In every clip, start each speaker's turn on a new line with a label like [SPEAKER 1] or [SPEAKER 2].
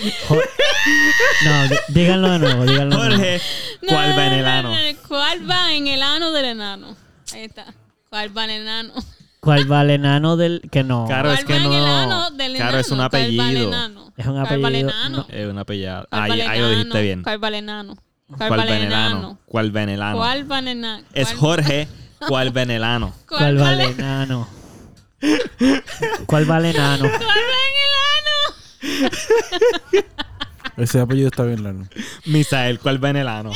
[SPEAKER 1] Jo- No, dí- díganlo de nuevo, díganlo. de nuevo.
[SPEAKER 2] Jorge,
[SPEAKER 3] No,
[SPEAKER 2] ¿cuál
[SPEAKER 3] no,
[SPEAKER 2] va en el
[SPEAKER 3] no,
[SPEAKER 2] ano?
[SPEAKER 3] no, no. ¿Cuál va en el ano del enano? Ahí está. ¿Cuál va en el ano?
[SPEAKER 1] ¿Cuál va el enano del que no?
[SPEAKER 2] Claro,
[SPEAKER 3] ¿Cuál
[SPEAKER 2] es que
[SPEAKER 3] va en el
[SPEAKER 2] no.
[SPEAKER 3] ano del
[SPEAKER 2] Claro, es un
[SPEAKER 3] enano? ¿Cuál va el
[SPEAKER 2] apellido.
[SPEAKER 3] enano?
[SPEAKER 1] Es un
[SPEAKER 3] ¿Cuál va el
[SPEAKER 1] apellido,
[SPEAKER 3] enano?
[SPEAKER 1] no.
[SPEAKER 2] Es un apellido.
[SPEAKER 3] ¿Cuál va
[SPEAKER 2] Ahí,
[SPEAKER 3] el
[SPEAKER 2] ahí lo dijiste
[SPEAKER 3] enano?
[SPEAKER 2] bien.
[SPEAKER 3] ¿Cuál va el enano?
[SPEAKER 2] ¿Cuál va en el ano? ¿Cuál va en el ano?
[SPEAKER 3] ¿Cuál va en el ano?
[SPEAKER 2] Es Jorge, ¿cuál va en el ano?
[SPEAKER 1] ¿Cuál va el enano? ¿Cuál va el enano?
[SPEAKER 3] ¿Cuál va en el ano?
[SPEAKER 4] Ese apellido está bien largo.
[SPEAKER 2] Misael, ¿cuál va en el ano?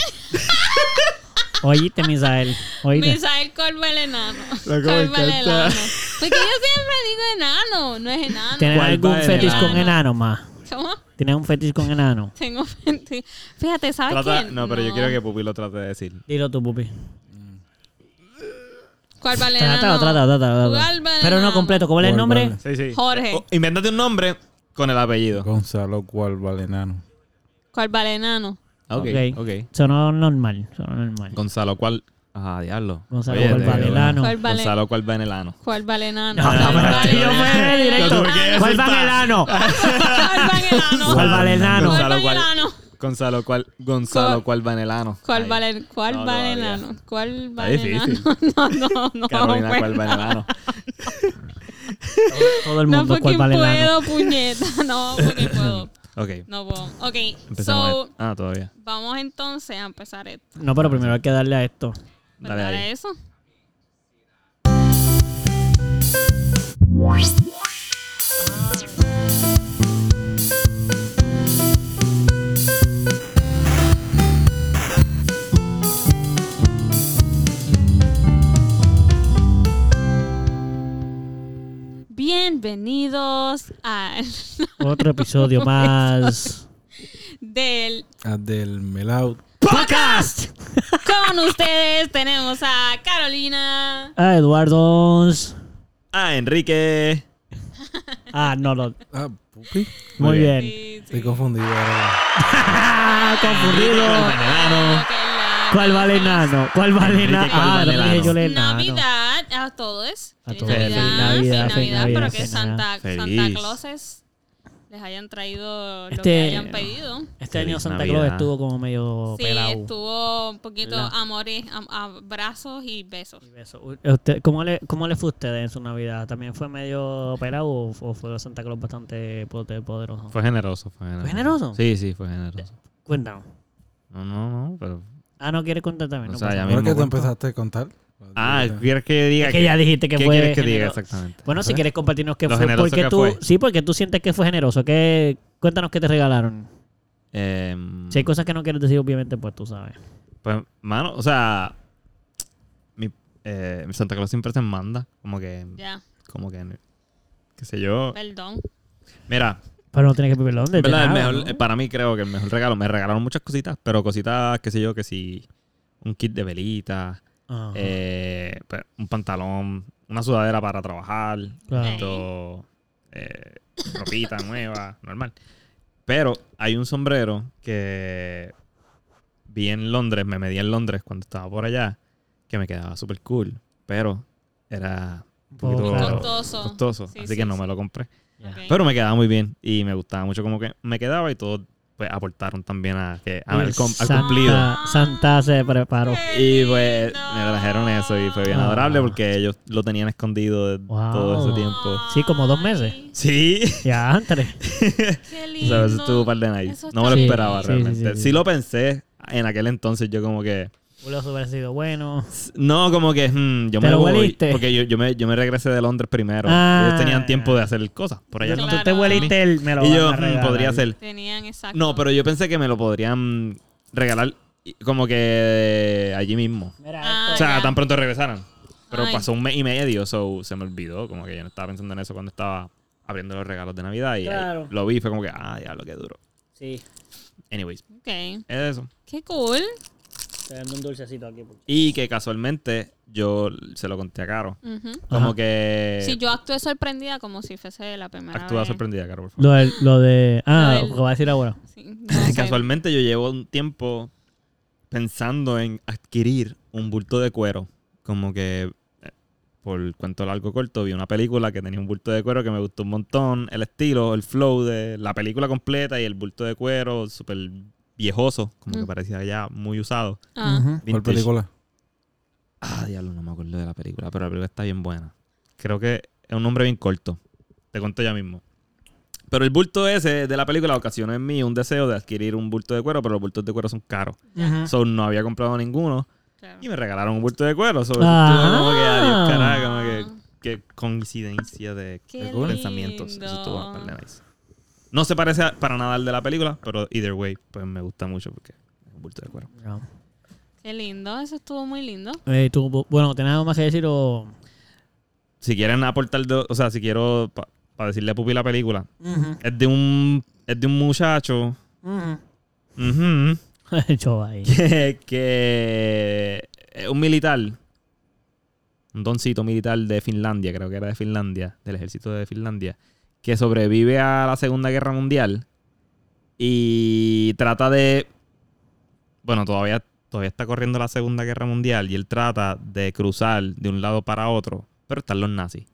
[SPEAKER 1] Oíste, Misael. Oíste.
[SPEAKER 3] Misael Corba el enano.
[SPEAKER 2] Loco, me
[SPEAKER 3] Corba el
[SPEAKER 2] encanta.
[SPEAKER 3] enano. Porque yo siempre digo enano, no es enano.
[SPEAKER 1] ¿Tienes
[SPEAKER 2] ¿Cuál va
[SPEAKER 1] algún
[SPEAKER 2] el
[SPEAKER 1] fetish
[SPEAKER 3] enano?
[SPEAKER 1] con enano más?
[SPEAKER 3] ¿Cómo?
[SPEAKER 1] ¿Tienes un fetish con enano?
[SPEAKER 3] Tengo 20. Fíjate, ¿sabes
[SPEAKER 2] Trata-
[SPEAKER 3] quién?
[SPEAKER 2] no, pero yo quiero que Pupi lo trate de decir.
[SPEAKER 1] Dilo tú, pupi.
[SPEAKER 3] ¿Cuál va el enano?
[SPEAKER 1] Trátalo, trátalo, trátalo.
[SPEAKER 3] ¿Cuál va el
[SPEAKER 1] Pero no
[SPEAKER 3] enano?
[SPEAKER 1] completo. ¿Cuál es el
[SPEAKER 4] ¿Cuál
[SPEAKER 1] nombre?
[SPEAKER 4] vale?
[SPEAKER 2] Sí, sí.
[SPEAKER 3] Jorge.
[SPEAKER 2] O- Oh, invéntate un nombre con el apellido.
[SPEAKER 4] Gonzalo cual Valenano.
[SPEAKER 3] ¿Cuál va el enano?
[SPEAKER 2] Ok,
[SPEAKER 1] Ok.
[SPEAKER 2] ok.
[SPEAKER 1] Sonó normal, sonó normal.
[SPEAKER 2] Gonzalo, ¿cuál? Ajá, diablo.
[SPEAKER 1] Gonzalo,
[SPEAKER 2] Oye,
[SPEAKER 1] ¿cuál
[SPEAKER 2] de
[SPEAKER 1] va en el
[SPEAKER 2] verdad.
[SPEAKER 1] ano?
[SPEAKER 3] ¿Cuál va el enano?
[SPEAKER 2] Gonzalo, ¿cuál va en el ano?
[SPEAKER 3] ¿Cuál va el enano?
[SPEAKER 1] No, no,
[SPEAKER 3] ¿Cuál
[SPEAKER 1] pero
[SPEAKER 3] va el
[SPEAKER 1] es que yo
[SPEAKER 3] enano?
[SPEAKER 1] me
[SPEAKER 2] Lo
[SPEAKER 1] directo.
[SPEAKER 2] tuve que
[SPEAKER 1] ¿Cuál va en
[SPEAKER 2] asustar.
[SPEAKER 1] el ano?
[SPEAKER 3] ¿Cuál va el enano?
[SPEAKER 1] ¿Cuál va el enano?
[SPEAKER 3] ¿Cuál va
[SPEAKER 2] Gonzalo,
[SPEAKER 3] el
[SPEAKER 2] ¿cuál?
[SPEAKER 3] enano?
[SPEAKER 2] Gonzalo, ¿cuál? Gonzalo, ¿cuál va en el ano?
[SPEAKER 3] ¿Cuál
[SPEAKER 2] Ahí.
[SPEAKER 3] va el cuál
[SPEAKER 2] No,
[SPEAKER 3] va el
[SPEAKER 2] todavía.
[SPEAKER 3] enano? ¿Cuál va
[SPEAKER 2] Está
[SPEAKER 3] el enano?
[SPEAKER 2] difícil.
[SPEAKER 3] No, no, no.
[SPEAKER 2] Carolina,
[SPEAKER 3] pues,
[SPEAKER 2] ¿cuál va en el ano?
[SPEAKER 1] Todo el
[SPEAKER 3] No
[SPEAKER 1] mundo,
[SPEAKER 3] porque
[SPEAKER 1] ¿cuál va en el ano?
[SPEAKER 3] puedo, puñeta. No porque puedo.
[SPEAKER 2] Ok,
[SPEAKER 3] No puedo. Ok,
[SPEAKER 2] empezamos.
[SPEAKER 3] so
[SPEAKER 2] a- Ah, todavía.
[SPEAKER 3] vamos entonces a empezar esto.
[SPEAKER 1] No, pero primero hay que darle a esto.
[SPEAKER 3] Pues
[SPEAKER 2] Dale
[SPEAKER 3] dale
[SPEAKER 2] ahí.
[SPEAKER 3] eso. Bienvenidos al
[SPEAKER 1] Otro episodio más.
[SPEAKER 3] del
[SPEAKER 4] Ah, Del Melaut.
[SPEAKER 1] ¡Podcast!
[SPEAKER 3] con ustedes tenemos a Carolina.
[SPEAKER 1] A Eduardo.
[SPEAKER 2] Ah, Enrique.
[SPEAKER 1] Ah, no, lo.
[SPEAKER 4] Ah, pupi.
[SPEAKER 1] Muy
[SPEAKER 2] Muy bien.
[SPEAKER 1] bien.
[SPEAKER 4] Estoy confundido ahora.
[SPEAKER 1] Ah, confundido. ¿Cuál va el enano? ¿Cuál va el
[SPEAKER 2] Enrique,
[SPEAKER 1] enano?
[SPEAKER 2] ¿cuál va
[SPEAKER 1] Ah,
[SPEAKER 2] el
[SPEAKER 1] lo que dije
[SPEAKER 2] enano?
[SPEAKER 1] yo le enano.
[SPEAKER 3] Navidad a todos.
[SPEAKER 1] A
[SPEAKER 3] Feliz
[SPEAKER 1] todos.
[SPEAKER 3] Navidad,
[SPEAKER 2] Feliz Navidad,
[SPEAKER 3] feliz
[SPEAKER 1] feliz
[SPEAKER 3] Navidad,
[SPEAKER 1] Navidad,
[SPEAKER 3] pero que
[SPEAKER 1] feliz
[SPEAKER 3] Santa, Santa
[SPEAKER 2] Feliz.
[SPEAKER 3] Clauses les hayan traído lo que
[SPEAKER 1] Este- Oh,
[SPEAKER 3] hayan pedido.
[SPEAKER 1] Este
[SPEAKER 2] Feliz
[SPEAKER 1] año Santa
[SPEAKER 2] Navidad.
[SPEAKER 1] Claus estuvo como medio
[SPEAKER 3] Sí,
[SPEAKER 1] pelado.
[SPEAKER 3] estuvo un poquito
[SPEAKER 1] ¿Verdad?
[SPEAKER 3] amores, am- abrazos y besos.
[SPEAKER 1] Y beso. Usted- ¿Cómo le, ¿Cómo le fue a ustedes en su Navidad? ¿También fue medio pelado o, o fue Santa Claus bastante pote- poderoso?
[SPEAKER 2] Fue generoso, fue generoso.
[SPEAKER 1] ¿Fue generoso?
[SPEAKER 2] Sí, sí, fue generoso.
[SPEAKER 1] Cuéntanos.
[SPEAKER 2] No, no, no, pero...
[SPEAKER 1] Ah, no quiere contar también.
[SPEAKER 2] O
[SPEAKER 1] no
[SPEAKER 2] sea,
[SPEAKER 1] pasa
[SPEAKER 2] ya
[SPEAKER 1] nada.
[SPEAKER 4] ¿Por
[SPEAKER 2] mismo
[SPEAKER 4] qué tú
[SPEAKER 2] cuento.
[SPEAKER 4] empezaste a contar?
[SPEAKER 2] Ah, ¿quieres que diga?
[SPEAKER 1] Es que ya dijiste que
[SPEAKER 2] ¿Qué
[SPEAKER 1] fue.
[SPEAKER 2] quieres que diga
[SPEAKER 1] generoso.
[SPEAKER 2] exactamente?
[SPEAKER 1] Bueno, si
[SPEAKER 4] ¿Eh?
[SPEAKER 1] quieres compartirnos qué
[SPEAKER 2] Lo
[SPEAKER 1] fue.
[SPEAKER 2] generoso
[SPEAKER 1] Porque
[SPEAKER 2] que
[SPEAKER 1] tú,
[SPEAKER 2] fue.
[SPEAKER 1] Sí, porque tú sientes que fue generoso. ¿Qué- Cuéntanos qué te regalaron.
[SPEAKER 2] Em,
[SPEAKER 1] Si hay cosas que no quieres decir, obviamente, pues tú sabes.
[SPEAKER 2] Pues, mano, o sea... Mi, eh, Santa Claus siempre se manda. Como que...
[SPEAKER 3] Ya,
[SPEAKER 2] Como que... Qué sé yo.
[SPEAKER 3] perdón.
[SPEAKER 2] Mira,
[SPEAKER 1] Pero no tienes que pedirlo dónde. de
[SPEAKER 2] ¿verdad? El
[SPEAKER 1] nada,
[SPEAKER 2] mejor- eh,
[SPEAKER 1] ¿no?
[SPEAKER 2] para mí creo que el mejor regalo... Me regalaron muchas cositas, pero cositas, qué sé yo, que si... Un kit de velitas,
[SPEAKER 1] Ajá.
[SPEAKER 2] eh, pues, un pantalón, una sudadera para trabajar,
[SPEAKER 1] Claro.
[SPEAKER 2] esto, eh, ropita nueva, normal. Pero hay un sombrero que vi en Londres, me medí en Londres cuando estaba por allá, que me quedaba súper cool, pero era un
[SPEAKER 1] Poco
[SPEAKER 2] poquito
[SPEAKER 1] Claro.
[SPEAKER 3] Costoso.
[SPEAKER 2] costoso,
[SPEAKER 3] Sí,
[SPEAKER 2] así
[SPEAKER 3] sí,
[SPEAKER 2] que no
[SPEAKER 3] sí.
[SPEAKER 2] me lo compré.
[SPEAKER 1] Ya.
[SPEAKER 3] Ok.
[SPEAKER 2] Pero me quedaba muy bien y me gustaba mucho como que me quedaba y todos pues, aportaron también a que, a- al, com- al
[SPEAKER 1] Santa-
[SPEAKER 2] cumplido.
[SPEAKER 1] Santa se preparó.
[SPEAKER 2] Y pues me trajeron eso y fue bien
[SPEAKER 1] Ah.
[SPEAKER 2] adorable porque ellos lo tenían escondido de
[SPEAKER 1] Wow.
[SPEAKER 2] todo ese tiempo.
[SPEAKER 1] Sí, como dos meses.
[SPEAKER 3] Ay,
[SPEAKER 2] Sí,
[SPEAKER 1] Ya, antes.
[SPEAKER 3] Qué
[SPEAKER 2] O
[SPEAKER 3] lindo.
[SPEAKER 2] sea, eso estuvo un par de nights.
[SPEAKER 3] Eso
[SPEAKER 2] No me lo
[SPEAKER 1] está-
[SPEAKER 2] esperaba
[SPEAKER 1] Sí, sí, sí,
[SPEAKER 2] realmente. Sí,
[SPEAKER 1] sí, sí.
[SPEAKER 2] lo pensé en aquel entonces, yo como que...
[SPEAKER 1] Julio hubiera sido bueno.
[SPEAKER 2] No, como que hmm, yo
[SPEAKER 1] ¿Te
[SPEAKER 2] me
[SPEAKER 1] lo
[SPEAKER 2] voy.
[SPEAKER 1] hueliste?
[SPEAKER 2] Porque yo, yo, me, yo me regresé de Londres primero.
[SPEAKER 1] Ah.
[SPEAKER 2] Ellos tenían tiempo de hacer cosas por allá.
[SPEAKER 3] Claro.
[SPEAKER 1] Tú te hueliste el. Me lo
[SPEAKER 2] Y
[SPEAKER 1] van
[SPEAKER 2] yo
[SPEAKER 1] a
[SPEAKER 2] hmm,
[SPEAKER 1] regalar.
[SPEAKER 2] podría ser.
[SPEAKER 3] Tenían exacto.
[SPEAKER 2] No, pero yo pensé que me lo podrían regalar y- como que allí mismo.
[SPEAKER 1] Mira,
[SPEAKER 3] Ah,
[SPEAKER 1] esto-
[SPEAKER 2] O sea,
[SPEAKER 3] ya.
[SPEAKER 2] tan pronto regresaron. Pero
[SPEAKER 3] Ay.
[SPEAKER 2] pasó un mes y medio, so se me olvidó. Como que yo no estaba pensando en eso cuando estaba abriendo los regalos de Navidad. Y ahí
[SPEAKER 1] Claro.
[SPEAKER 2] lo vi, fue como que, ah, diablo, qué duro.
[SPEAKER 1] Sí,
[SPEAKER 2] Anyways,
[SPEAKER 3] Ok.
[SPEAKER 2] es eso.
[SPEAKER 3] Qué cool.
[SPEAKER 1] estoy dando un dulcecito aquí. porque-
[SPEAKER 2] Y que casualmente yo se lo conté a Caro.
[SPEAKER 3] Ujú.
[SPEAKER 2] Como
[SPEAKER 1] Ajá.
[SPEAKER 2] que.
[SPEAKER 3] Sí, yo actué sorprendida como si fuese la primera
[SPEAKER 2] Actúa
[SPEAKER 3] vez.
[SPEAKER 2] sorprendida, Caro, por favor.
[SPEAKER 1] Lo de. Lo de ah,
[SPEAKER 3] Lo del-
[SPEAKER 1] lo que va a decir ahora.
[SPEAKER 3] Sí, no sé.
[SPEAKER 2] Casualmente yo llevo un tiempo pensando en adquirir un bulto de cuero. Como que eh, por cuento largo corto, vi una película que tenía un bulto de cuero que me gustó un montón. El estilo, el flow de la película completa y el bulto de cuero súper viejoso, como que
[SPEAKER 3] Mm.
[SPEAKER 2] parecía ya muy usado.
[SPEAKER 3] Ah,
[SPEAKER 4] ¿Cuál
[SPEAKER 2] Vintage.
[SPEAKER 4] película?
[SPEAKER 2] Ah, diablo, no me acuerdo de la película, pero la película está bien buena. Creo que es un nombre bien corto. Te cuento ya mismo. Pero el bulto ese de la película ocasionó en mí un deseo de adquirir un bulto de cuero, pero los bultos de cuero son caros.
[SPEAKER 1] Ajá.
[SPEAKER 2] So, no había comprado ninguno
[SPEAKER 3] claro.
[SPEAKER 2] y me regalaron un bulto de cuero. So,
[SPEAKER 1] Ah.
[SPEAKER 2] estuve como que, adiós, carajo, como que, qué coincidencia de
[SPEAKER 3] Qué
[SPEAKER 2] pensamientos. Eso estuvo
[SPEAKER 3] lindo.
[SPEAKER 2] par de nice. No se parece a- para nada al de la película, pero either way, pues me gusta mucho porque es un bulto de cuero.
[SPEAKER 1] Ya.
[SPEAKER 3] Qué lindo, eso estuvo muy lindo.
[SPEAKER 1] Eh, tú, bu- bueno, ¿tenés algo más que decir o...?
[SPEAKER 2] Si quieren aportar, do- o sea, si quiero para decirle a Pupi la película, es de un, es de un muchacho ujú,
[SPEAKER 1] Hecho ahí.
[SPEAKER 2] que, que es un militar, un doncito militar de Finlandia, creo que era de Finlandia, del ejército de Finlandia, que sobrevive a la Segunda Guerra Mundial y trata de, bueno, todavía, todavía está corriendo la Segunda Guerra Mundial y él trata de cruzar de un lado para otro, pero están los nazis.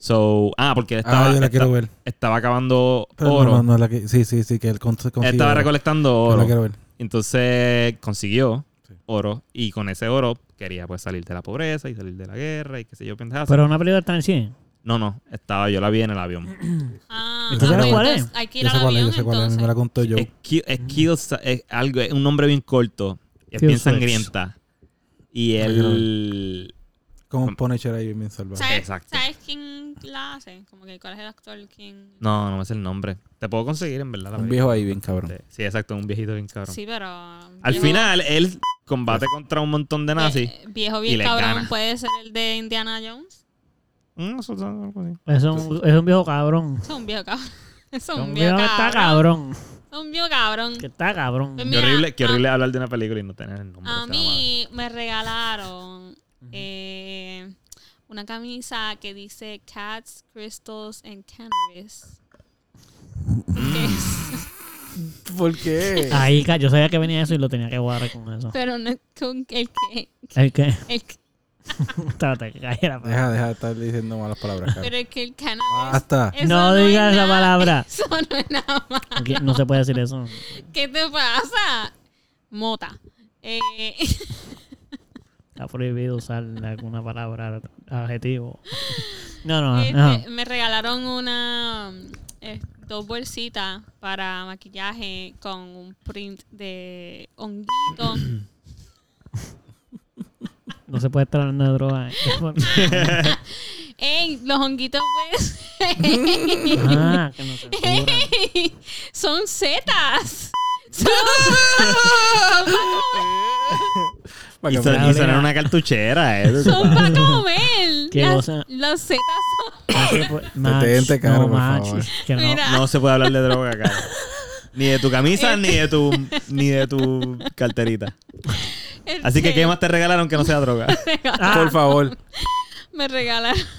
[SPEAKER 2] So, ah, porque él estaba,
[SPEAKER 4] ah, yo la
[SPEAKER 2] esta-
[SPEAKER 4] quiero ver.
[SPEAKER 2] estaba acabando
[SPEAKER 4] Pero
[SPEAKER 2] oro.
[SPEAKER 4] No, no, no es la que... Sí, sí, sí, que él cons- consiguió.
[SPEAKER 2] Estaba recolectando
[SPEAKER 4] Yo la
[SPEAKER 2] oro.
[SPEAKER 4] quiero ver.
[SPEAKER 2] Entonces consiguió
[SPEAKER 4] Sí.
[SPEAKER 2] oro y con ese oro quería pues salir de la pobreza y salir de la guerra y qué sé yo, pendejadas.
[SPEAKER 1] Pero una película está en cine.
[SPEAKER 2] No, no, estaba, yo la vi en el avión.
[SPEAKER 3] Ah,
[SPEAKER 1] ¿Entonces
[SPEAKER 3] ah,
[SPEAKER 1] era
[SPEAKER 3] pues
[SPEAKER 1] cuál
[SPEAKER 3] entonces
[SPEAKER 1] es?
[SPEAKER 3] Hay que ir
[SPEAKER 4] Yo
[SPEAKER 3] al
[SPEAKER 4] sé cuál es,
[SPEAKER 3] avión
[SPEAKER 4] yo sé cuál es. a mí Me la
[SPEAKER 3] entonces.
[SPEAKER 4] contó yo.
[SPEAKER 2] Es, qui- es Kielsa- es algo, es un nombre bien corto, es bien
[SPEAKER 1] Kielsa.
[SPEAKER 2] sangrienta. Y él...
[SPEAKER 4] Como un Punisher ahí bien salvado.
[SPEAKER 3] ¿Sabes,
[SPEAKER 2] Exacto.
[SPEAKER 3] ¿Sabes quién la hace? Como que cuál es el actor quién.
[SPEAKER 2] No, no es el nombre. Te puedo conseguir en verdad la
[SPEAKER 4] Un
[SPEAKER 2] película.
[SPEAKER 4] viejo ahí bien cabrón.
[SPEAKER 2] Sí, exacto, un viejito bien cabrón.
[SPEAKER 3] Sí, pero.
[SPEAKER 2] Al
[SPEAKER 3] viejo-
[SPEAKER 2] final, él combate contra un montón de
[SPEAKER 3] vie-
[SPEAKER 2] nazis.
[SPEAKER 3] Viejo
[SPEAKER 2] y
[SPEAKER 3] bien
[SPEAKER 2] les
[SPEAKER 3] cabrón
[SPEAKER 2] gana.
[SPEAKER 3] puede ser el de Indiana Jones.
[SPEAKER 2] Mm, eso- eso- algo así.
[SPEAKER 1] Es un, es un viejo cabrón.
[SPEAKER 3] Eso es un viejo cabrón. Eso es
[SPEAKER 1] Un
[SPEAKER 3] un
[SPEAKER 1] viejo
[SPEAKER 3] viejo
[SPEAKER 1] que está
[SPEAKER 3] cabrón.
[SPEAKER 1] cabrón.
[SPEAKER 3] Eso es un viejo cabrón.
[SPEAKER 1] Que está cabrón.
[SPEAKER 3] Pues
[SPEAKER 2] Qué
[SPEAKER 3] Mira,
[SPEAKER 2] horrible, qué
[SPEAKER 3] a-
[SPEAKER 2] horrible hablar de una película y no tener el nombre.
[SPEAKER 3] A
[SPEAKER 2] está mal.
[SPEAKER 3] mí me regalaron eh, una camisa que dice Cats, Crystals and Cannabis. Que es-
[SPEAKER 4] ¿Por qué?
[SPEAKER 1] Ahí, ca- yo sabía que venía eso y lo tenía que guardar con eso.
[SPEAKER 3] pero no es con el que.
[SPEAKER 1] Es que...
[SPEAKER 3] el que-
[SPEAKER 1] Trata que cayera. pero-
[SPEAKER 4] Deja, deja de estar diciendo malas palabras,
[SPEAKER 3] pero
[SPEAKER 4] cabrón.
[SPEAKER 3] es que el cannabis.
[SPEAKER 4] Basta.
[SPEAKER 3] eso
[SPEAKER 1] No
[SPEAKER 3] es
[SPEAKER 1] digas esa
[SPEAKER 3] nada-
[SPEAKER 1] palabra.
[SPEAKER 3] Eso no es nada más.
[SPEAKER 1] Aquí No se puede decir eso.
[SPEAKER 3] ¿Qué te pasa? Mota. Eh,
[SPEAKER 1] Está prohibido usar alguna palabra, adjetivo. No, no,
[SPEAKER 3] este,
[SPEAKER 1] Ah, ajá.
[SPEAKER 3] me regalaron una eh, dos bolsitas para maquillaje con un print de honguito.
[SPEAKER 1] no se puede estar hablando de droga.
[SPEAKER 3] Ey, los honguitos pues
[SPEAKER 1] ah, que no se cura.
[SPEAKER 3] son setas.
[SPEAKER 4] Pa'
[SPEAKER 2] Y,
[SPEAKER 4] que
[SPEAKER 2] son-
[SPEAKER 4] me-
[SPEAKER 2] y son en una cartuchera, eh.
[SPEAKER 3] Son para comer.
[SPEAKER 1] Qué
[SPEAKER 3] Las,
[SPEAKER 1] cosa.
[SPEAKER 3] las setas son.
[SPEAKER 4] Detente, cara, por favor.
[SPEAKER 1] Que no.
[SPEAKER 3] Mira.
[SPEAKER 2] No se puede hablar de droga acá. Ni de tu camisa, ni de tu, ni de tu carterita. Así que,
[SPEAKER 3] este,
[SPEAKER 2] ¿qué más te regalaron que no sea droga?
[SPEAKER 4] Por favor.
[SPEAKER 3] Me regalaron.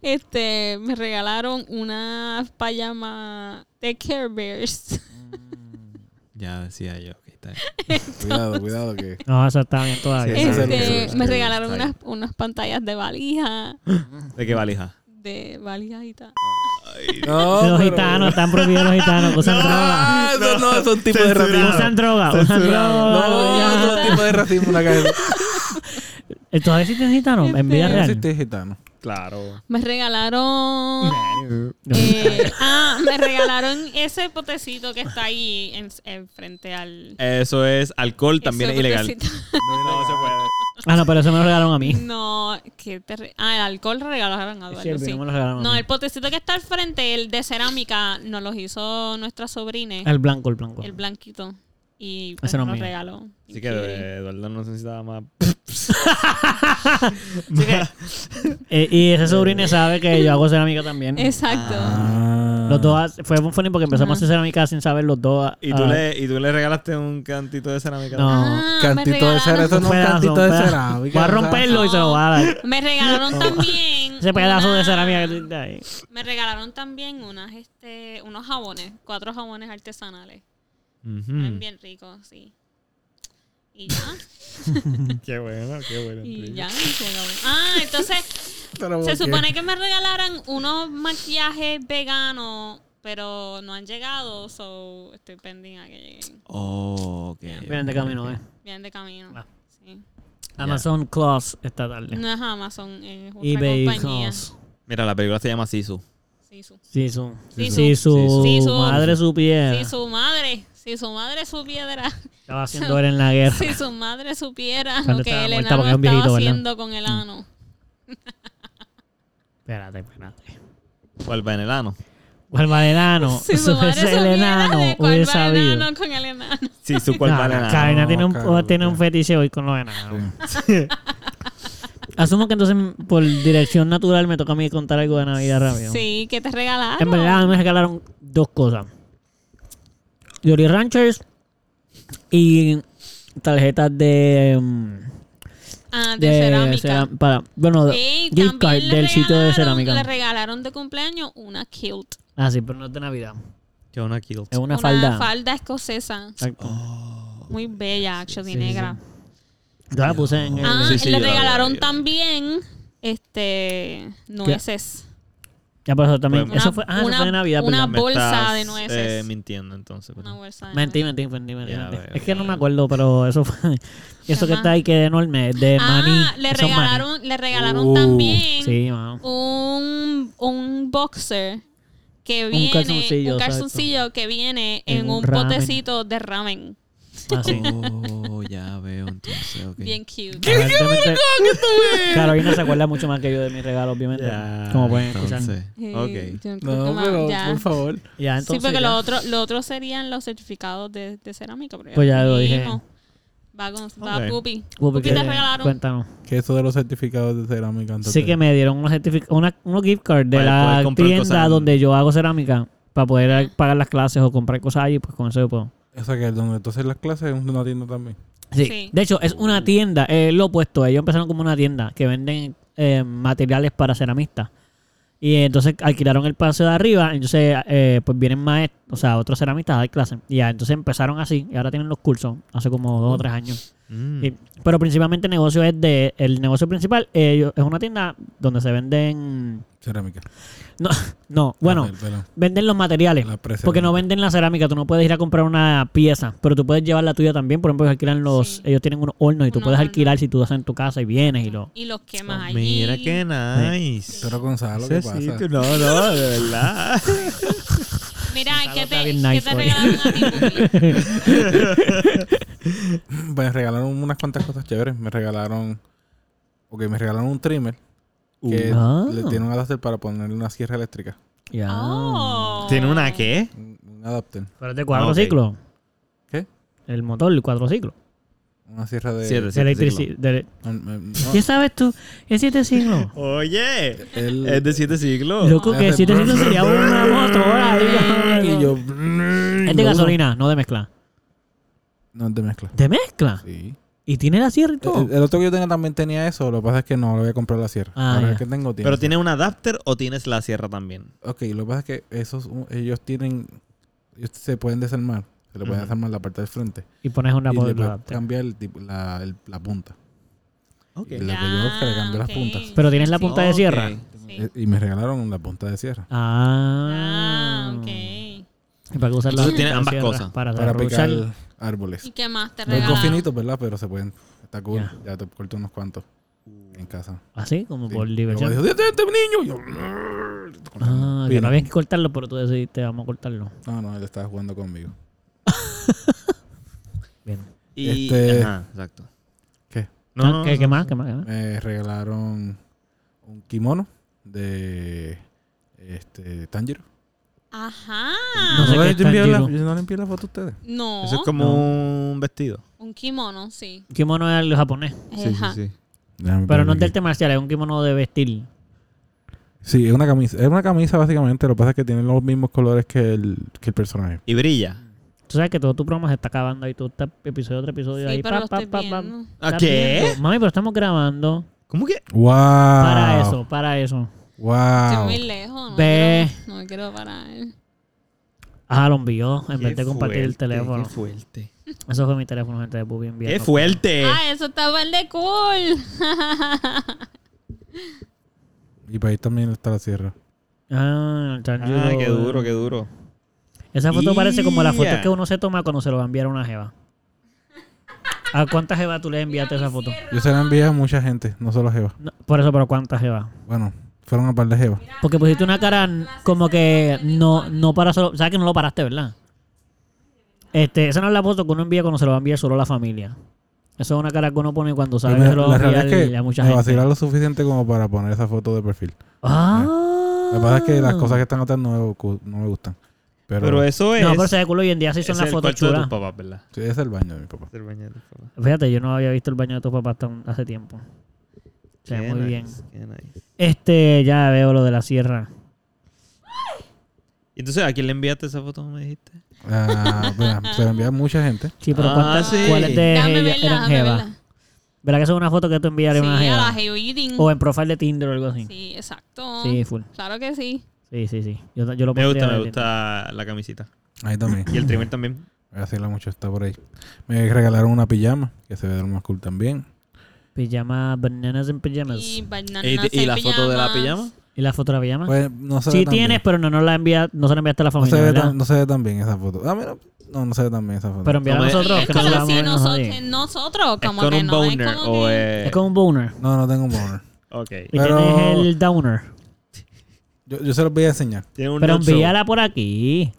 [SPEAKER 3] Este, me regalaron unas pijama de Care Bears.
[SPEAKER 2] Ya decía yo. que está bien.
[SPEAKER 4] Cuidado, cuidado que...
[SPEAKER 1] No, eso está bien
[SPEAKER 2] Sí,
[SPEAKER 1] todavía.
[SPEAKER 2] eso es lo
[SPEAKER 3] Este,
[SPEAKER 2] que-
[SPEAKER 3] me regalaron
[SPEAKER 2] Está
[SPEAKER 3] unas, unas pantallas de valija,
[SPEAKER 2] ¿De qué valija?
[SPEAKER 3] de valijita.
[SPEAKER 4] No,
[SPEAKER 1] Los
[SPEAKER 4] pero-
[SPEAKER 1] gitanos, están prohibidos los gitanos, que usan droga.
[SPEAKER 4] Ah, eso no, son tipos de
[SPEAKER 2] Censurado.
[SPEAKER 4] racismo.
[SPEAKER 1] Usan droga, usan droga.
[SPEAKER 4] No,
[SPEAKER 1] droga.
[SPEAKER 4] son tipos de racismo en la calle.
[SPEAKER 1] ¿Todavía existen gitanos? En vida
[SPEAKER 3] Este,
[SPEAKER 4] No
[SPEAKER 1] real.
[SPEAKER 4] existe gitano.
[SPEAKER 2] Claro.
[SPEAKER 3] Me regalaron. eh, ah, me regalaron ese potecito que está ahí en, en frente al.
[SPEAKER 2] Eso es alcohol, también es
[SPEAKER 3] Ese
[SPEAKER 2] ilegal.
[SPEAKER 3] potecito.
[SPEAKER 2] No se puede.
[SPEAKER 1] Ah, no, pero eso me lo regalaron a mí.
[SPEAKER 3] No, que te re- Ah, el alcohol lo regalaron a Eduardo,
[SPEAKER 1] Sí, el
[SPEAKER 3] sí.
[SPEAKER 1] vino me lo regalaron a
[SPEAKER 3] No,
[SPEAKER 1] mí.
[SPEAKER 3] el potecito que está al frente, el de cerámica, nos los hizo nuestra sobrina,
[SPEAKER 1] El blanco, el blanco.
[SPEAKER 3] el blanquito. Y pues,
[SPEAKER 1] Ese no es
[SPEAKER 3] nos
[SPEAKER 1] mío.
[SPEAKER 3] regaló.
[SPEAKER 2] Así que eh, Eduardo no necesitaba más.
[SPEAKER 1] Eh, y ese sobrino sabe que yo hago cerámica también.
[SPEAKER 3] Exacto.
[SPEAKER 4] Ah.
[SPEAKER 1] Los dos, ha- fue un funny porque empezamos a hacer cerámica sin saber los dos.
[SPEAKER 2] Y tú,
[SPEAKER 1] ah,
[SPEAKER 2] le, y tú le regalaste un cantito de cerámica.
[SPEAKER 1] No.
[SPEAKER 3] Ah, me
[SPEAKER 4] Cantito de
[SPEAKER 3] regalaron-
[SPEAKER 4] cera, eso
[SPEAKER 1] un
[SPEAKER 4] no es un
[SPEAKER 1] pedazo,
[SPEAKER 4] cantito
[SPEAKER 1] un
[SPEAKER 4] de
[SPEAKER 1] pedazo.
[SPEAKER 4] cerámica.
[SPEAKER 1] Voy a
[SPEAKER 4] o sea,
[SPEAKER 1] romperlo y se lo voy a dar.
[SPEAKER 3] Me regalaron también.
[SPEAKER 1] Oh. Ese pedazo de
[SPEAKER 3] una-
[SPEAKER 1] cerámica que tiene ahí.
[SPEAKER 3] Me regalaron también unas, este, unos jabones, cuatro jabones artesanales.
[SPEAKER 1] Mm.
[SPEAKER 2] Ujú.
[SPEAKER 3] Bien ricos, sí. Y ya.
[SPEAKER 2] Qué bueno, qué bueno.
[SPEAKER 3] Y
[SPEAKER 2] Enrique.
[SPEAKER 3] ya, se acabó. Ah, entonces
[SPEAKER 4] Pero
[SPEAKER 3] Se
[SPEAKER 4] ¿por qué?
[SPEAKER 3] supone que me regalaran unos maquillajes veganos, pero no han llegado, so estoy pendiente a que lleguen.
[SPEAKER 4] Oh, ok.
[SPEAKER 1] Vienen de camino, eh.
[SPEAKER 3] Vienen de camino.
[SPEAKER 1] Ah.
[SPEAKER 3] Sí.
[SPEAKER 1] Amazon Claus esta tarde.
[SPEAKER 3] No es Amazon, es otra
[SPEAKER 1] eBay
[SPEAKER 3] compañía.
[SPEAKER 1] Claus.
[SPEAKER 2] Mira, la película se llama Sisu.
[SPEAKER 3] Sí, su,
[SPEAKER 1] Si su,
[SPEAKER 3] Sí,
[SPEAKER 1] si
[SPEAKER 3] su- sí,
[SPEAKER 1] su
[SPEAKER 3] su-
[SPEAKER 1] madre supiera,
[SPEAKER 3] si su madre, si su madre supiera,
[SPEAKER 1] estaba haciendo él en la guerra.
[SPEAKER 3] si su madre supiera
[SPEAKER 1] Cuando
[SPEAKER 3] lo que
[SPEAKER 1] estaba
[SPEAKER 3] el
[SPEAKER 1] muerta, porque es
[SPEAKER 3] enano estaba
[SPEAKER 1] un viejito, ¿verdad? Mm.
[SPEAKER 3] haciendo con el ano.
[SPEAKER 1] Espérate, espérate.
[SPEAKER 2] Vuelve en el ano.
[SPEAKER 1] ¿Cuál va el enano?
[SPEAKER 3] Si su madre
[SPEAKER 1] el
[SPEAKER 3] supiera
[SPEAKER 1] enano
[SPEAKER 3] de
[SPEAKER 1] hubiera
[SPEAKER 3] cuál va el
[SPEAKER 1] sabido.
[SPEAKER 3] enano con el enano.
[SPEAKER 2] Sisu, ¿cuál
[SPEAKER 1] No,
[SPEAKER 2] va el
[SPEAKER 1] no,
[SPEAKER 2] enano?
[SPEAKER 1] Karina tiene, un,
[SPEAKER 4] Karina.
[SPEAKER 1] tiene un fetiche hoy con los enanos. Asumo que entonces por dirección natural me toca a mí contar algo de Navidad rápido.
[SPEAKER 3] Sí, ah, que te
[SPEAKER 1] En
[SPEAKER 3] regalaron.
[SPEAKER 1] verdad me regalaron dos cosas. Yori Ranchers y tarjetas de... mm,
[SPEAKER 3] Ah, de, cerámica.
[SPEAKER 1] ceram- para, bueno,
[SPEAKER 3] Ey,
[SPEAKER 1] gift card
[SPEAKER 3] también le
[SPEAKER 1] del sitio de
[SPEAKER 3] regalaron-
[SPEAKER 1] cerámica.
[SPEAKER 3] Le regalaron de cumpleaños una kilt.
[SPEAKER 1] Ah, sí, pero no es de Navidad.
[SPEAKER 2] Que una kilt.
[SPEAKER 1] Es una, falda.
[SPEAKER 3] escocesa.
[SPEAKER 1] Exacto.
[SPEAKER 2] Oh,
[SPEAKER 3] Muy bella, actually,
[SPEAKER 1] sí, sí,
[SPEAKER 3] negra.
[SPEAKER 1] Yo la puse en el...
[SPEAKER 3] Ah,
[SPEAKER 2] Sí, sí,
[SPEAKER 3] le
[SPEAKER 2] yo la vi,
[SPEAKER 3] regalaron
[SPEAKER 2] yo la vi.
[SPEAKER 3] también este nueces.
[SPEAKER 1] Ya por eso también.
[SPEAKER 2] Bueno,
[SPEAKER 1] eso fue, ah,
[SPEAKER 3] una-
[SPEAKER 1] eso fue de Navidad,
[SPEAKER 3] una-
[SPEAKER 1] perdón.
[SPEAKER 2] Me
[SPEAKER 3] bolsa
[SPEAKER 2] estás,
[SPEAKER 3] de nueces. Ah,
[SPEAKER 2] eh, mintiendo entonces.
[SPEAKER 3] Una
[SPEAKER 2] perdón.
[SPEAKER 3] bolsa de
[SPEAKER 1] Mentí, mentí, mentí, mentí,
[SPEAKER 2] Ya
[SPEAKER 1] mentí.
[SPEAKER 2] veo,
[SPEAKER 1] Es que no
[SPEAKER 2] ya
[SPEAKER 1] me
[SPEAKER 2] veo.
[SPEAKER 1] acuerdo, pero eso fue... Eso que
[SPEAKER 3] Ajá.
[SPEAKER 1] está ahí que es enorme, es de
[SPEAKER 3] nueces.
[SPEAKER 1] maní.
[SPEAKER 3] Ah, le
[SPEAKER 1] Eso es maní.
[SPEAKER 3] regalaron, le regalaron
[SPEAKER 4] Uh,
[SPEAKER 3] también
[SPEAKER 1] Sí, mano. ah,
[SPEAKER 3] un, un boxer que viene, un
[SPEAKER 1] calzoncillo,
[SPEAKER 3] calzoncillo,
[SPEAKER 1] exacto.
[SPEAKER 3] que viene
[SPEAKER 1] En
[SPEAKER 3] en,
[SPEAKER 1] un
[SPEAKER 3] un,
[SPEAKER 1] ramen.
[SPEAKER 3] potecito de ramen.
[SPEAKER 1] Ah, sí.
[SPEAKER 4] Oh, ya veo, entonces, ok.
[SPEAKER 3] Bien cute.
[SPEAKER 1] Aparentemente, Carolina se acuerda mucho más que yo de mi regalo, obviamente.
[SPEAKER 2] Ya,
[SPEAKER 1] como pueden escuchar.
[SPEAKER 4] Entonces.
[SPEAKER 3] Eh,
[SPEAKER 2] Ok.
[SPEAKER 3] yo creo que
[SPEAKER 4] No,
[SPEAKER 3] más-
[SPEAKER 4] pero
[SPEAKER 3] ya.
[SPEAKER 4] por favor.
[SPEAKER 1] Ya,
[SPEAKER 3] Sí,
[SPEAKER 1] entonces.
[SPEAKER 3] porque
[SPEAKER 1] ya.
[SPEAKER 3] lo otro, lo otro serían los certificados de, de cerámica. pero
[SPEAKER 1] Pues ya lo dije.
[SPEAKER 3] dijimos. Va, con, va
[SPEAKER 2] Ok.
[SPEAKER 3] Pupi.
[SPEAKER 1] Uy,
[SPEAKER 3] Pupi
[SPEAKER 1] porque-
[SPEAKER 3] te regalaron.
[SPEAKER 1] Cuéntanos.
[SPEAKER 4] Que eso de los certificados de cerámica. entonces-
[SPEAKER 1] Sí que me dieron unos, certific- una, unos gift cards de
[SPEAKER 2] Para poder
[SPEAKER 1] la
[SPEAKER 2] comprar
[SPEAKER 1] tienda
[SPEAKER 2] cosas en-
[SPEAKER 1] donde yo hago cerámica para poder pagar las clases o comprar cosas allí, pues con eso yo puedo.
[SPEAKER 4] O sea, que donde tú haces las clases es una tienda también.
[SPEAKER 1] Sí.
[SPEAKER 3] Sí.
[SPEAKER 1] De hecho, es una tienda, eh, lo opuesto. Ellos empezaron como una tienda que venden eh, materiales para ceramistas. Y entonces alquilaron el paseo de arriba. Entonces, eh, pues vienen maestros, o sea, otros ceramistas a dar clases. Y ya, entonces empezaron así. Y ahora tienen los cursos hace como dos o tres años.
[SPEAKER 2] Mm.
[SPEAKER 1] Sí. Pero principalmente el negocio es de. El negocio principal eh, ellos- es una tienda donde se venden.
[SPEAKER 4] Cerámica.
[SPEAKER 1] No, no bueno,
[SPEAKER 4] Papel, perdón.
[SPEAKER 1] venden los materiales.
[SPEAKER 4] Ah, La precerámica.
[SPEAKER 1] Porque no venden la cerámica, tú no puedes ir a comprar una pieza, pero tú puedes llevar la tuya también. Por ejemplo, ellos alquilan los,
[SPEAKER 3] Sí.
[SPEAKER 1] ellos tienen unos hornos y tú
[SPEAKER 3] Unos
[SPEAKER 1] puedes
[SPEAKER 3] hornos. Oh.
[SPEAKER 1] alquilar si tú haces en tu casa y vienes y lo.
[SPEAKER 3] Y los quemas allí.
[SPEAKER 2] Oh, Mira qué nice.
[SPEAKER 4] Pero Gonzalo, ¿qué
[SPEAKER 2] Ese
[SPEAKER 4] pasa?
[SPEAKER 2] sitio- no, no, de verdad.
[SPEAKER 3] Mira, ¿qué
[SPEAKER 1] está
[SPEAKER 3] te,
[SPEAKER 1] bien
[SPEAKER 3] qué
[SPEAKER 1] nice
[SPEAKER 3] te
[SPEAKER 1] hoy.
[SPEAKER 3] regalaron a ti, Pupi?
[SPEAKER 4] Me regalaron unas cuantas cosas chéveres. Me regalaron. Ok, me regalaron un trimmer. Que
[SPEAKER 1] Ah.
[SPEAKER 4] le tiene un adapter para ponerle una sierra eléctrica.
[SPEAKER 1] Ya.
[SPEAKER 3] Oh.
[SPEAKER 2] ¿Tiene una qué?
[SPEAKER 4] Un un adapter.
[SPEAKER 1] Pero es de cuatro
[SPEAKER 2] Ah, ok.
[SPEAKER 1] ciclos.
[SPEAKER 4] ¿Qué?
[SPEAKER 1] El motor, el cuatro ciclos.
[SPEAKER 4] Una sierra de.
[SPEAKER 2] Siete,
[SPEAKER 1] De
[SPEAKER 2] siete
[SPEAKER 1] electrici-
[SPEAKER 2] siglos.
[SPEAKER 1] de-
[SPEAKER 4] No, no, no.
[SPEAKER 1] ¿Qué sabes tú? ¿Es siete siglos?
[SPEAKER 2] Oye,
[SPEAKER 4] Él-
[SPEAKER 1] Eh,
[SPEAKER 2] es de siete siglos.
[SPEAKER 1] Loco, que
[SPEAKER 4] Hace-
[SPEAKER 1] siete siglos sería una motora. ahí.
[SPEAKER 4] Y yo.
[SPEAKER 1] Es de gasolina, no de mezcla.
[SPEAKER 4] No, es de mezcla.
[SPEAKER 1] ¿De mezcla?
[SPEAKER 4] Sí. Eh,
[SPEAKER 1] ¿Y tiene la sierra y todo?
[SPEAKER 4] El, el otro que yo tenía también tenía eso. Lo que pasa es que no lo voy a comprar la sierra.
[SPEAKER 1] Ah,
[SPEAKER 4] Ahora
[SPEAKER 1] ya.
[SPEAKER 4] el que tengo tiene.
[SPEAKER 2] Pero tiene un adapter o tienes la sierra también.
[SPEAKER 4] Ok, lo que pasa es que esos, un- ellos tienen. Ellos se pueden desarmar. Se le pueden
[SPEAKER 2] Ujú.
[SPEAKER 4] desarmar la parte del frente.
[SPEAKER 1] Y pones una
[SPEAKER 4] y le
[SPEAKER 1] por
[SPEAKER 4] puedes cambiar el tipo- la, el- la punta.
[SPEAKER 2] Ok.
[SPEAKER 4] Y la que yo es que le cambié
[SPEAKER 1] Ah,
[SPEAKER 4] las
[SPEAKER 3] Ah, ok.
[SPEAKER 4] puntas. Eh,
[SPEAKER 1] Pero tienes la punta de
[SPEAKER 2] Ok.
[SPEAKER 1] sierra.
[SPEAKER 3] Sí.
[SPEAKER 4] Y me regalaron la punta de sierra.
[SPEAKER 1] Ah.
[SPEAKER 3] Ah, ok. ¿Y
[SPEAKER 1] Y para que usar la
[SPEAKER 2] Entonces tiene
[SPEAKER 1] la
[SPEAKER 2] ambas
[SPEAKER 1] sierra
[SPEAKER 2] cosas.
[SPEAKER 1] Para,
[SPEAKER 4] Para picar
[SPEAKER 1] ruchar.
[SPEAKER 4] árboles.
[SPEAKER 3] qué más te
[SPEAKER 4] Muy
[SPEAKER 3] regalaron?
[SPEAKER 4] confinitos, ¿verdad? Pero se pueden. Está cool.
[SPEAKER 1] Ya.
[SPEAKER 4] Ya te corto unos cuantos en casa.
[SPEAKER 1] Así, Ah, como
[SPEAKER 4] Sí.
[SPEAKER 1] por
[SPEAKER 4] Y luego
[SPEAKER 1] diversión.
[SPEAKER 4] dijo, "Detente, niño! Y yo,
[SPEAKER 1] Ah, que
[SPEAKER 4] Pino.
[SPEAKER 1] no había que cortarlo, pero tú decidiste, vamos a cortarlo.
[SPEAKER 4] No, no, él estaba jugando conmigo.
[SPEAKER 1] Bien.
[SPEAKER 2] Y,
[SPEAKER 4] Este-
[SPEAKER 2] Ajá, exacto.
[SPEAKER 4] ¿Qué?
[SPEAKER 2] No,
[SPEAKER 1] Ah,
[SPEAKER 2] no,
[SPEAKER 1] ¿qué,
[SPEAKER 2] no,
[SPEAKER 1] qué
[SPEAKER 2] no,
[SPEAKER 1] más?
[SPEAKER 2] no.
[SPEAKER 1] ¿Qué más? ¿Qué más?
[SPEAKER 4] Me regalaron un kimono de. Este. Tanjiro.
[SPEAKER 3] Ajá.
[SPEAKER 2] Ah,
[SPEAKER 1] No sé qué es
[SPEAKER 4] yo, envié la,
[SPEAKER 1] Tanjiro.
[SPEAKER 4] yo no le envié la foto a ustedes.
[SPEAKER 3] No,
[SPEAKER 2] Eso es como un vestido.
[SPEAKER 3] un kimono, sí.
[SPEAKER 1] Kimono es el japonés.
[SPEAKER 3] Ajá.
[SPEAKER 1] Pero no es de arte marcial, es un kimono de vestir.
[SPEAKER 4] Sí, es una camisa. Es una camisa básicamente. Lo que pasa es que tiene los mismos colores que el, que el personaje.
[SPEAKER 2] Y brilla.
[SPEAKER 1] Tú sabes que todo tu programa se está acabando ahí, tú estás episodio tras episodio ahí.
[SPEAKER 3] Sí, pero
[SPEAKER 1] pa,
[SPEAKER 3] lo
[SPEAKER 1] pa,
[SPEAKER 3] estoy
[SPEAKER 1] pa, pa.
[SPEAKER 3] viendo.
[SPEAKER 2] ¿A
[SPEAKER 1] Estás
[SPEAKER 2] Ah, qué?
[SPEAKER 1] viendo. Mami, pero estamos grabando.
[SPEAKER 2] ¿Cómo que?
[SPEAKER 4] ¡Wow!
[SPEAKER 1] Para eso, para eso.
[SPEAKER 3] Estoy
[SPEAKER 4] ¡Wow!
[SPEAKER 3] muy lejos. No,
[SPEAKER 1] Ve.
[SPEAKER 3] me quiero, no me quiero parar.
[SPEAKER 1] Ah, lo envió en vez
[SPEAKER 2] Qué
[SPEAKER 1] de compartir el
[SPEAKER 2] fuerte,
[SPEAKER 1] teléfono.
[SPEAKER 2] Qué fuerte.
[SPEAKER 1] Eso fue mi teléfono, gente de Bubi enviando.
[SPEAKER 2] Qué fuerte.
[SPEAKER 3] Ah, eso estaba el de cool.
[SPEAKER 4] Y para ahí también está la sierra.
[SPEAKER 1] Ah,
[SPEAKER 2] Ah, qué duro, qué duro.
[SPEAKER 1] Esa foto parece como la foto
[SPEAKER 2] Ya.
[SPEAKER 1] que uno se toma cuando se lo va a enviar a una jeva. ¿A cuántas jeva tú le enviaste esa foto?
[SPEAKER 4] Yo se la envié a mucha gente, no solo a Jeva.
[SPEAKER 1] No, por eso, pero ¿cuántas jeva?
[SPEAKER 4] Bueno, fueron a par de Jeva.
[SPEAKER 1] Porque pusiste una cara n- como que no, no para solo. ¿Sabes que no lo paraste, verdad? Este, esa no es la foto que uno envía cuando se lo va a enviar solo a la familia. Eso es una cara que uno pone cuando sabe
[SPEAKER 4] Pero
[SPEAKER 1] que
[SPEAKER 4] me-
[SPEAKER 1] se lo va
[SPEAKER 4] la
[SPEAKER 1] a
[SPEAKER 4] realidad
[SPEAKER 1] enviar
[SPEAKER 4] es que
[SPEAKER 1] a mucha
[SPEAKER 4] me
[SPEAKER 1] gente.
[SPEAKER 4] vacilaron lo suficiente como para poner esa foto de perfil.
[SPEAKER 1] Ah.
[SPEAKER 4] Lo que pasa es que las cosas que están atrás no me, gu- no me gustan. Pero,
[SPEAKER 2] Pero eso es.
[SPEAKER 1] No, pero se de culo hoy en día sí
[SPEAKER 2] Pues, es
[SPEAKER 1] son las
[SPEAKER 2] el
[SPEAKER 1] fotos
[SPEAKER 2] cuarto de
[SPEAKER 1] chulas.
[SPEAKER 2] tus papás, ¿verdad?
[SPEAKER 4] Sí, es el baño de mi papá.
[SPEAKER 2] Es el baño de tus papás.
[SPEAKER 1] Fíjate, yo no había visto el baño de tus papás tan hace tiempo. Se ve
[SPEAKER 2] Qué
[SPEAKER 1] muy bien.
[SPEAKER 2] nice, qué nice.
[SPEAKER 1] Este, ya veo lo de la sierra.
[SPEAKER 2] Y entonces, ¿a quién le enviaste esa foto? Me dijiste.
[SPEAKER 4] Ah, bueno, se la envía a mucha gente.
[SPEAKER 1] Sí, pero
[SPEAKER 2] Ah,
[SPEAKER 1] ¿cuántas,
[SPEAKER 2] sí.
[SPEAKER 1] ¿cuáles de
[SPEAKER 3] Dame
[SPEAKER 1] ellas
[SPEAKER 3] verla,
[SPEAKER 1] eran
[SPEAKER 3] dame
[SPEAKER 1] Eh, jeva?
[SPEAKER 3] verla.
[SPEAKER 1] ¿Verdad que eso es una foto que tú enviarías a una
[SPEAKER 3] Sí, a la
[SPEAKER 1] jeva?
[SPEAKER 3] Hewiting.
[SPEAKER 1] O en profile de Tinder o algo así.
[SPEAKER 3] Sí, exacto.
[SPEAKER 1] Sí, full.
[SPEAKER 3] Claro que sí.
[SPEAKER 1] Sí, sí, sí. Yo, yo lo
[SPEAKER 2] Me
[SPEAKER 1] pondría
[SPEAKER 2] gusta, me
[SPEAKER 1] de-
[SPEAKER 2] gusta la camisita.
[SPEAKER 4] Ahí también.
[SPEAKER 2] Y el trimmer también.
[SPEAKER 4] Me vacila mucho, está por ahí. Me regalaron una pijama, que se ve de lo más cool también.
[SPEAKER 1] Pijama, bananas en pijamas.
[SPEAKER 3] Y,
[SPEAKER 1] Y,
[SPEAKER 3] bananas
[SPEAKER 2] ¿Y, y
[SPEAKER 3] en
[SPEAKER 2] la foto de la
[SPEAKER 3] pijamas.
[SPEAKER 2] pijama?
[SPEAKER 1] la foto de la pijama.
[SPEAKER 4] Pues, no se ve
[SPEAKER 1] Ah. sí
[SPEAKER 4] tan bien.
[SPEAKER 1] tienes, pero no, no la envía, no se la enviaste a la
[SPEAKER 4] No
[SPEAKER 1] familia,
[SPEAKER 4] se, ve
[SPEAKER 1] ¿verdad?
[SPEAKER 4] tan, no se ve tan bien esa foto. Ah, mira, no, no se ve tan bien esa foto.
[SPEAKER 1] Pero enviar a
[SPEAKER 2] Como es-
[SPEAKER 1] nosotros,
[SPEAKER 3] Es
[SPEAKER 1] que no la
[SPEAKER 3] como
[SPEAKER 1] vamos a
[SPEAKER 3] si
[SPEAKER 1] ver nosotros.
[SPEAKER 3] nosotros, nosotros
[SPEAKER 2] ¿Es
[SPEAKER 3] como
[SPEAKER 2] con
[SPEAKER 3] que
[SPEAKER 2] un
[SPEAKER 3] no es
[SPEAKER 2] boner
[SPEAKER 3] como
[SPEAKER 2] o
[SPEAKER 3] que-
[SPEAKER 2] es...?
[SPEAKER 1] Es como un boner.
[SPEAKER 4] No, no tengo un boner.
[SPEAKER 2] Ok.
[SPEAKER 1] Y
[SPEAKER 4] Pero-
[SPEAKER 1] tienes el downer.
[SPEAKER 4] Yo, yo se los voy a enseñar.
[SPEAKER 2] Tiene un
[SPEAKER 1] Pero
[SPEAKER 2] neutro.
[SPEAKER 1] envíala por aquí.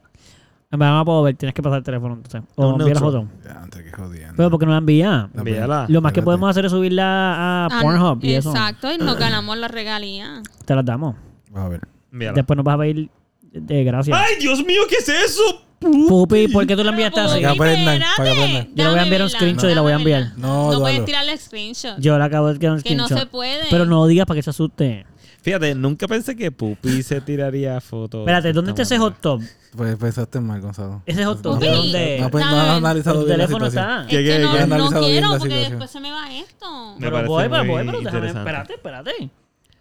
[SPEAKER 1] En verdad, no puedo ver, tienes que pasar el teléfono entonces. O
[SPEAKER 2] Un
[SPEAKER 1] envía la
[SPEAKER 2] neutro.
[SPEAKER 1] foto.
[SPEAKER 4] Ya, antes que jodiendo.
[SPEAKER 1] Pero porque no la envía.
[SPEAKER 2] Envíala.
[SPEAKER 1] Lo más que
[SPEAKER 4] espérate.
[SPEAKER 1] podemos hacer es subirla a
[SPEAKER 3] Ah,
[SPEAKER 1] Pornhub y eso.
[SPEAKER 3] Exacto, y nos ganamos la regalía.
[SPEAKER 1] Te las damos.
[SPEAKER 4] Vamos a ver.
[SPEAKER 2] Envíala.
[SPEAKER 1] Después nos vas a pedir de gracias.
[SPEAKER 2] ¡Ay, Dios mío! ¿Qué es eso?
[SPEAKER 1] Pupi, ¿por qué tú la enviaste así?
[SPEAKER 4] Para que aprendan, para que aprendan.
[SPEAKER 1] Yo le voy a enviar un screenshot y la voy a enviar.
[SPEAKER 4] No,
[SPEAKER 3] no puedes
[SPEAKER 4] Eduardo.
[SPEAKER 3] tirar el screenshot.
[SPEAKER 1] Yo la acabo de quedar un
[SPEAKER 3] que no se
[SPEAKER 1] screenshot.
[SPEAKER 3] puede.
[SPEAKER 1] Pero no digas para que se asuste.
[SPEAKER 2] Fíjate, nunca pensé que Pupi se tiraría fotos.
[SPEAKER 1] Espérate, ¿dónde está ese hot top?
[SPEAKER 4] Pues pensaste mal, Gonzalo.
[SPEAKER 1] Ese hot
[SPEAKER 4] No,
[SPEAKER 1] top,
[SPEAKER 3] Uy,
[SPEAKER 1] ¿de
[SPEAKER 4] no,
[SPEAKER 1] dónde?
[SPEAKER 4] no, pues, no
[SPEAKER 3] Dame.
[SPEAKER 4] has
[SPEAKER 1] Pero
[SPEAKER 4] analizado
[SPEAKER 1] tu
[SPEAKER 4] bien la
[SPEAKER 1] teléfono
[SPEAKER 4] situación.
[SPEAKER 1] está.
[SPEAKER 3] Es
[SPEAKER 2] ¿Qué, qué,
[SPEAKER 3] que no,
[SPEAKER 2] qué?
[SPEAKER 3] no
[SPEAKER 4] Analizado bien
[SPEAKER 3] quiero
[SPEAKER 4] la
[SPEAKER 3] porque
[SPEAKER 4] situación.
[SPEAKER 3] después se me va esto.
[SPEAKER 2] Me
[SPEAKER 1] Pero
[SPEAKER 2] parece
[SPEAKER 1] voy, pero
[SPEAKER 2] muy
[SPEAKER 1] voy, pero déjame.
[SPEAKER 2] interesante.
[SPEAKER 1] Espérate, espérate.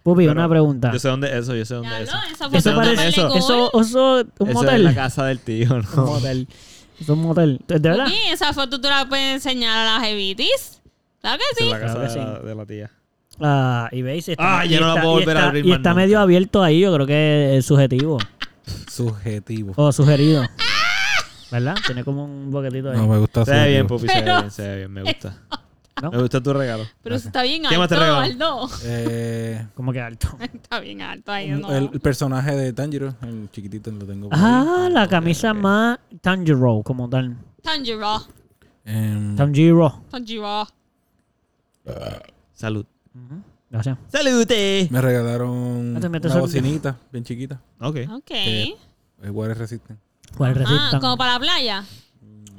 [SPEAKER 1] Pupi,
[SPEAKER 2] Pero-
[SPEAKER 1] una pregunta.
[SPEAKER 2] Yo sé dónde es eso, yo sé
[SPEAKER 3] Ya
[SPEAKER 2] dónde es eso.
[SPEAKER 3] lo, esa
[SPEAKER 2] Yo sé
[SPEAKER 1] Eso
[SPEAKER 3] foto
[SPEAKER 2] dónde es
[SPEAKER 1] parece.
[SPEAKER 2] eso.
[SPEAKER 3] Google.
[SPEAKER 1] Eso, eso, un
[SPEAKER 2] Eso es
[SPEAKER 1] motel.
[SPEAKER 2] la casa del tío,
[SPEAKER 1] Un
[SPEAKER 2] ¿no?
[SPEAKER 1] motel. Es un motel. ¿De verdad?
[SPEAKER 3] Uy, esa foto tú la puedes enseñar a las evitis. Claro que
[SPEAKER 2] Es
[SPEAKER 3] sí.
[SPEAKER 2] la casa
[SPEAKER 1] Claro que
[SPEAKER 2] de la- de la tía.
[SPEAKER 1] Ah, y veis. Está,
[SPEAKER 2] Ah,
[SPEAKER 1] y
[SPEAKER 2] ya no la
[SPEAKER 1] está-
[SPEAKER 2] puedo
[SPEAKER 1] y
[SPEAKER 2] volver a
[SPEAKER 1] está-
[SPEAKER 2] abrir
[SPEAKER 1] Y
[SPEAKER 2] más
[SPEAKER 1] está
[SPEAKER 2] nunca.
[SPEAKER 1] medio abierto ahí, yo creo que es subjetivo.
[SPEAKER 4] Subjetivo.
[SPEAKER 1] O sugerido. ¿Verdad? Tiene como un boquetito ahí.
[SPEAKER 4] No me gusta
[SPEAKER 2] Se ve bien,
[SPEAKER 4] subjetivo.
[SPEAKER 2] Pupi, se ve
[SPEAKER 3] Pero-
[SPEAKER 2] bien, se ve bien. Me gusta.
[SPEAKER 1] ¿No?
[SPEAKER 2] Me gusta tu regalo.
[SPEAKER 3] Pero eso está bien
[SPEAKER 2] ¿Qué más te
[SPEAKER 3] alto,
[SPEAKER 2] regaló?
[SPEAKER 3] Aldo.
[SPEAKER 1] pues.
[SPEAKER 4] Eh,
[SPEAKER 1] Como que alto.
[SPEAKER 3] Está bien alto ahí.
[SPEAKER 4] un-
[SPEAKER 3] no.
[SPEAKER 4] Mm, el, el personaje de Tanjiro, el chiquitito, lo tengo por
[SPEAKER 1] Ah,
[SPEAKER 4] ahí.
[SPEAKER 1] la camisa más Tanjiro, como tal.
[SPEAKER 4] Mm.
[SPEAKER 3] Tanjiro.
[SPEAKER 4] Em,
[SPEAKER 1] Tanjiro.
[SPEAKER 3] Tanjiro.
[SPEAKER 2] Salud.
[SPEAKER 1] Ujú, Gracias.
[SPEAKER 2] ¡Salute!
[SPEAKER 4] Em, me regalaron
[SPEAKER 1] Ah, te metes sol-
[SPEAKER 4] una bocinita bien chiquita.
[SPEAKER 2] Ok.
[SPEAKER 3] Ok.
[SPEAKER 4] Eh, Es water resistant.
[SPEAKER 1] ¿Cuál
[SPEAKER 3] Ah,
[SPEAKER 1] resistan?
[SPEAKER 3] como para la playa.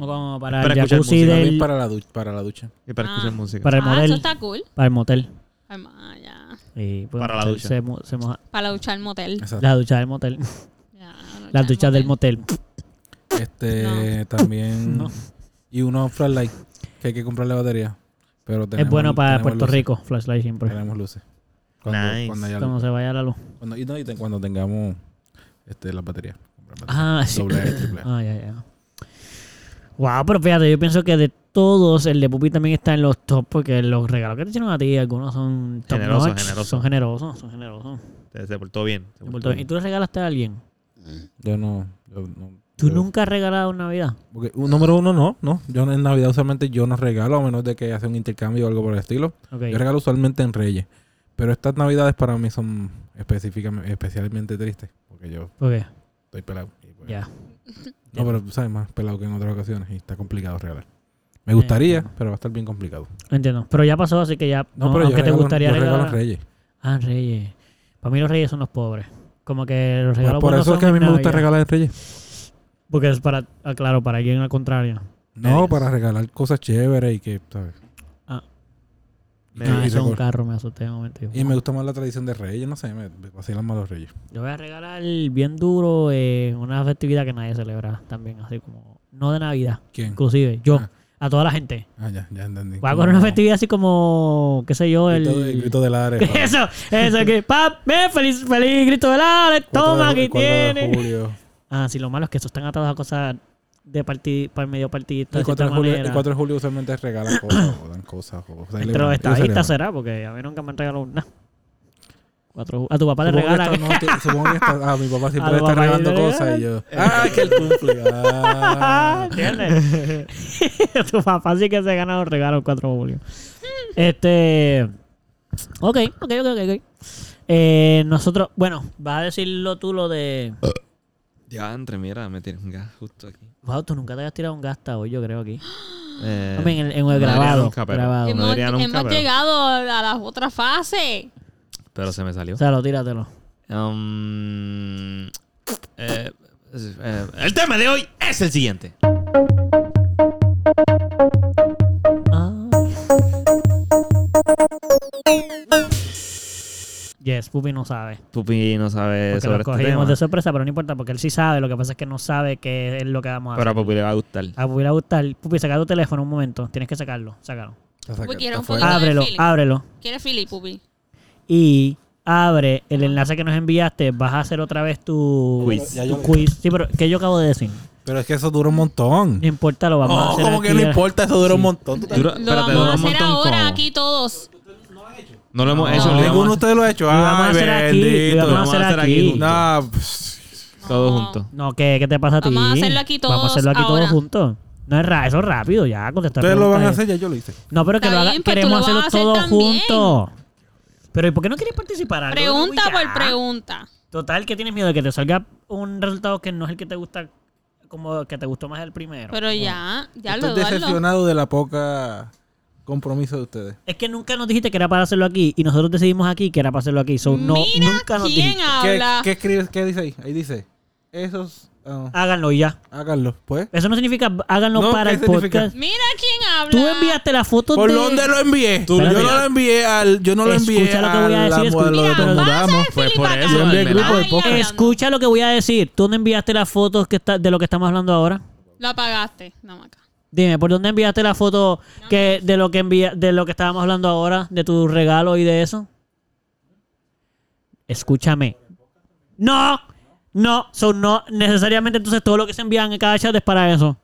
[SPEAKER 1] O como para,
[SPEAKER 2] Para
[SPEAKER 1] el
[SPEAKER 2] escuchar
[SPEAKER 1] jacuzzi
[SPEAKER 2] música.
[SPEAKER 1] del,
[SPEAKER 4] También
[SPEAKER 1] para...
[SPEAKER 4] para la, ducha, para la ducha.
[SPEAKER 2] Y para
[SPEAKER 3] Ah.
[SPEAKER 2] escuchar música.
[SPEAKER 1] Para- el
[SPEAKER 3] ah,
[SPEAKER 1] model.
[SPEAKER 3] eso está cool.
[SPEAKER 1] el motel.
[SPEAKER 3] Ay, ma, ya.
[SPEAKER 1] Y pues,
[SPEAKER 2] Para la
[SPEAKER 1] motel
[SPEAKER 2] ducha.
[SPEAKER 1] Se, mo- se moja.
[SPEAKER 3] Para duchar el motel.
[SPEAKER 4] Exacto.
[SPEAKER 1] La ducha del motel.
[SPEAKER 3] Ya,
[SPEAKER 1] La
[SPEAKER 3] duchar
[SPEAKER 1] ducha del motel.
[SPEAKER 4] Este, también.
[SPEAKER 1] No.
[SPEAKER 4] Y unos flashlight que hay que comprarle batería. Pero
[SPEAKER 1] Es
[SPEAKER 4] tenemos-
[SPEAKER 1] bueno para
[SPEAKER 4] tenemos
[SPEAKER 1] Puerto
[SPEAKER 4] luces.
[SPEAKER 1] Rico, flashlight siempre.
[SPEAKER 4] Tenemos luces. Cuando,
[SPEAKER 2] Nice.
[SPEAKER 4] cuando haya
[SPEAKER 1] Cuando
[SPEAKER 4] luz.
[SPEAKER 1] se vaya la luz.
[SPEAKER 4] Cuando, y no, y te- cuando tengamos este, la batería. Comprar batería.
[SPEAKER 1] Ah, sí.
[SPEAKER 4] Doble A, triple A.
[SPEAKER 1] Ah, ya, ya. Wow, pero fíjate, yo pienso que de todos, el de Pupi también está en los top, porque los regalos que te hicieron a ti, algunos son top
[SPEAKER 2] Generosos,
[SPEAKER 1] notch,
[SPEAKER 2] generosos.
[SPEAKER 1] Son generosos, son generosos.
[SPEAKER 2] Se, se portó bien. se portó
[SPEAKER 1] ¿Y tú le regalaste a alguien?
[SPEAKER 4] Yo no. Yo, no
[SPEAKER 1] ¿Tú
[SPEAKER 4] yo-
[SPEAKER 1] nunca has regalado en Navidad?
[SPEAKER 4] porque, un- número uno, no. no Yo en Navidad usualmente yo no regalo, a menos de que hace un intercambio o algo por el estilo.
[SPEAKER 1] Ok.
[SPEAKER 4] Yo regalo usualmente en Reyes. Pero estas Navidades para mí son específicamente, especialmente tristes. Porque yo
[SPEAKER 1] Ok,
[SPEAKER 4] estoy pelado. y pues-
[SPEAKER 1] ya.
[SPEAKER 4] No, pero tú sabes, más pelado que en otras ocasiones y está complicado regalar. Me gustaría, pero va a estar bien complicado.
[SPEAKER 1] Entiendo. Pero ya pasó, así que ya.
[SPEAKER 4] No,
[SPEAKER 1] no,
[SPEAKER 4] pero yo
[SPEAKER 1] aunque te
[SPEAKER 4] regalo-
[SPEAKER 1] gustaría
[SPEAKER 4] yo regalo
[SPEAKER 1] regalar.
[SPEAKER 4] Reyes.
[SPEAKER 1] Ah, Reyes. Para mí los Reyes son los pobres. Como que los
[SPEAKER 4] Pues
[SPEAKER 1] regalos
[SPEAKER 4] por
[SPEAKER 1] buenos
[SPEAKER 4] eso es
[SPEAKER 1] son
[SPEAKER 4] que a mí
[SPEAKER 1] en
[SPEAKER 4] me gusta
[SPEAKER 1] Navidad.
[SPEAKER 4] regalar en Reyes.
[SPEAKER 1] Porque es para, ah, claro, para alguien al contrario.
[SPEAKER 4] No, para regalar cosas chéveres y que, ¿sabes?
[SPEAKER 1] Ah,
[SPEAKER 4] Y,
[SPEAKER 1] ah,
[SPEAKER 4] y
[SPEAKER 1] eso es un
[SPEAKER 4] recor-
[SPEAKER 1] carro, me asusté un momento.
[SPEAKER 4] y me gusta más la tradición de Reyes, no sé, me me vacilan más los Reyes.
[SPEAKER 1] Yo voy a regalar bien duro eh, una festividad que nadie celebra también, así como. No de Navidad,
[SPEAKER 4] ¿Quién?
[SPEAKER 1] inclusive, yo,
[SPEAKER 4] Ah.
[SPEAKER 1] a toda la gente.
[SPEAKER 4] Ah, ya, ya entendí.
[SPEAKER 1] Voy a coger una
[SPEAKER 4] Como-
[SPEAKER 1] festividad así como, qué sé yo, el.
[SPEAKER 4] Grito, de- grito de la arepa.
[SPEAKER 1] eso, eso que, pap, ve, feliz, feliz grito del Ale, toma, aquí tiene. Ah, sí, lo malo es que eso están atados a cosas de partido, para medio partidista.
[SPEAKER 4] El
[SPEAKER 1] de
[SPEAKER 4] 4 de
[SPEAKER 1] cierta
[SPEAKER 4] julio, el
[SPEAKER 1] manera.
[SPEAKER 4] 4 de julio usualmente regalan cosas o dan cosas. O, o sea,
[SPEAKER 1] Entre
[SPEAKER 4] celebran.
[SPEAKER 1] los
[SPEAKER 4] Ellos
[SPEAKER 1] estadistas
[SPEAKER 4] celebran.
[SPEAKER 1] será, porque a mí nunca me han regalado nada. Cuatro ju- a tu papá le
[SPEAKER 4] Supongo que
[SPEAKER 1] regala.
[SPEAKER 4] esta no- supongo que esta- a mi papá siempre
[SPEAKER 1] A
[SPEAKER 4] le
[SPEAKER 1] tu
[SPEAKER 4] está
[SPEAKER 1] papá
[SPEAKER 4] regalando
[SPEAKER 1] le
[SPEAKER 4] cosas y yo. ¡Ah, que el cumple! Ah.
[SPEAKER 1] ¿Entiendes? tu papá sí que se gana los regalos 4 de julio. Este. Ok, ok, ok, ok. ok. Eh, nosotros, bueno, vas a decirlo tú lo de.
[SPEAKER 2] Diantre, mira, me tienes un gas justo aquí.
[SPEAKER 1] Wow, tú nunca te habías tirado un gasta hoy, yo creo, aquí.
[SPEAKER 2] Eh,
[SPEAKER 1] Hombre, en el, en el
[SPEAKER 2] no diría
[SPEAKER 1] grabado.
[SPEAKER 2] nunca, pero-
[SPEAKER 1] grabado.
[SPEAKER 2] no
[SPEAKER 3] hemos
[SPEAKER 2] diría nunca,
[SPEAKER 3] hemos
[SPEAKER 2] pero-
[SPEAKER 3] llegado a la otra fase.
[SPEAKER 2] Pero se me salió.
[SPEAKER 1] Salo, tíratelo.
[SPEAKER 2] Um, eh, eh, el tema de hoy es el siguiente.
[SPEAKER 1] Ah. Yes, Pupi no sabe.
[SPEAKER 2] Pupi no sabe
[SPEAKER 1] Porque
[SPEAKER 2] sobre
[SPEAKER 1] lo
[SPEAKER 2] este
[SPEAKER 1] cogimos
[SPEAKER 2] tema.
[SPEAKER 1] de sorpresa, pero no importa, porque él sí sabe. Lo que pasa es que no sabe qué es lo que vamos a hacer.
[SPEAKER 2] Pero a Pupi le va a gustar.
[SPEAKER 1] A Pupi le gusta el- Pupi, saca tu teléfono un momento. Tienes que sacarlo. Sácalo.
[SPEAKER 4] Está saca-
[SPEAKER 3] Quiero
[SPEAKER 4] está
[SPEAKER 3] un
[SPEAKER 4] fuera.
[SPEAKER 3] poquito-
[SPEAKER 1] Ábrelo,
[SPEAKER 3] feeling.
[SPEAKER 1] ábrelo.
[SPEAKER 3] ¿Quieres Philly, Pupi?
[SPEAKER 1] Y abre el enlace que nos enviaste. Vas a hacer otra vez tu
[SPEAKER 2] Quiz.
[SPEAKER 1] tu quiz. Sí, pero que yo acabo de decir.
[SPEAKER 4] Pero es que eso dura un montón.
[SPEAKER 1] No importa, lo vamos a
[SPEAKER 4] No,
[SPEAKER 1] hacer.
[SPEAKER 4] Oh, como que
[SPEAKER 1] aquí.
[SPEAKER 4] no importa, eso dura un montón. Tú te-
[SPEAKER 2] Dura-
[SPEAKER 3] Lo
[SPEAKER 2] espérate,
[SPEAKER 3] vamos
[SPEAKER 2] dura
[SPEAKER 3] a
[SPEAKER 2] un
[SPEAKER 3] hacer
[SPEAKER 2] montón
[SPEAKER 3] ahora
[SPEAKER 2] como-
[SPEAKER 3] aquí todos.
[SPEAKER 2] No lo hemos
[SPEAKER 1] No.
[SPEAKER 2] hecho. lo
[SPEAKER 4] Ninguno de
[SPEAKER 2] íbamos a
[SPEAKER 4] ustedes lo ha hecho.
[SPEAKER 1] Lo vamos a
[SPEAKER 4] Ay,
[SPEAKER 1] hacer aquí. Lo
[SPEAKER 4] bendito.
[SPEAKER 1] vamos a hacer aquí.
[SPEAKER 2] juntos.
[SPEAKER 4] No, pues,
[SPEAKER 2] hacer todos
[SPEAKER 3] No.
[SPEAKER 2] juntos.
[SPEAKER 1] No, ¿qué, ¿qué te pasa a ti?
[SPEAKER 3] Vamos a hacerlo aquí
[SPEAKER 1] Vamos a
[SPEAKER 3] todos
[SPEAKER 1] hacerlo aquí
[SPEAKER 3] ahora.
[SPEAKER 1] todos juntos. No es ra eso es rápido, ya contestar.
[SPEAKER 4] ustedes lo van a
[SPEAKER 1] preguntas.
[SPEAKER 4] hacer, ya yo lo hice.
[SPEAKER 1] No, pero que
[SPEAKER 3] Está
[SPEAKER 1] lo haga-
[SPEAKER 3] bien, pero tú
[SPEAKER 1] queremos
[SPEAKER 3] lo vas
[SPEAKER 1] hacerlo
[SPEAKER 3] a hacer
[SPEAKER 1] todos
[SPEAKER 3] también.
[SPEAKER 1] juntos. Pero ¿y por qué no quieres participar? Algo de
[SPEAKER 3] Pregunta
[SPEAKER 1] Ubi
[SPEAKER 3] por
[SPEAKER 1] ya.
[SPEAKER 3] pregunta.
[SPEAKER 1] Total, que tienes miedo de que te salga un resultado que no es el que te gusta, como que te gustó más el primero.
[SPEAKER 3] Pero ya, ya lo
[SPEAKER 4] Estoy
[SPEAKER 3] Eduardo.
[SPEAKER 4] decepcionado de la poca compromiso de ustedes.
[SPEAKER 1] Es que nunca nos dijiste que era para hacerlo aquí y nosotros decidimos aquí que era para hacerlo aquí. So, no,
[SPEAKER 3] Mira
[SPEAKER 1] nunca nos
[SPEAKER 3] quién
[SPEAKER 1] dijiste.
[SPEAKER 4] ¿Qué,
[SPEAKER 3] habla.
[SPEAKER 4] qué escribes? ¿Qué dice ahí? Ahí dice. Esos. ah,
[SPEAKER 1] Háganlo y ya.
[SPEAKER 4] háganlo, pues.
[SPEAKER 1] Eso no significa háganlo
[SPEAKER 4] No,
[SPEAKER 1] para
[SPEAKER 4] ¿qué
[SPEAKER 1] el
[SPEAKER 4] significa?
[SPEAKER 1] podcast.
[SPEAKER 3] Mira quién habla.
[SPEAKER 1] Tú enviaste la foto
[SPEAKER 4] ¿Por
[SPEAKER 1] de...
[SPEAKER 4] dónde lo envié?
[SPEAKER 1] Espérate.
[SPEAKER 4] yo no lo envié al. Yo no lo envié
[SPEAKER 1] Escucha lo que voy a
[SPEAKER 4] al-
[SPEAKER 1] decir,
[SPEAKER 4] al-
[SPEAKER 1] escucha.
[SPEAKER 4] lo de
[SPEAKER 1] Mira,
[SPEAKER 4] Nos
[SPEAKER 3] pasa
[SPEAKER 4] Mudamos.
[SPEAKER 3] de
[SPEAKER 2] Pues
[SPEAKER 3] Philip
[SPEAKER 2] por
[SPEAKER 3] acá.
[SPEAKER 2] eso,
[SPEAKER 4] Envía el
[SPEAKER 3] Ay,
[SPEAKER 4] grupo de
[SPEAKER 3] ya
[SPEAKER 4] podcast.
[SPEAKER 3] hablando.
[SPEAKER 1] Escucha lo que voy a decir. Tú no enviaste las fotos que está, de lo que estamos hablando ahora.
[SPEAKER 3] Lo apagaste. No, acá.
[SPEAKER 1] Dime, ¿por dónde enviaste la foto que de lo que envía, de lo que estábamos hablando ahora, de tu regalo y de eso? Escúchame. No, no, son no necesariamente entonces todo lo que se envían en cada chat es para eso.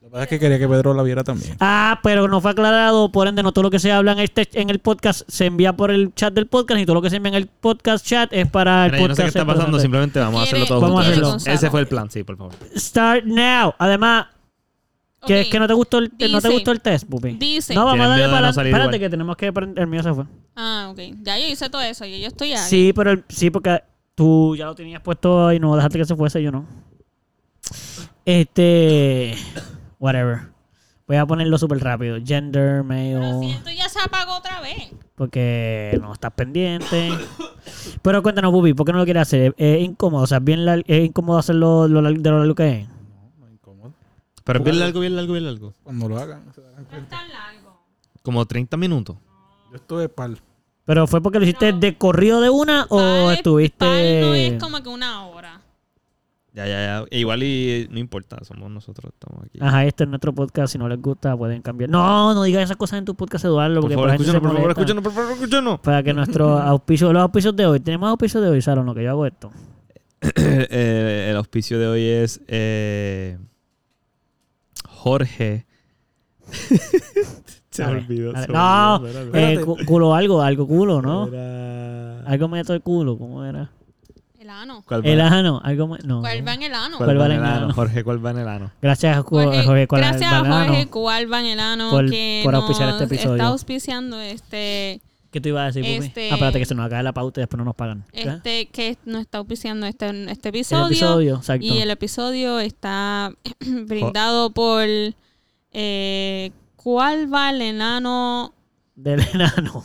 [SPEAKER 4] Lo que pasa es que quería que Pedro la viera también.
[SPEAKER 1] Ah, pero no fue aclarado, por ende no todo lo que se habla en este en el podcast se envía por el chat del podcast y todo lo que se envía en el podcast chat es para el
[SPEAKER 2] Mira, yo no
[SPEAKER 1] podcast.
[SPEAKER 2] sé qué está
[SPEAKER 1] del
[SPEAKER 2] pasando,
[SPEAKER 1] presente.
[SPEAKER 2] simplemente vamos a hacerlo todos
[SPEAKER 1] Vamos a
[SPEAKER 2] juntos.
[SPEAKER 1] hacerlo.
[SPEAKER 2] Ese- Ese fue el plan, sí, por favor.
[SPEAKER 1] Start now. Además, que
[SPEAKER 3] Ok.
[SPEAKER 1] es que no te gustó el, no te
[SPEAKER 3] Dice-
[SPEAKER 1] gustó el test, pupi.
[SPEAKER 3] dice-
[SPEAKER 1] No, vamos
[SPEAKER 2] Tienen
[SPEAKER 1] a darle para
[SPEAKER 2] miedo de no
[SPEAKER 1] adelante.
[SPEAKER 2] salir
[SPEAKER 1] Espérate
[SPEAKER 2] igual.
[SPEAKER 1] que tenemos que prender- el mío se fue.
[SPEAKER 3] Ah, ok. Ya yo hice todo eso. y yo estoy ahí.
[SPEAKER 1] Sí, pero el- sí, porque tú ya lo tenías puesto y no dejaste que se fuese, yo no. Este. Whatever. Voy a ponerlo súper rápido. Gender,
[SPEAKER 3] Pero si
[SPEAKER 1] male.
[SPEAKER 3] esto ya se apagó otra vez.
[SPEAKER 1] Porque no estás pendiente. Pero cuéntanos, Bubi, ¿por qué no lo quieres hacer? Es incómodo, o sea, bien lar- es incómodo hacerlo lo lar- de lo largo que es.
[SPEAKER 2] Pero bien largo, bien largo, bien largo.
[SPEAKER 4] Cuando lo hagan, se darán
[SPEAKER 3] No es
[SPEAKER 4] cuenta.
[SPEAKER 3] tan largo.
[SPEAKER 2] Como 30 minutos.
[SPEAKER 4] Yo estuve pal.
[SPEAKER 1] Pero fue porque lo hiciste de corrido de una o
[SPEAKER 3] Pal-
[SPEAKER 1] Oh, estuviste.
[SPEAKER 3] pal no es como que una hora.
[SPEAKER 2] Ya, ya, ya. E Igual y no importa, somos nosotros, estamos aquí.
[SPEAKER 1] Ajá, este es nuestro podcast. Si no les gusta, pueden cambiar. No, no digas esas cosas en tu podcast, Eduardo.
[SPEAKER 2] Por
[SPEAKER 1] Porque
[SPEAKER 2] favor,
[SPEAKER 1] la gente se
[SPEAKER 2] escúchanos, por favor,
[SPEAKER 1] molesta.
[SPEAKER 2] escúchanos, por favor, escúchanos.
[SPEAKER 1] Para que nuestros auspicios, los auspicios de hoy, tenemos auspicios de hoy, Saro, no que yo hago esto.
[SPEAKER 2] Eh, el auspicio de hoy es eh, Jorge. Se me
[SPEAKER 1] Dale,
[SPEAKER 2] olvidó.
[SPEAKER 1] dale.
[SPEAKER 2] se me
[SPEAKER 1] No,
[SPEAKER 2] olvidó, espérame.
[SPEAKER 1] eh, cu- culo algo, algo culo, ¿no?
[SPEAKER 2] Era-
[SPEAKER 1] Algo meto el culo, ¿cómo era?
[SPEAKER 3] El ano.
[SPEAKER 2] ¿Cuál va?
[SPEAKER 1] El ano, algo me- no.
[SPEAKER 3] ¿Cuál va en el ano?
[SPEAKER 1] ¿Cuál
[SPEAKER 2] ¿Cuál
[SPEAKER 1] va
[SPEAKER 2] va
[SPEAKER 1] el
[SPEAKER 2] en el ano?
[SPEAKER 1] ano?
[SPEAKER 2] Jorge, ¿cuál va en el ano?
[SPEAKER 1] Gracias a cu-
[SPEAKER 3] Jorge-
[SPEAKER 1] Jorge Cual-
[SPEAKER 3] gracias a
[SPEAKER 1] Valano,
[SPEAKER 3] Jorge Cual Van Elano
[SPEAKER 1] por-
[SPEAKER 3] que
[SPEAKER 1] por auspiciar
[SPEAKER 3] nos
[SPEAKER 1] este episodio.
[SPEAKER 3] está auspiciando este,
[SPEAKER 1] ¿Qué tú ibas a decir, Pupi?
[SPEAKER 3] Este-
[SPEAKER 1] Ah, espérate que se nos acabe la pauta y después no nos pagan. ¿Qué?
[SPEAKER 3] este que nos está auspiciando este, este
[SPEAKER 1] el
[SPEAKER 3] episodio,
[SPEAKER 1] episodio, exacto.
[SPEAKER 3] y el episodio está brindado por eh, ¿Cuál va el enano?
[SPEAKER 1] Del enano.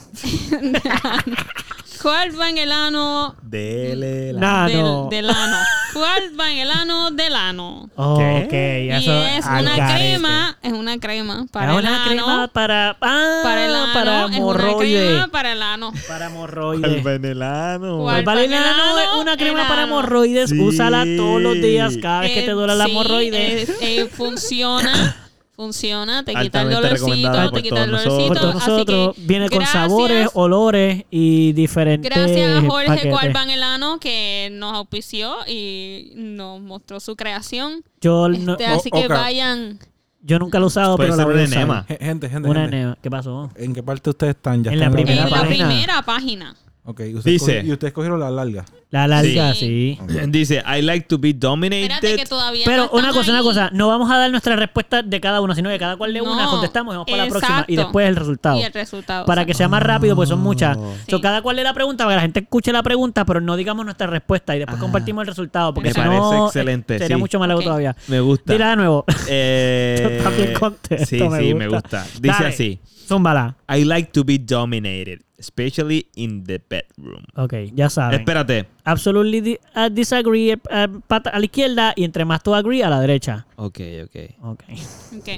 [SPEAKER 3] ¿Cuál va en el ano
[SPEAKER 2] Dele
[SPEAKER 1] Nano.
[SPEAKER 3] del, del ano? ¿Cuál va en el ano del ano?
[SPEAKER 1] Oh,
[SPEAKER 2] ¿Qué?
[SPEAKER 1] ok,
[SPEAKER 3] Y
[SPEAKER 1] ya eso-
[SPEAKER 3] es
[SPEAKER 1] al
[SPEAKER 3] una
[SPEAKER 1] garete.
[SPEAKER 3] crema, es una crema para
[SPEAKER 1] Ah,
[SPEAKER 3] el
[SPEAKER 1] una
[SPEAKER 3] ano.
[SPEAKER 1] crema para. Ah,
[SPEAKER 3] para el ano,
[SPEAKER 1] para
[SPEAKER 3] es una
[SPEAKER 1] hemorroide.
[SPEAKER 3] crema para el ano.
[SPEAKER 1] Para
[SPEAKER 2] ¿Cuál
[SPEAKER 1] hemorroide.
[SPEAKER 2] va en el ano?
[SPEAKER 3] ¿Cuál?
[SPEAKER 1] Valeriana
[SPEAKER 3] Valeriana
[SPEAKER 1] no es
[SPEAKER 3] no,
[SPEAKER 1] una crema
[SPEAKER 3] era-
[SPEAKER 1] para hemorroides.
[SPEAKER 2] Sí.
[SPEAKER 1] Úsala todos los días, cada vez Ah, que te
[SPEAKER 3] Eh,
[SPEAKER 1] duele la
[SPEAKER 3] sí,
[SPEAKER 1] hemorroide.
[SPEAKER 3] eh, eh, funciona. Funciona, te quita el
[SPEAKER 2] Altamente recomendada
[SPEAKER 3] dolorcito,
[SPEAKER 2] por
[SPEAKER 3] te quita el
[SPEAKER 2] todos
[SPEAKER 3] dolorcito.
[SPEAKER 1] Por todos
[SPEAKER 3] así
[SPEAKER 1] nosotros,
[SPEAKER 3] que
[SPEAKER 1] viene con
[SPEAKER 3] gracias-
[SPEAKER 1] sabores, olores y diferentes
[SPEAKER 3] Gracias a Jorge
[SPEAKER 1] paquetes.
[SPEAKER 3] Cualban Elano que nos auspició y nos mostró su creación.
[SPEAKER 1] Yo, no-
[SPEAKER 3] Este,
[SPEAKER 4] o-
[SPEAKER 3] así que
[SPEAKER 4] ok.
[SPEAKER 3] vayan.
[SPEAKER 1] yo nunca lo he usado,
[SPEAKER 2] Puede
[SPEAKER 1] pero la
[SPEAKER 2] ser
[SPEAKER 1] voy
[SPEAKER 2] un
[SPEAKER 1] a usar.
[SPEAKER 2] enema.
[SPEAKER 4] Gen- Gente, gente.
[SPEAKER 1] Una
[SPEAKER 4] gente.
[SPEAKER 1] enema. ¿Qué pasó?
[SPEAKER 4] ¿En qué parte ustedes están? Ya
[SPEAKER 1] En
[SPEAKER 4] están
[SPEAKER 1] la
[SPEAKER 3] En
[SPEAKER 1] primera
[SPEAKER 3] la
[SPEAKER 1] página.
[SPEAKER 3] primera página.
[SPEAKER 4] Ok, y ustedes,
[SPEAKER 2] Dice-
[SPEAKER 4] cogieron- y ustedes cogieron la larga.
[SPEAKER 1] La larga, sí.
[SPEAKER 3] Sí.
[SPEAKER 2] Dice, I like to be
[SPEAKER 3] Espérate
[SPEAKER 2] dominated.
[SPEAKER 3] que todavía
[SPEAKER 1] Pero
[SPEAKER 3] no
[SPEAKER 1] una
[SPEAKER 3] están
[SPEAKER 1] cosa, una
[SPEAKER 3] ahí.
[SPEAKER 1] cosa, no vamos a dar nuestras respuestas de cada una, sino que cada cual de una
[SPEAKER 3] No,
[SPEAKER 1] contestamos y vamos para la próxima y
[SPEAKER 3] exacto.
[SPEAKER 1] después el resultado.
[SPEAKER 3] Y el resultado.
[SPEAKER 1] Para que sea más rápido, porque son muchas.
[SPEAKER 2] Oh.
[SPEAKER 1] So,
[SPEAKER 3] Sí.
[SPEAKER 1] cada cual de la pregunta, para que la gente escuche la pregunta, pero no digamos nuestra respuesta y después
[SPEAKER 2] Ah.
[SPEAKER 1] compartimos el resultado, porque
[SPEAKER 2] Me
[SPEAKER 1] si no
[SPEAKER 2] parece excelente,
[SPEAKER 1] eh, sería
[SPEAKER 2] sí.
[SPEAKER 1] mucho más largo
[SPEAKER 3] Ok.
[SPEAKER 1] todavía.
[SPEAKER 2] Me gusta.
[SPEAKER 1] Dila de nuevo.
[SPEAKER 2] Eh,
[SPEAKER 1] Yo también contesto,
[SPEAKER 2] sí,
[SPEAKER 1] me
[SPEAKER 2] sí,
[SPEAKER 1] gusta.
[SPEAKER 2] me gusta. Dice
[SPEAKER 1] Dale.
[SPEAKER 2] así.
[SPEAKER 1] Zúmbala.
[SPEAKER 2] I like to be dominated, especially in the bedroom.
[SPEAKER 1] Ok, ya saben.
[SPEAKER 2] Espérate.
[SPEAKER 1] Absolutely di- uh, disagree eh, eh, pata a la izquierda y entre más tú agree a la derecha.
[SPEAKER 2] Ok, ok.
[SPEAKER 1] Ok.
[SPEAKER 3] Ok.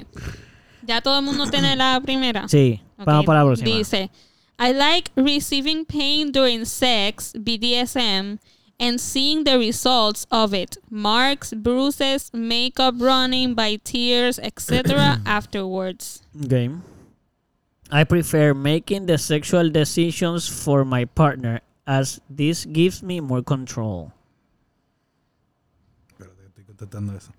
[SPEAKER 3] Ya todo el mundo tiene la primera.
[SPEAKER 1] Sí,
[SPEAKER 3] Ok.
[SPEAKER 1] vamos para la próxima.
[SPEAKER 3] Dice, I like receiving pain during sex, BDSM, and seeing the results of it. Marks, bruises, makeup running by tears, etc. afterwards.
[SPEAKER 1] Okay. I prefer making the sexual decisions for my partner as this gives me more control.
[SPEAKER 4] Espérate, estoy contestando eso.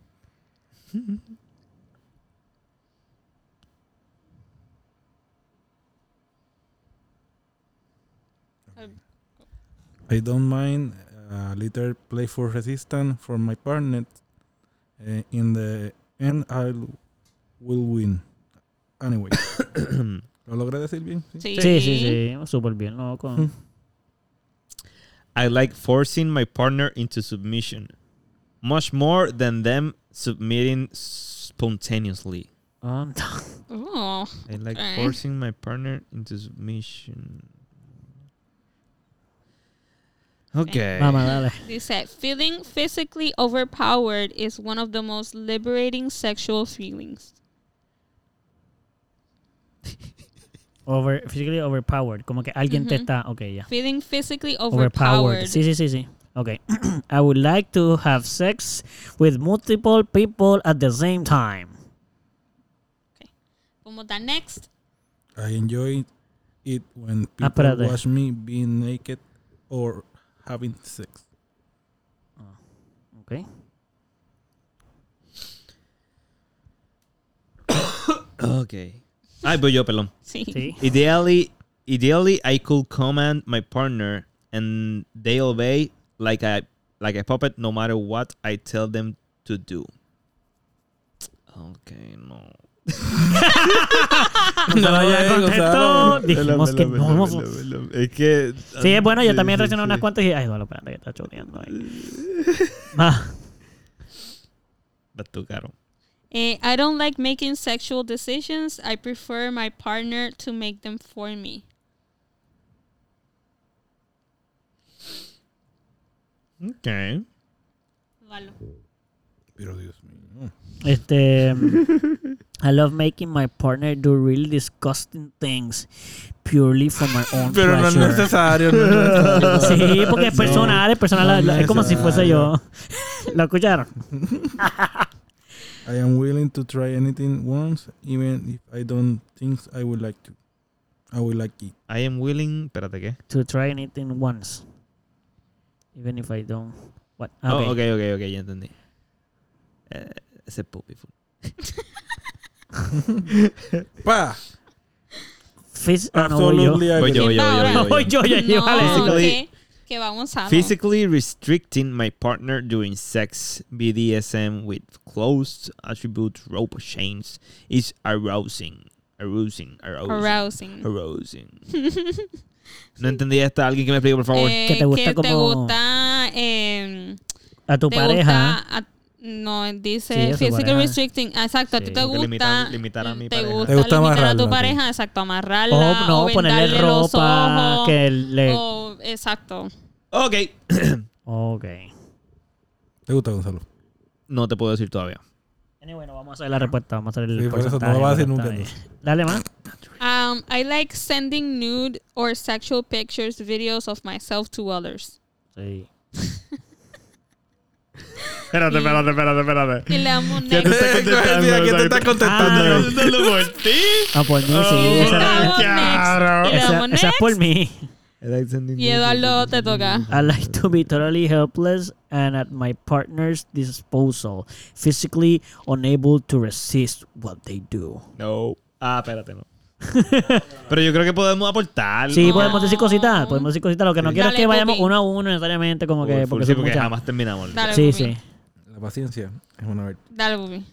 [SPEAKER 4] I don't mind uh, a little playful resistance from my partner. Eh, in the end, I will win. Anyway. ¿Lo logré decir bien? Sí.
[SPEAKER 1] Sí,
[SPEAKER 3] Sí,
[SPEAKER 1] sí, sí. Súper bien, ¿no? Con...
[SPEAKER 2] I like forcing my partner into submission much more than them submitting spontaneously.
[SPEAKER 1] Um,
[SPEAKER 3] Oh,
[SPEAKER 2] I like
[SPEAKER 3] Okay.
[SPEAKER 2] forcing my partner into submission. Okay.
[SPEAKER 1] Vamos, dale.
[SPEAKER 3] dice, feeling physically overpowered is one of the most liberating sexual feelings.
[SPEAKER 1] Over, physically overpowered. Como que alguien te está... Ok, ya.
[SPEAKER 3] Feeling physically
[SPEAKER 1] Overpowered.
[SPEAKER 3] overpowered.
[SPEAKER 1] Sí, sí, sí, sí. Ok. I would like to have sex with multiple people at the same time.
[SPEAKER 3] Como the next.
[SPEAKER 4] I enjoy it when people
[SPEAKER 1] Espérate.
[SPEAKER 4] watch me being naked or having sex.
[SPEAKER 1] Ok.
[SPEAKER 2] Okay. Ay, voy yo, perdón.
[SPEAKER 3] Sí.
[SPEAKER 1] Sí.
[SPEAKER 2] Ideally, ideally, I could command my partner, and they obey like a like a puppet, no matter what I tell them to do. Okay, no.
[SPEAKER 1] Gonzalo ya
[SPEAKER 4] llegué,
[SPEAKER 1] contestó.
[SPEAKER 4] Gonzalo.
[SPEAKER 1] Dijimos que no.
[SPEAKER 2] Es que. um,
[SPEAKER 1] Sí, es bueno, yo también
[SPEAKER 2] sí,
[SPEAKER 1] reaccioné
[SPEAKER 2] sí.
[SPEAKER 1] unas cuantas y... Ay, bueno, espérate, que está choneando ahí. Ah.
[SPEAKER 2] That's too caro.
[SPEAKER 3] Eh, I don't like making sexual decisions. I prefer my partner to make them for me.
[SPEAKER 2] Okay.
[SPEAKER 4] Pero Dios mío.
[SPEAKER 1] Este, I love making my partner do really disgusting things purely for my own
[SPEAKER 4] Pero no es
[SPEAKER 1] pleasure.
[SPEAKER 4] necesario. No es necesario.
[SPEAKER 1] sí, porque es
[SPEAKER 4] No.
[SPEAKER 1] personal, es personal,
[SPEAKER 4] No
[SPEAKER 1] la-
[SPEAKER 4] es
[SPEAKER 1] la- es como si fuese yo. ¿Lo escucharon?
[SPEAKER 4] I am willing to try anything once, even if I don't think I would like to. I would like it.
[SPEAKER 2] I am willing. Espérate, ¿qué?
[SPEAKER 1] To try anything once. Even if I don't. What? Ah,
[SPEAKER 2] Oh,
[SPEAKER 1] ok.
[SPEAKER 2] okay, okay, okay, ya entendí. Eh, ese es Puppy Food.
[SPEAKER 4] Pa!
[SPEAKER 1] Fis- ah, no, voy yo.
[SPEAKER 4] Absolutely
[SPEAKER 2] Voy yo, voy
[SPEAKER 4] agree.
[SPEAKER 2] yo, voy yo,
[SPEAKER 1] No,
[SPEAKER 2] voy
[SPEAKER 1] voy
[SPEAKER 2] yo.
[SPEAKER 1] yo, ya yo, vale, sí.
[SPEAKER 3] No,
[SPEAKER 2] Physically-
[SPEAKER 3] que, que vamos a
[SPEAKER 2] Physically restricting my partner during sex, BDSM with closed attributes, rope chains is arousing. Arousing, arousing,
[SPEAKER 3] arousing.
[SPEAKER 2] arousing. no entendí esta. Alguien que me explique, por favor.
[SPEAKER 3] Eh,
[SPEAKER 1] Que te gusta
[SPEAKER 3] te
[SPEAKER 1] como-
[SPEAKER 3] gusta, eh,
[SPEAKER 1] A tu
[SPEAKER 3] te
[SPEAKER 1] pareja.
[SPEAKER 3] gusta a- no, dice
[SPEAKER 1] Sí, a su
[SPEAKER 3] physical
[SPEAKER 1] pareja.
[SPEAKER 3] restricting. Ah, Exacto, a ti
[SPEAKER 2] Sí,
[SPEAKER 3] te
[SPEAKER 2] como que
[SPEAKER 3] gusta.
[SPEAKER 2] limitar- limitar a mi
[SPEAKER 3] te
[SPEAKER 2] pareja.
[SPEAKER 3] gusta,
[SPEAKER 4] Te gusta
[SPEAKER 3] limitar a
[SPEAKER 4] amarrarla,
[SPEAKER 3] tu
[SPEAKER 4] sí.
[SPEAKER 3] pareja, exacto,
[SPEAKER 1] O
[SPEAKER 3] amarrarla.
[SPEAKER 1] Oh, no,
[SPEAKER 3] o
[SPEAKER 1] ponerle
[SPEAKER 3] vendarle los
[SPEAKER 1] ropa.
[SPEAKER 3] ojos,
[SPEAKER 1] Que le.
[SPEAKER 3] o- exacto.
[SPEAKER 2] Ok.
[SPEAKER 1] Ok.
[SPEAKER 4] ¿Te gusta, Gonzalo?
[SPEAKER 2] no te puedo decir todavía.
[SPEAKER 1] Anyway, no vamos a hacer la respuesta. Vamos a hacer el.
[SPEAKER 4] Sí, por eso, no lo
[SPEAKER 1] porcentaje,
[SPEAKER 4] vas a decir nunca,
[SPEAKER 1] porcentaje. Dale más.
[SPEAKER 3] Um, I like sending nude or sexual pictures, videos of myself to others.
[SPEAKER 1] Sí.
[SPEAKER 2] Espérate, espérate, espérate, espérate.
[SPEAKER 3] Y le damos un
[SPEAKER 2] te
[SPEAKER 3] next.
[SPEAKER 2] está contestando,
[SPEAKER 4] ¿Qué
[SPEAKER 2] exacto.
[SPEAKER 4] te está
[SPEAKER 1] Ah,
[SPEAKER 4] contestando?
[SPEAKER 2] por ti?
[SPEAKER 1] Ah, por mí, sí.
[SPEAKER 2] Oh,
[SPEAKER 1] Esa, era-
[SPEAKER 3] Estamos next. Y le
[SPEAKER 1] esa-
[SPEAKER 3] damos
[SPEAKER 1] esa es
[SPEAKER 3] next.
[SPEAKER 1] por mí.
[SPEAKER 3] Y Eduardo te toca.
[SPEAKER 1] I like to be totally helpless and at my partner's disposal, physically unable to resist what they do.
[SPEAKER 2] No. Ah, espérate, no. Pero yo creo que podemos aportar.
[SPEAKER 1] Sí,
[SPEAKER 3] No.
[SPEAKER 1] podemos decir cositas, podemos decir cositas. Lo que no
[SPEAKER 2] Sí.
[SPEAKER 1] quiero es
[SPEAKER 3] Dale,
[SPEAKER 1] que vayamos
[SPEAKER 3] Pupi.
[SPEAKER 1] uno a uno necesariamente, como que, porque
[SPEAKER 2] sí,
[SPEAKER 1] son
[SPEAKER 2] porque
[SPEAKER 1] muchas.
[SPEAKER 2] jamás terminamos.
[SPEAKER 3] Dale,
[SPEAKER 1] Sí,
[SPEAKER 3] Pupi.
[SPEAKER 1] sí.
[SPEAKER 4] La paciencia es una virtud.
[SPEAKER 3] Dale, Bubi.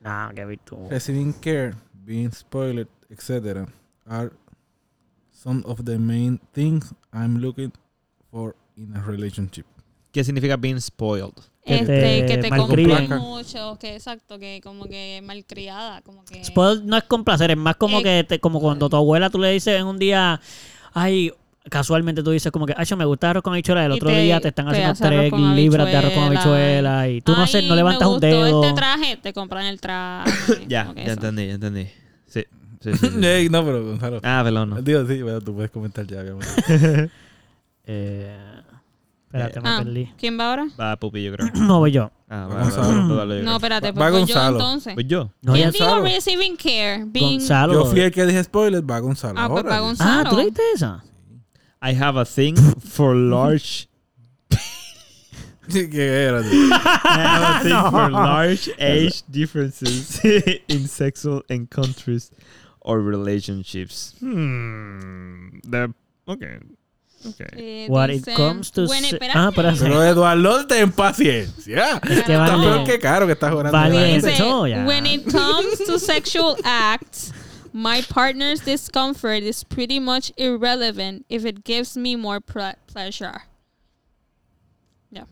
[SPEAKER 1] No, qué virtud.
[SPEAKER 4] Receiving care, being spoiled, etc. are some of the main things I'm looking for in a relationship.
[SPEAKER 2] ¿Qué significa being spoiled?
[SPEAKER 1] Que
[SPEAKER 3] Este,
[SPEAKER 1] te
[SPEAKER 3] que te
[SPEAKER 1] malcrien.
[SPEAKER 3] compran mucho, que exacto, que como que malcriada, como que...
[SPEAKER 1] Spoiled no es complacer, es más como
[SPEAKER 3] Eh,
[SPEAKER 1] que te- como cuando tu abuela tú le dices en un día, ay, casualmente tú dices como que, ay, yo me gusta arroz con habichuela, el
[SPEAKER 3] Y
[SPEAKER 1] otro
[SPEAKER 3] te-
[SPEAKER 1] día te están
[SPEAKER 3] te
[SPEAKER 1] haciendo
[SPEAKER 3] hace arroz
[SPEAKER 1] tres
[SPEAKER 3] con
[SPEAKER 1] libras de arroz con habichuela y tú no, haces-
[SPEAKER 3] Ay,
[SPEAKER 1] no levantas un
[SPEAKER 3] Me
[SPEAKER 1] dedo.
[SPEAKER 3] gustó este traje, te compran el traje.
[SPEAKER 2] Ya,
[SPEAKER 3] como que
[SPEAKER 2] ya
[SPEAKER 3] eso.
[SPEAKER 2] entendí, ya entendí. Sí. sí, sí, sí.
[SPEAKER 4] Ey, no, pero Gonzalo.
[SPEAKER 2] Ah, perdón, no.
[SPEAKER 4] Digo, sí, pero tú puedes comentar ya. mi amor.
[SPEAKER 1] Eh, espérate, me
[SPEAKER 3] Ah,
[SPEAKER 1] perdí.
[SPEAKER 3] ¿Quién va ahora?
[SPEAKER 2] Va, Pupi, yo creo.
[SPEAKER 1] No voy yo.
[SPEAKER 2] Ah, va,
[SPEAKER 4] Vamos
[SPEAKER 2] va,
[SPEAKER 4] a-
[SPEAKER 2] va, va, dale, yo
[SPEAKER 3] No,
[SPEAKER 2] creo.
[SPEAKER 3] espérate,
[SPEAKER 4] Va
[SPEAKER 3] pues voy yo
[SPEAKER 4] Gonzalo.
[SPEAKER 3] entonces.
[SPEAKER 2] Pues yo.
[SPEAKER 1] No,
[SPEAKER 3] ¿Quién
[SPEAKER 1] ya-
[SPEAKER 3] dijo
[SPEAKER 4] Gonzalo.
[SPEAKER 3] receiving care? Being...
[SPEAKER 1] Gonzalo.
[SPEAKER 4] Yo fui el que dije spoiler, va Gonzalo.
[SPEAKER 3] Ah, pues
[SPEAKER 4] ahora.
[SPEAKER 3] va Gonzalo.
[SPEAKER 1] ah, ¿tú leíste esa?
[SPEAKER 2] I have a thing for large.
[SPEAKER 4] Sí, que era. tío.
[SPEAKER 2] I have a thing for large age differences in sexual encounters or relationships. Hmm. The, okay. Okay.
[SPEAKER 3] Eh,
[SPEAKER 1] What it
[SPEAKER 3] dicen-
[SPEAKER 1] comes to
[SPEAKER 3] Bueno,
[SPEAKER 1] se-
[SPEAKER 3] espérate.
[SPEAKER 1] Ah, espérate.
[SPEAKER 4] Pero Eduardo, ten paciencia.
[SPEAKER 1] Es que
[SPEAKER 3] Ah,
[SPEAKER 4] Está peor
[SPEAKER 1] vale.
[SPEAKER 4] que caro que estás orando.
[SPEAKER 1] Vale.
[SPEAKER 3] Dice,
[SPEAKER 1] empezó ya.
[SPEAKER 3] When it comes to sexual acts, my partner's discomfort is pretty much irrelevant if it gives me more pl- pleasure. Yeah.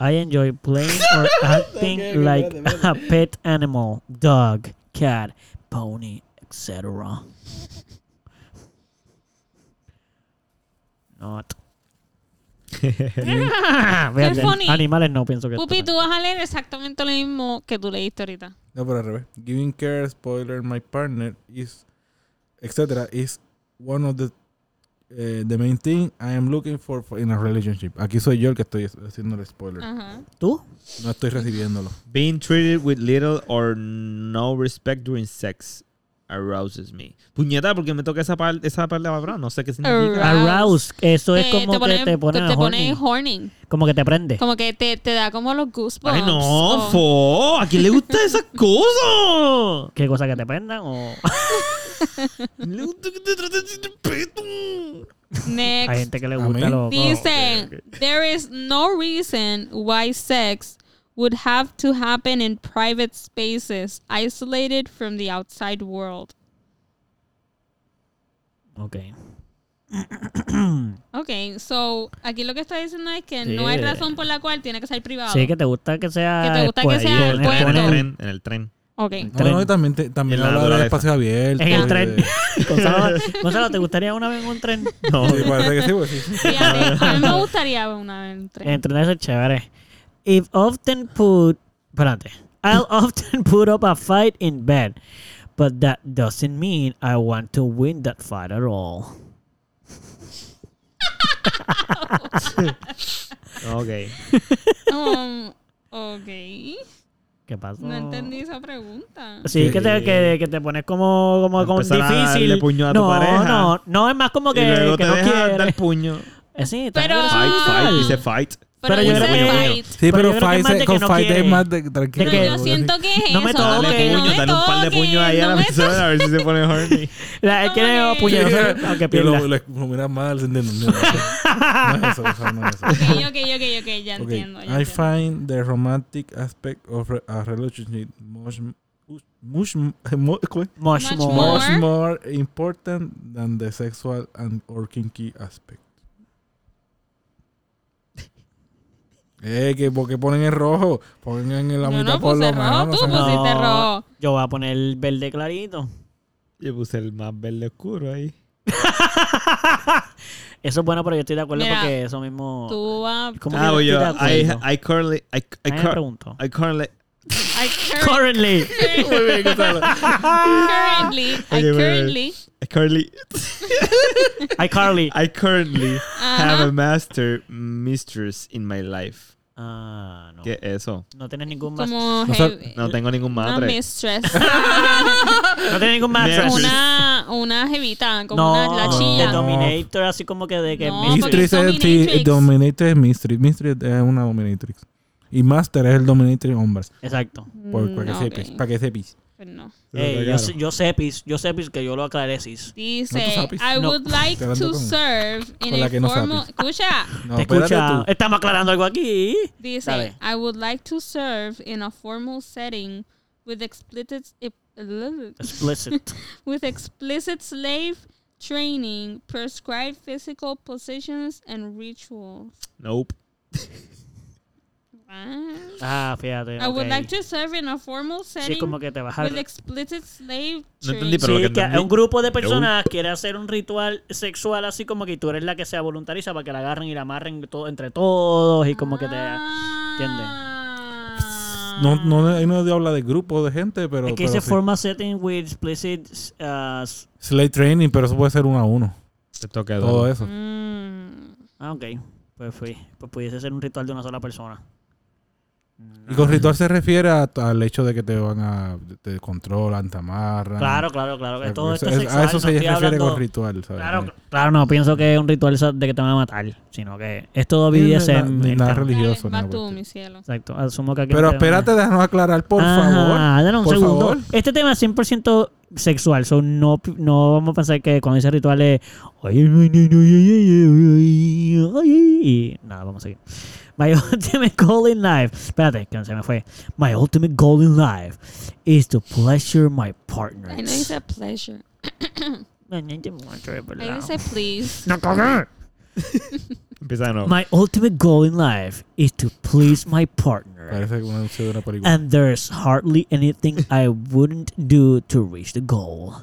[SPEAKER 1] I enjoy playing or acting like a pet animal, dog, cat, pony, etc. Not. Fíjate,
[SPEAKER 3] funny.
[SPEAKER 1] Animales no pienso que.
[SPEAKER 3] Pupi, tú vas a leer exactamente lo mismo que tú leíste ahorita.
[SPEAKER 4] No, pero al revés. Giving care, spoiler, my partner is, etc. is one of the eh, the main thing I am looking for, for in a relationship. Aquí soy yo el que estoy haciendo el spoiler.
[SPEAKER 3] Ajá.
[SPEAKER 1] ¿Tú?
[SPEAKER 4] No estoy recibiéndolo.
[SPEAKER 2] Being treated with little or no respect during sex arouses me. Puñeta, porque me toca esa, par- esa palabra, no sé qué significa.
[SPEAKER 1] Arouse. Eso es
[SPEAKER 3] Eh,
[SPEAKER 1] como que te ponen
[SPEAKER 3] te
[SPEAKER 1] a
[SPEAKER 3] pone
[SPEAKER 1] horny.
[SPEAKER 3] horny.
[SPEAKER 1] Como que te prende.
[SPEAKER 3] Como que te, te da como los goosebumps.
[SPEAKER 2] Ay, no,
[SPEAKER 3] o-
[SPEAKER 2] fo, ¿a quién le gusta esas cosas?
[SPEAKER 1] ¿Qué cosa que te prendan? O...
[SPEAKER 2] Le gusta que te traten sin respeto.
[SPEAKER 3] Next.
[SPEAKER 1] Hay gente que le
[SPEAKER 4] A
[SPEAKER 1] gusta
[SPEAKER 4] mí.
[SPEAKER 2] Oh,
[SPEAKER 1] lo.
[SPEAKER 3] Dicen, there is no reason why sex would have to happen in private spaces, isolated from the outside world.
[SPEAKER 1] Ok.
[SPEAKER 3] Ok, so aquí lo que está diciendo es que no
[SPEAKER 1] Sí.
[SPEAKER 3] hay razón por la cual tiene que ser privado.
[SPEAKER 1] Sí, que te gusta que sea.
[SPEAKER 3] Que te gusta que
[SPEAKER 1] expuesto.
[SPEAKER 3] sea
[SPEAKER 2] En el tren, en el
[SPEAKER 3] puerto.
[SPEAKER 2] tren, en el tren.
[SPEAKER 3] Ok.
[SPEAKER 4] No, no, y también, te-
[SPEAKER 2] En
[SPEAKER 4] también
[SPEAKER 2] la
[SPEAKER 4] habla de
[SPEAKER 2] naturaleza.
[SPEAKER 4] espacios abiertos.
[SPEAKER 1] En el
[SPEAKER 4] y
[SPEAKER 1] tren.
[SPEAKER 4] de-
[SPEAKER 1] Gonzalo, Gonzalo, ¿te gustaría una vez en un tren?
[SPEAKER 2] Este, No.
[SPEAKER 4] Sí, parece que sí, pues sí.
[SPEAKER 3] Fíjate, a mí me gustaría una vez en tren.
[SPEAKER 1] Entrenar es chévere. If often put. Espérate. I'll often put up a fight in bed. But that doesn't mean I want to win that fight at all.
[SPEAKER 2] Ok.
[SPEAKER 3] Um, ok.
[SPEAKER 1] ¿Qué pasó?
[SPEAKER 3] No
[SPEAKER 2] Oh.
[SPEAKER 3] entendí esa pregunta.
[SPEAKER 1] Sí, que te, que, que te pones como, como, como
[SPEAKER 2] Empezar a
[SPEAKER 1] difícil.
[SPEAKER 2] darle puño a tu
[SPEAKER 1] no,
[SPEAKER 2] pareja.
[SPEAKER 1] no, no, es más como que,
[SPEAKER 2] y luego
[SPEAKER 1] que
[SPEAKER 2] te
[SPEAKER 1] no
[SPEAKER 2] deja dar
[SPEAKER 1] quieres.
[SPEAKER 2] puño.
[SPEAKER 1] Eh, sí,
[SPEAKER 3] Pero-
[SPEAKER 1] también es
[SPEAKER 2] Fight, fight,
[SPEAKER 1] sexual.
[SPEAKER 2] dice fight.
[SPEAKER 1] Pero
[SPEAKER 2] yo
[SPEAKER 3] dice
[SPEAKER 2] creo que-
[SPEAKER 3] fight.
[SPEAKER 4] Sí,
[SPEAKER 1] Pero yo
[SPEAKER 4] pero,
[SPEAKER 1] creo que
[SPEAKER 4] fight
[SPEAKER 1] más de
[SPEAKER 4] se-
[SPEAKER 1] que
[SPEAKER 4] con
[SPEAKER 1] no
[SPEAKER 4] fight
[SPEAKER 1] quiere.
[SPEAKER 4] es más de, tranquilo.
[SPEAKER 1] De que-
[SPEAKER 3] Pero yo siento que es
[SPEAKER 1] No me
[SPEAKER 3] eso.
[SPEAKER 1] toques.
[SPEAKER 2] Dale puño,
[SPEAKER 3] no me
[SPEAKER 2] dale un par de
[SPEAKER 3] toques,
[SPEAKER 2] puños ahí a
[SPEAKER 3] no
[SPEAKER 2] la
[SPEAKER 3] me
[SPEAKER 2] persona a ver si se pone horny.
[SPEAKER 1] La, él quiere
[SPEAKER 3] Ay.
[SPEAKER 1] puño, aunque
[SPEAKER 4] que
[SPEAKER 1] pierda.
[SPEAKER 4] lo, lo, lo miras mal, se entiende. No, no, no, no es eso, eso no es eso.
[SPEAKER 3] Ok, ok, ok, ok, ya
[SPEAKER 4] Okay.
[SPEAKER 3] entiendo. ya
[SPEAKER 4] I
[SPEAKER 3] entiendo.
[SPEAKER 4] find the romantic aspect of re- a relationship much, much, eh, much,
[SPEAKER 1] Much
[SPEAKER 3] Much
[SPEAKER 1] more.
[SPEAKER 3] more.
[SPEAKER 4] much more important than the sexual and or kinky aspect. Eh, que porque ponen en rojo, ponen en la
[SPEAKER 3] Yo
[SPEAKER 4] mitad
[SPEAKER 3] no
[SPEAKER 4] por
[SPEAKER 3] puse
[SPEAKER 4] lo
[SPEAKER 3] rojo, pues,
[SPEAKER 4] menos.
[SPEAKER 3] tú
[SPEAKER 4] o sea,
[SPEAKER 1] no.
[SPEAKER 3] pusiste rojo.
[SPEAKER 1] Yo voy a poner el verde clarito.
[SPEAKER 2] Yo puse el más verde oscuro ahí.
[SPEAKER 1] Eso es bueno, pero yo estoy de acuerdo
[SPEAKER 3] Mira,
[SPEAKER 1] porque eso mismo.
[SPEAKER 3] Tú vas.
[SPEAKER 1] ¿Cómo
[SPEAKER 2] Ah,
[SPEAKER 1] que
[SPEAKER 2] voy
[SPEAKER 1] yo
[SPEAKER 2] yo.
[SPEAKER 1] estoy de
[SPEAKER 2] I,
[SPEAKER 1] acuerdo?
[SPEAKER 2] I currently. I, I,
[SPEAKER 1] Nadie me
[SPEAKER 2] cur-
[SPEAKER 1] preguntó.
[SPEAKER 2] I currently.
[SPEAKER 3] I cur-
[SPEAKER 1] Currently.
[SPEAKER 2] Muy bien, Gonzalo.
[SPEAKER 3] currently. I
[SPEAKER 2] Ok, muy bien.
[SPEAKER 3] currently.
[SPEAKER 2] I currently.
[SPEAKER 1] I Carly.
[SPEAKER 2] I currently have
[SPEAKER 3] Ajá.
[SPEAKER 2] a master mistress in my life.
[SPEAKER 1] Ah, no.
[SPEAKER 2] ¿Qué es eso?
[SPEAKER 1] No tienes ningún más.
[SPEAKER 3] Como
[SPEAKER 4] No sab-
[SPEAKER 3] heavy-
[SPEAKER 2] No tengo ningún
[SPEAKER 3] una
[SPEAKER 2] madre.
[SPEAKER 3] mistress.
[SPEAKER 1] No tienes ningún más.
[SPEAKER 2] Mira,
[SPEAKER 1] No,
[SPEAKER 3] una, una jevita, como
[SPEAKER 1] no,
[SPEAKER 3] una la
[SPEAKER 1] de
[SPEAKER 3] chilla.
[SPEAKER 4] no.
[SPEAKER 1] Dominator, así como que de que.
[SPEAKER 3] No,
[SPEAKER 1] Mystery.
[SPEAKER 3] porque-
[SPEAKER 4] Mistress
[SPEAKER 3] son
[SPEAKER 4] es ti-
[SPEAKER 3] dominatrix.
[SPEAKER 4] dominator es mistress, mistress es una dominatrix. Y master es el dominatrix hombres,
[SPEAKER 1] Exacto.
[SPEAKER 4] por, para,
[SPEAKER 3] Mm,
[SPEAKER 4] que
[SPEAKER 3] ok.
[SPEAKER 4] sepas, para que sepas.
[SPEAKER 3] Pues no.
[SPEAKER 4] Te lo
[SPEAKER 1] Ey, yo,
[SPEAKER 4] regalo.
[SPEAKER 1] sé- yo sé, Pis, yo sé, Pis, que yo lo aclaré, Sis.
[SPEAKER 3] Dice,
[SPEAKER 4] sabes?
[SPEAKER 3] I
[SPEAKER 1] No.
[SPEAKER 3] would like
[SPEAKER 4] Estoy hablando
[SPEAKER 3] to
[SPEAKER 4] con-
[SPEAKER 3] serve in
[SPEAKER 4] con la
[SPEAKER 3] a
[SPEAKER 4] que no
[SPEAKER 3] formal...
[SPEAKER 4] sabes.
[SPEAKER 3] Escucha.
[SPEAKER 4] No,
[SPEAKER 1] Te
[SPEAKER 4] espérate
[SPEAKER 1] escucha.
[SPEAKER 4] tú.
[SPEAKER 1] Estamos aclarando algo aquí.
[SPEAKER 3] Dice,
[SPEAKER 1] Dale.
[SPEAKER 3] I would like to serve in a formal setting with explicit...
[SPEAKER 1] Explicit.
[SPEAKER 3] with explicit slave training, prescribed physical positions, and rituals.
[SPEAKER 2] Nope.
[SPEAKER 3] Ah.
[SPEAKER 1] Ah, fíjate.
[SPEAKER 3] I would
[SPEAKER 1] ok.
[SPEAKER 3] like to serve in a formal
[SPEAKER 1] Sí,
[SPEAKER 3] setting
[SPEAKER 1] como que te vas a...
[SPEAKER 3] with explicit slave
[SPEAKER 2] No
[SPEAKER 3] training.
[SPEAKER 2] entendí, pero lo
[SPEAKER 1] sí,
[SPEAKER 2] que
[SPEAKER 1] que
[SPEAKER 2] entendí-
[SPEAKER 1] un grupo de personas quiere hacer un ritual sexual así como que tú eres la que sea voluntariza para que la agarren y la amarren todo, entre todos y como que te...
[SPEAKER 3] Ah. ¿Entiendes?
[SPEAKER 4] No, no, ahí no habla de grupo de gente, pero.
[SPEAKER 1] es que
[SPEAKER 4] pero
[SPEAKER 1] dice
[SPEAKER 4] sí.
[SPEAKER 1] formal setting with explicit... uh, s-
[SPEAKER 4] Slave training, pero eso puede ser uno a uno.
[SPEAKER 2] Te toca
[SPEAKER 4] Todo
[SPEAKER 2] duro.
[SPEAKER 4] eso.
[SPEAKER 3] Mm.
[SPEAKER 1] ah, ok. Pues, fui. pues pudiese ser un ritual de una sola persona.
[SPEAKER 4] Y con ritual se refiere a- al hecho de que te van a. te controlan, te amarran.
[SPEAKER 1] Claro, claro, claro.
[SPEAKER 4] O
[SPEAKER 1] que
[SPEAKER 4] sea,
[SPEAKER 1] todo
[SPEAKER 4] Eh, eso-
[SPEAKER 1] esto es
[SPEAKER 4] es-
[SPEAKER 1] sexual.
[SPEAKER 4] a eso
[SPEAKER 1] no
[SPEAKER 4] se
[SPEAKER 1] estoy
[SPEAKER 4] refiere
[SPEAKER 1] hablando-
[SPEAKER 4] con ritual, ¿sabes?
[SPEAKER 1] Claro, claro, no pienso que es un ritual eso de que te van a matar, sino que es todo
[SPEAKER 4] Sí, no,
[SPEAKER 1] BDSM.
[SPEAKER 4] no,
[SPEAKER 1] el
[SPEAKER 4] nada
[SPEAKER 1] tema.
[SPEAKER 4] religioso.
[SPEAKER 3] Va
[SPEAKER 4] nada
[SPEAKER 3] tú,
[SPEAKER 4] cuestión.
[SPEAKER 3] mi cielo.
[SPEAKER 1] Exacto, asumo que aquí
[SPEAKER 4] pero
[SPEAKER 1] no te van a-
[SPEAKER 4] espérate, déjanos aclarar, por
[SPEAKER 1] Ajá,
[SPEAKER 4] favor.
[SPEAKER 1] dale un
[SPEAKER 4] por
[SPEAKER 1] segundo.
[SPEAKER 4] favor.
[SPEAKER 1] Este tema es 100% sexual, so no, pi- no vamos a pensar que cuando dice rituales. "Ay, ay, ay, ay, ay, ay, ay, ay, ay", Y nada, vamos a seguir. My ultimate goal in life. Espérate, que se me fue. My ultimate goal in life is to pleasure my partner.
[SPEAKER 3] Ahí no dice pleasure.
[SPEAKER 1] No, no te muestro,
[SPEAKER 3] Ahí
[SPEAKER 1] ¿verdad?
[SPEAKER 3] dice please.
[SPEAKER 1] No cagué.
[SPEAKER 2] Empieza de nuevo.
[SPEAKER 1] My ultimate goal in life is to please my partner.
[SPEAKER 4] Parece un anuncio de una película.
[SPEAKER 1] And there's hardly anything I wouldn't do to reach the goal.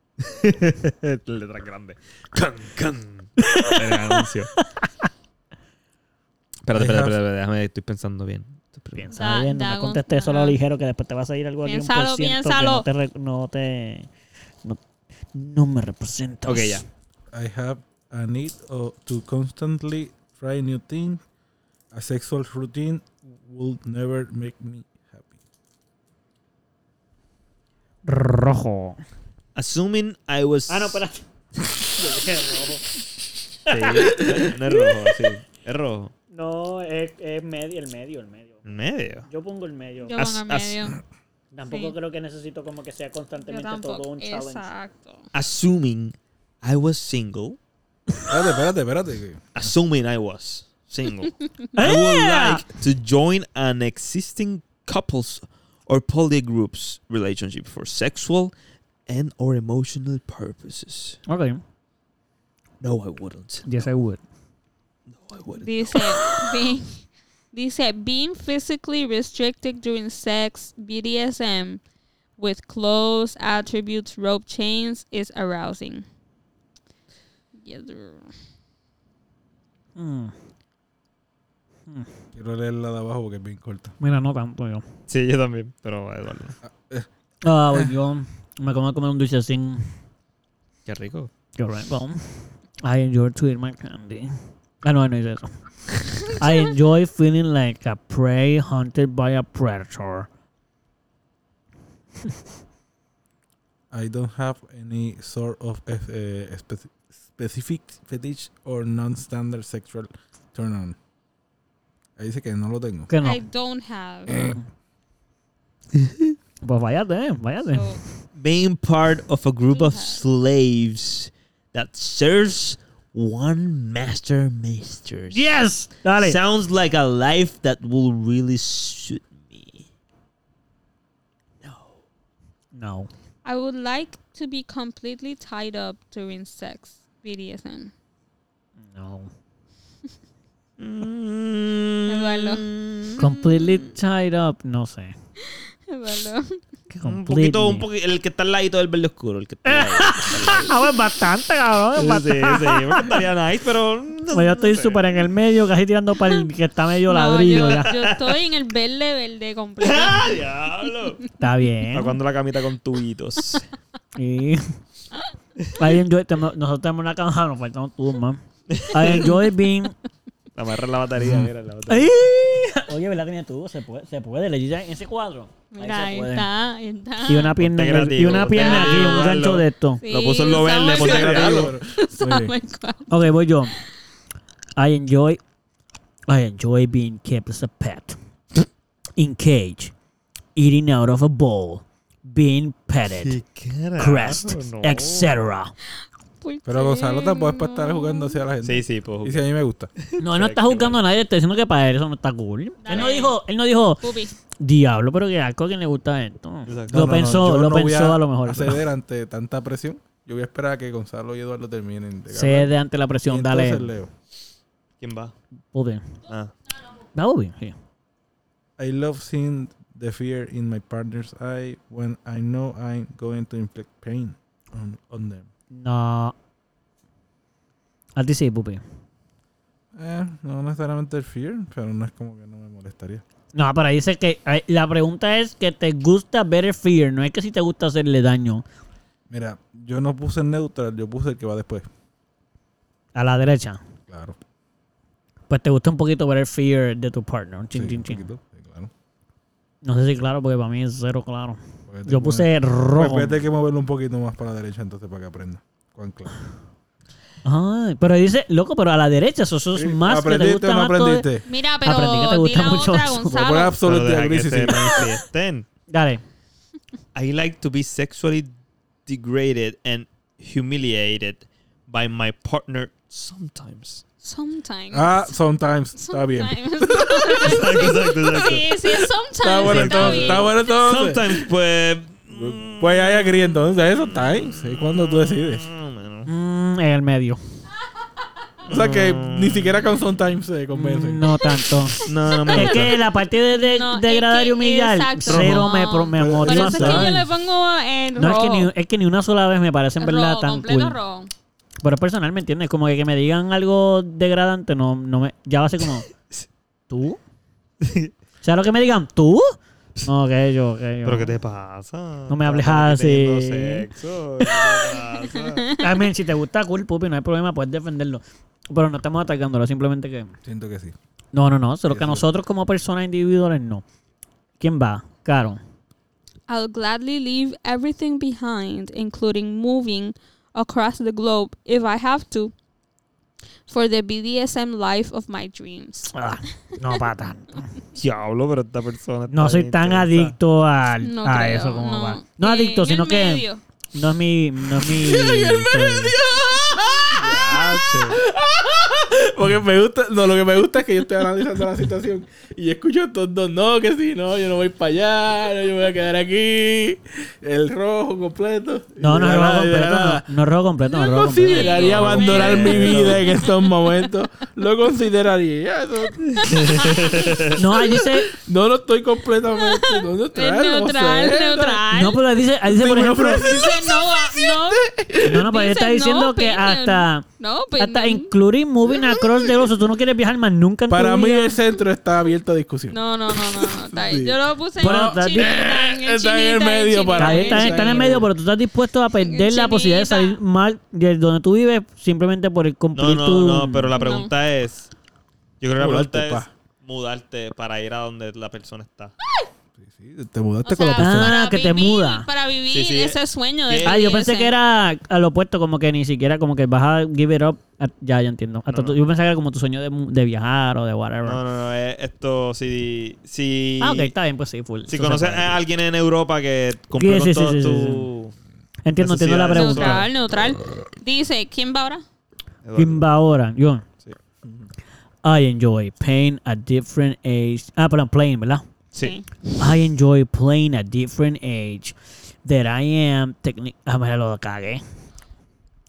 [SPEAKER 2] Letra grande. Can, can. El anuncio. Espérate, espérate, espérate, espérate, déjame, estoy pensando bien. Estoy pensando.
[SPEAKER 1] Piensa
[SPEAKER 3] Da-
[SPEAKER 1] bien,
[SPEAKER 3] da
[SPEAKER 1] no
[SPEAKER 3] con-
[SPEAKER 1] contesté eso a lo
[SPEAKER 3] ajá.
[SPEAKER 1] ligero que después te vas a ir algo aquí un por
[SPEAKER 3] Piénsalo,
[SPEAKER 1] ciento que
[SPEAKER 3] piénsalo.
[SPEAKER 1] no te, re- no te no, no me representas.
[SPEAKER 2] Ok, ya.
[SPEAKER 1] Ah.
[SPEAKER 4] I have a need of, to constantly try new things. A sexual routine will never make me happy.
[SPEAKER 1] Rojo.
[SPEAKER 2] Assuming I was.
[SPEAKER 1] Ah, no, espérate.
[SPEAKER 2] Sí, no es rojo, sí. Es rojo.
[SPEAKER 1] No, es, es medio, el medio, el medio.
[SPEAKER 2] En medio.
[SPEAKER 1] Yo pongo el medio.
[SPEAKER 3] Yo
[SPEAKER 2] As-
[SPEAKER 3] pongo
[SPEAKER 2] as-
[SPEAKER 3] medio.
[SPEAKER 1] Tampoco
[SPEAKER 3] sí.
[SPEAKER 1] creo que necesito como que sea
[SPEAKER 3] Yo
[SPEAKER 1] constantemente todo
[SPEAKER 3] tampoco.
[SPEAKER 1] un challenge.
[SPEAKER 3] Exacto.
[SPEAKER 2] Assuming I was single.
[SPEAKER 4] Espérate, espérate, espérate. que-
[SPEAKER 2] Assuming I was single. I would like to join an existing couples or poly groups relationship for sexual and or emotional purposes.
[SPEAKER 5] Ok.
[SPEAKER 2] No, I wouldn't.
[SPEAKER 5] Yes, I would.
[SPEAKER 2] No, I wouldn't.
[SPEAKER 3] Dice, being, dice, being physically restricted during sex, BDSM, with clothes, attributes, rope chains, is arousing. Yes, sir.
[SPEAKER 5] Mm,
[SPEAKER 4] Quiero leer la de abajo porque es bien corta.
[SPEAKER 5] Mira, no tanto yo.
[SPEAKER 2] Sí, yo también, pero Eduardo.
[SPEAKER 5] Ah, bueno, yo me acabo de comer un dulce sin.
[SPEAKER 2] Qué rico.
[SPEAKER 5] You're right. Well, I enjoy to eat my candy. Ah, no, no hice eso.
[SPEAKER 1] I enjoy feeling like a prey hunted by a predator.
[SPEAKER 4] I don't have any sort of eh, speci- specific fetish or non-standard sexual turn on. Ahí dice que no lo tengo.
[SPEAKER 5] Que no.
[SPEAKER 3] I don't have.
[SPEAKER 5] Eh, Pues váyate, váyate.
[SPEAKER 3] so,
[SPEAKER 2] Being part of a group of
[SPEAKER 3] Sweetheart.
[SPEAKER 2] slaves that serves one master mistress.
[SPEAKER 5] Yes! Dale.
[SPEAKER 2] Sounds like a life that will really suit me.
[SPEAKER 5] No.
[SPEAKER 3] I would like to be completely tied up during sex, BDSM.
[SPEAKER 5] No.
[SPEAKER 3] Eduardo. Mm.
[SPEAKER 2] Mm.
[SPEAKER 5] Completely tied up, no sé.
[SPEAKER 3] Eduardo.
[SPEAKER 2] Un poquito, un
[SPEAKER 5] Completely.
[SPEAKER 2] poquito, el que está al ladito del verde oscuro. El que está al ladito.
[SPEAKER 5] Ah, bueno, bastante, cabrón.
[SPEAKER 2] sí, sí, porque estaría nice, pero. no-
[SPEAKER 5] Pues yo
[SPEAKER 2] no
[SPEAKER 5] estoy
[SPEAKER 2] sé.
[SPEAKER 5] súper en el medio, casi tirando para el que está medio
[SPEAKER 3] No,
[SPEAKER 5] ladrillo.
[SPEAKER 3] yo,
[SPEAKER 5] ya.
[SPEAKER 3] yo estoy en el verde, verde completo.
[SPEAKER 2] ¡Ah, diablo!
[SPEAKER 5] Está bien.
[SPEAKER 2] ¿A cuándo la camita con tubitos?
[SPEAKER 5] Y I enjoy, tenemos- nosotros tenemos una caja, nos faltamos tú, man. I enjoy being.
[SPEAKER 2] Amarrar la batería, mira, la batería.
[SPEAKER 5] ¡Ay! Oye, ¿verdad? Tenía tú, se puede, se puede, leí ya en ese cuadro.
[SPEAKER 3] Mira,
[SPEAKER 5] se
[SPEAKER 3] ahí
[SPEAKER 5] puede.
[SPEAKER 3] está, ahí está.
[SPEAKER 5] Y una pierna, en el- y
[SPEAKER 2] creativo,
[SPEAKER 5] una
[SPEAKER 2] ponte
[SPEAKER 5] pierna aquí,
[SPEAKER 2] creativo,
[SPEAKER 5] un gancho
[SPEAKER 2] Eduardo.
[SPEAKER 5] de esto.
[SPEAKER 3] Sí,
[SPEAKER 2] Lo puso en lo verde,
[SPEAKER 3] somos-
[SPEAKER 2] ponte creativo.
[SPEAKER 4] Muy bien.
[SPEAKER 3] my God.
[SPEAKER 5] Ok, voy yo. I enjoy I enjoy being kept as a pet. In cage. Eating out of a bowl.
[SPEAKER 1] being petted, caressed, etc.
[SPEAKER 3] ¿Por
[SPEAKER 4] Pero Gonzalo
[SPEAKER 3] qué
[SPEAKER 4] tampoco es para
[SPEAKER 3] no?
[SPEAKER 4] estar jugando hacia la gente.
[SPEAKER 2] Sí, sí, pues.
[SPEAKER 4] Y si a mí me gusta.
[SPEAKER 1] No, él no está juzgando a nadie, está diciendo que para él eso no está cool. Él no
[SPEAKER 3] Dale.
[SPEAKER 1] dijo, él no dijo,
[SPEAKER 3] Pupi.
[SPEAKER 1] diablo, pero qué asco que le gusta esto.
[SPEAKER 4] No,
[SPEAKER 1] Lo
[SPEAKER 4] no, no,
[SPEAKER 1] pensó,
[SPEAKER 4] yo
[SPEAKER 1] lo
[SPEAKER 4] no voy
[SPEAKER 1] pensó a, lo mejor. pero-
[SPEAKER 4] Ceder ante tanta presión. Yo voy a esperar a que Gonzalo y Eduardo terminen. De grabar.
[SPEAKER 1] Cede ante la
[SPEAKER 4] Y
[SPEAKER 1] presión,
[SPEAKER 4] entonces
[SPEAKER 1] dale.
[SPEAKER 4] leo.
[SPEAKER 2] ¿Quién va?
[SPEAKER 1] Putin.
[SPEAKER 2] Ah.
[SPEAKER 1] Da Putin, sí.
[SPEAKER 4] I love seeing the fear in my partner's eye when I know I'm going to inflict pain on, on them.
[SPEAKER 1] No. A ti sí, Pupi.
[SPEAKER 4] Eh, no necesariamente el fear, pero no es como que no me molestaría.
[SPEAKER 1] No, pero dice que eh, la pregunta es que te gusta ver fear, no es que si te gusta hacerle daño
[SPEAKER 4] Mira, yo no puse el neutral, yo puse el que va después.
[SPEAKER 1] a la derecha.
[SPEAKER 4] Claro.
[SPEAKER 1] Pues te gusta un poquito ver el fear de tu partner. Chin,
[SPEAKER 4] Sí,
[SPEAKER 1] chin,
[SPEAKER 4] un
[SPEAKER 1] chin.
[SPEAKER 4] poquito, sí, claro.
[SPEAKER 1] No sé si claro, porque para mí es cero claro.
[SPEAKER 4] Porque
[SPEAKER 1] Yo
[SPEAKER 4] te
[SPEAKER 1] puse
[SPEAKER 4] pone-
[SPEAKER 1] rojo.
[SPEAKER 4] Pues vete Pues que moverlo un poquito más para la derecha entonces para que aprenda. Cuán claro.
[SPEAKER 1] Ay, pero dice, loco, pero a la derecha, eso, eso es Pues más que te
[SPEAKER 4] ¿Aprendiste
[SPEAKER 1] gusta
[SPEAKER 4] o no
[SPEAKER 1] más todo de-
[SPEAKER 4] aprendiste?
[SPEAKER 3] Mira, pero
[SPEAKER 1] Aprendí que te gusta
[SPEAKER 3] di la
[SPEAKER 1] mucho
[SPEAKER 3] otra,
[SPEAKER 1] eso.
[SPEAKER 4] Porque pones
[SPEAKER 3] Gonzalo.
[SPEAKER 2] Solo
[SPEAKER 4] absoluto y
[SPEAKER 2] que
[SPEAKER 4] gris y
[SPEAKER 2] se
[SPEAKER 4] sí.
[SPEAKER 2] manifiesten.
[SPEAKER 1] Dale.
[SPEAKER 2] I like to be sexually degraded and humiliated by my partner sometimes.
[SPEAKER 3] Sometimes.
[SPEAKER 4] Ah, sometimes. Está bien.
[SPEAKER 3] Sometimes.
[SPEAKER 2] Exacto, exacto, exacto.
[SPEAKER 3] sí, sí, sometimes.
[SPEAKER 4] Está bueno entonces.
[SPEAKER 3] bien.
[SPEAKER 4] Está bueno entonces.
[SPEAKER 2] Sometimes, pues.
[SPEAKER 4] Pues ahí agri entonces. Eso times. Es cuando tú decides.
[SPEAKER 2] mm,
[SPEAKER 1] Mm, en el medio.
[SPEAKER 4] O sea que ni siquiera con sometimes se convencen.
[SPEAKER 1] No tanto.
[SPEAKER 2] No, no me
[SPEAKER 1] es
[SPEAKER 2] gusta.
[SPEAKER 1] que la parte de, de-
[SPEAKER 3] No, es
[SPEAKER 1] degradar
[SPEAKER 3] que-
[SPEAKER 1] y humillar,
[SPEAKER 3] exacto,
[SPEAKER 1] cero
[SPEAKER 3] no.
[SPEAKER 1] me, pro- me
[SPEAKER 4] Pero-
[SPEAKER 3] Por
[SPEAKER 1] motiva.
[SPEAKER 3] eso es que yo
[SPEAKER 4] Sometimes.
[SPEAKER 3] le pongo en
[SPEAKER 1] No, es que,
[SPEAKER 3] rojo.
[SPEAKER 1] ni, es que ni una sola vez me parece en verdad
[SPEAKER 3] Rojo,
[SPEAKER 1] tan
[SPEAKER 3] completo
[SPEAKER 1] cool.
[SPEAKER 3] rojo.
[SPEAKER 1] Pero es personal, ¿me entiendes? Como que, que me digan algo degradante, no, no me. Ya va a ser como. ¿Tú? O sea, lo que me digan, ¿tú? No, que yo, que yo.
[SPEAKER 2] ¿Pero qué te pasa?
[SPEAKER 1] No me hables
[SPEAKER 2] Estamos aquí
[SPEAKER 1] así.
[SPEAKER 2] teniendo sexo, ¿qué te pasa?
[SPEAKER 1] También, si te gusta, cool, pupi, no hay problema, puedes defenderlo. Pero no estamos atacándolo, simplemente que.
[SPEAKER 4] Siento que sí.
[SPEAKER 1] No, no, no. Solo
[SPEAKER 4] Sí,
[SPEAKER 1] que a
[SPEAKER 4] sí.
[SPEAKER 1] nosotros como personas individuales, no. ¿Quién va? Caro.
[SPEAKER 3] I'll gladly leave everything behind, including moving across the globe if I have to, for the BDSM life of my dreams.
[SPEAKER 1] Ah, no, para tanto.
[SPEAKER 2] Diablo, pero esta persona.
[SPEAKER 1] No
[SPEAKER 2] está
[SPEAKER 1] soy
[SPEAKER 2] bien
[SPEAKER 1] tan
[SPEAKER 2] intensa.
[SPEAKER 1] adicto al-
[SPEAKER 3] No
[SPEAKER 1] a
[SPEAKER 3] creo,
[SPEAKER 1] Ah, eso como
[SPEAKER 3] no.
[SPEAKER 1] va. No adicto,
[SPEAKER 3] En el
[SPEAKER 1] sino que
[SPEAKER 3] medio.
[SPEAKER 1] no es mi... No es mi...
[SPEAKER 2] Ah, che.
[SPEAKER 4] Porque me gusta, no, lo que me gusta es que yo estoy analizando la situación y escucho a todos, no, que sí, no, yo no voy para allá, no, yo me voy a quedar aquí, el rojo completo.
[SPEAKER 1] no, no,
[SPEAKER 4] Y de
[SPEAKER 1] no,
[SPEAKER 4] nada,
[SPEAKER 1] robo
[SPEAKER 4] y de
[SPEAKER 1] completo, no,
[SPEAKER 4] nada.
[SPEAKER 1] no robo completo, no
[SPEAKER 4] No
[SPEAKER 1] robo completo.
[SPEAKER 4] consideraría
[SPEAKER 2] No,
[SPEAKER 4] abandonar mi
[SPEAKER 2] completo.
[SPEAKER 4] vida en estos momentos. Lo consideraría. Eso-
[SPEAKER 1] No, ahí dice...
[SPEAKER 4] No lo estoy completamente. No, neutral.
[SPEAKER 3] Es neutral,
[SPEAKER 4] no sé.
[SPEAKER 3] neutral.
[SPEAKER 1] No, pero ahí dice, ahí dice por
[SPEAKER 4] Ninguna
[SPEAKER 1] ejemplo...
[SPEAKER 3] Dice no, no.
[SPEAKER 1] No, no, pero ahí está
[SPEAKER 3] Dice no
[SPEAKER 1] diciendo que
[SPEAKER 3] opinion.
[SPEAKER 1] hasta...
[SPEAKER 3] No, pero
[SPEAKER 1] Hasta including moving across the globe, tú no quieres viajar más nunca en tu
[SPEAKER 4] Para mí
[SPEAKER 1] vida.
[SPEAKER 4] el centro está abierto a discusión.
[SPEAKER 3] No, no, no, no, no. Está ahí.
[SPEAKER 4] Sí.
[SPEAKER 3] Yo lo puse
[SPEAKER 1] Bueno,
[SPEAKER 3] en
[SPEAKER 1] está-
[SPEAKER 3] chinita, en
[SPEAKER 4] Está en el
[SPEAKER 3] chinita,
[SPEAKER 4] medio
[SPEAKER 3] chinita,
[SPEAKER 4] para
[SPEAKER 1] Está,
[SPEAKER 4] mí,
[SPEAKER 1] bien, está, bien, está en el
[SPEAKER 4] sí.
[SPEAKER 1] medio, pero tú estás dispuesto a perder la
[SPEAKER 3] Chinita.
[SPEAKER 1] posibilidad de salir mal de donde tú vives simplemente por el
[SPEAKER 2] No,
[SPEAKER 1] cumplir tu...
[SPEAKER 2] no, no, pero la pregunta es. Yo creo que la
[SPEAKER 4] Mudarte,
[SPEAKER 2] pregunta es
[SPEAKER 4] pa.
[SPEAKER 2] mudarte para ir a donde la persona está.
[SPEAKER 4] Sí, sí, te mudaste
[SPEAKER 3] O
[SPEAKER 4] con la
[SPEAKER 3] sea,
[SPEAKER 4] persona.
[SPEAKER 1] Ah,
[SPEAKER 3] para
[SPEAKER 1] que te
[SPEAKER 3] vivir-
[SPEAKER 1] muda.
[SPEAKER 3] Para vivir
[SPEAKER 2] Sí, sí.
[SPEAKER 3] ese sueño
[SPEAKER 2] Eh,
[SPEAKER 3] de
[SPEAKER 1] Ah, yo pensé
[SPEAKER 3] BDSM.
[SPEAKER 1] que era al opuesto, como que ni siquiera, como que vas a give it up. Ah, Ya, ya entiendo. Hasta
[SPEAKER 2] No,
[SPEAKER 1] tú-
[SPEAKER 2] no.
[SPEAKER 1] Yo pensaba que era como tu sueño de, mu- de viajar o de whatever.
[SPEAKER 2] No, no, no. es esto, si. si
[SPEAKER 1] Ah, ok, está bien, pues sí, full. Eso
[SPEAKER 2] Si
[SPEAKER 1] se
[SPEAKER 2] conoces
[SPEAKER 1] puede.
[SPEAKER 2] a alguien en Europa que
[SPEAKER 1] Sí,
[SPEAKER 2] cumple con
[SPEAKER 1] sí, sí,
[SPEAKER 2] todos
[SPEAKER 1] sí, sí,
[SPEAKER 2] tus-
[SPEAKER 1] Entiendo, entiendo la
[SPEAKER 2] necesidades
[SPEAKER 1] pregunta.
[SPEAKER 3] Neutral, neutral. Dice, ¿quién va ahora?
[SPEAKER 1] ¿Quién va ahora? Yo.
[SPEAKER 2] Sí.
[SPEAKER 1] I enjoy playing a different age. Ah, perdón, playing, ¿verdad?
[SPEAKER 2] Sí.
[SPEAKER 1] I enjoy playing a different age that I am technic... Ah, mira, lo cagué.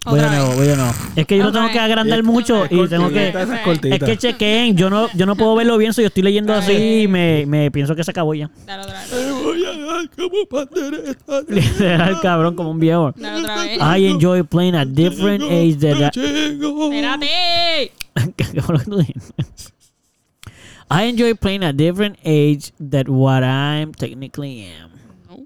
[SPEAKER 1] Voy de
[SPEAKER 3] Otra
[SPEAKER 1] nuevo,
[SPEAKER 3] vez.
[SPEAKER 1] voy de nuevo. Es que yo lo
[SPEAKER 3] Otra
[SPEAKER 1] tengo que
[SPEAKER 3] vez.
[SPEAKER 1] agrandar mucho y tengo que...
[SPEAKER 4] Esas
[SPEAKER 3] Es que
[SPEAKER 1] Es
[SPEAKER 4] cortitas.
[SPEAKER 1] que chequen, yo no, yo no puedo verlo bien, so yo estoy leyendo así y me, me pienso que se acabó ya.
[SPEAKER 3] Dale otra vez.
[SPEAKER 2] voy a dar como pandereta.
[SPEAKER 1] Literal, cabrón, como un viejo.
[SPEAKER 3] Dale otra vez.
[SPEAKER 1] I enjoy playing a different age that
[SPEAKER 3] Espérate.
[SPEAKER 1] I... ¿Qué fue lo que tú dijiste? I enjoy playing a different age that what I'm technically am.
[SPEAKER 3] No,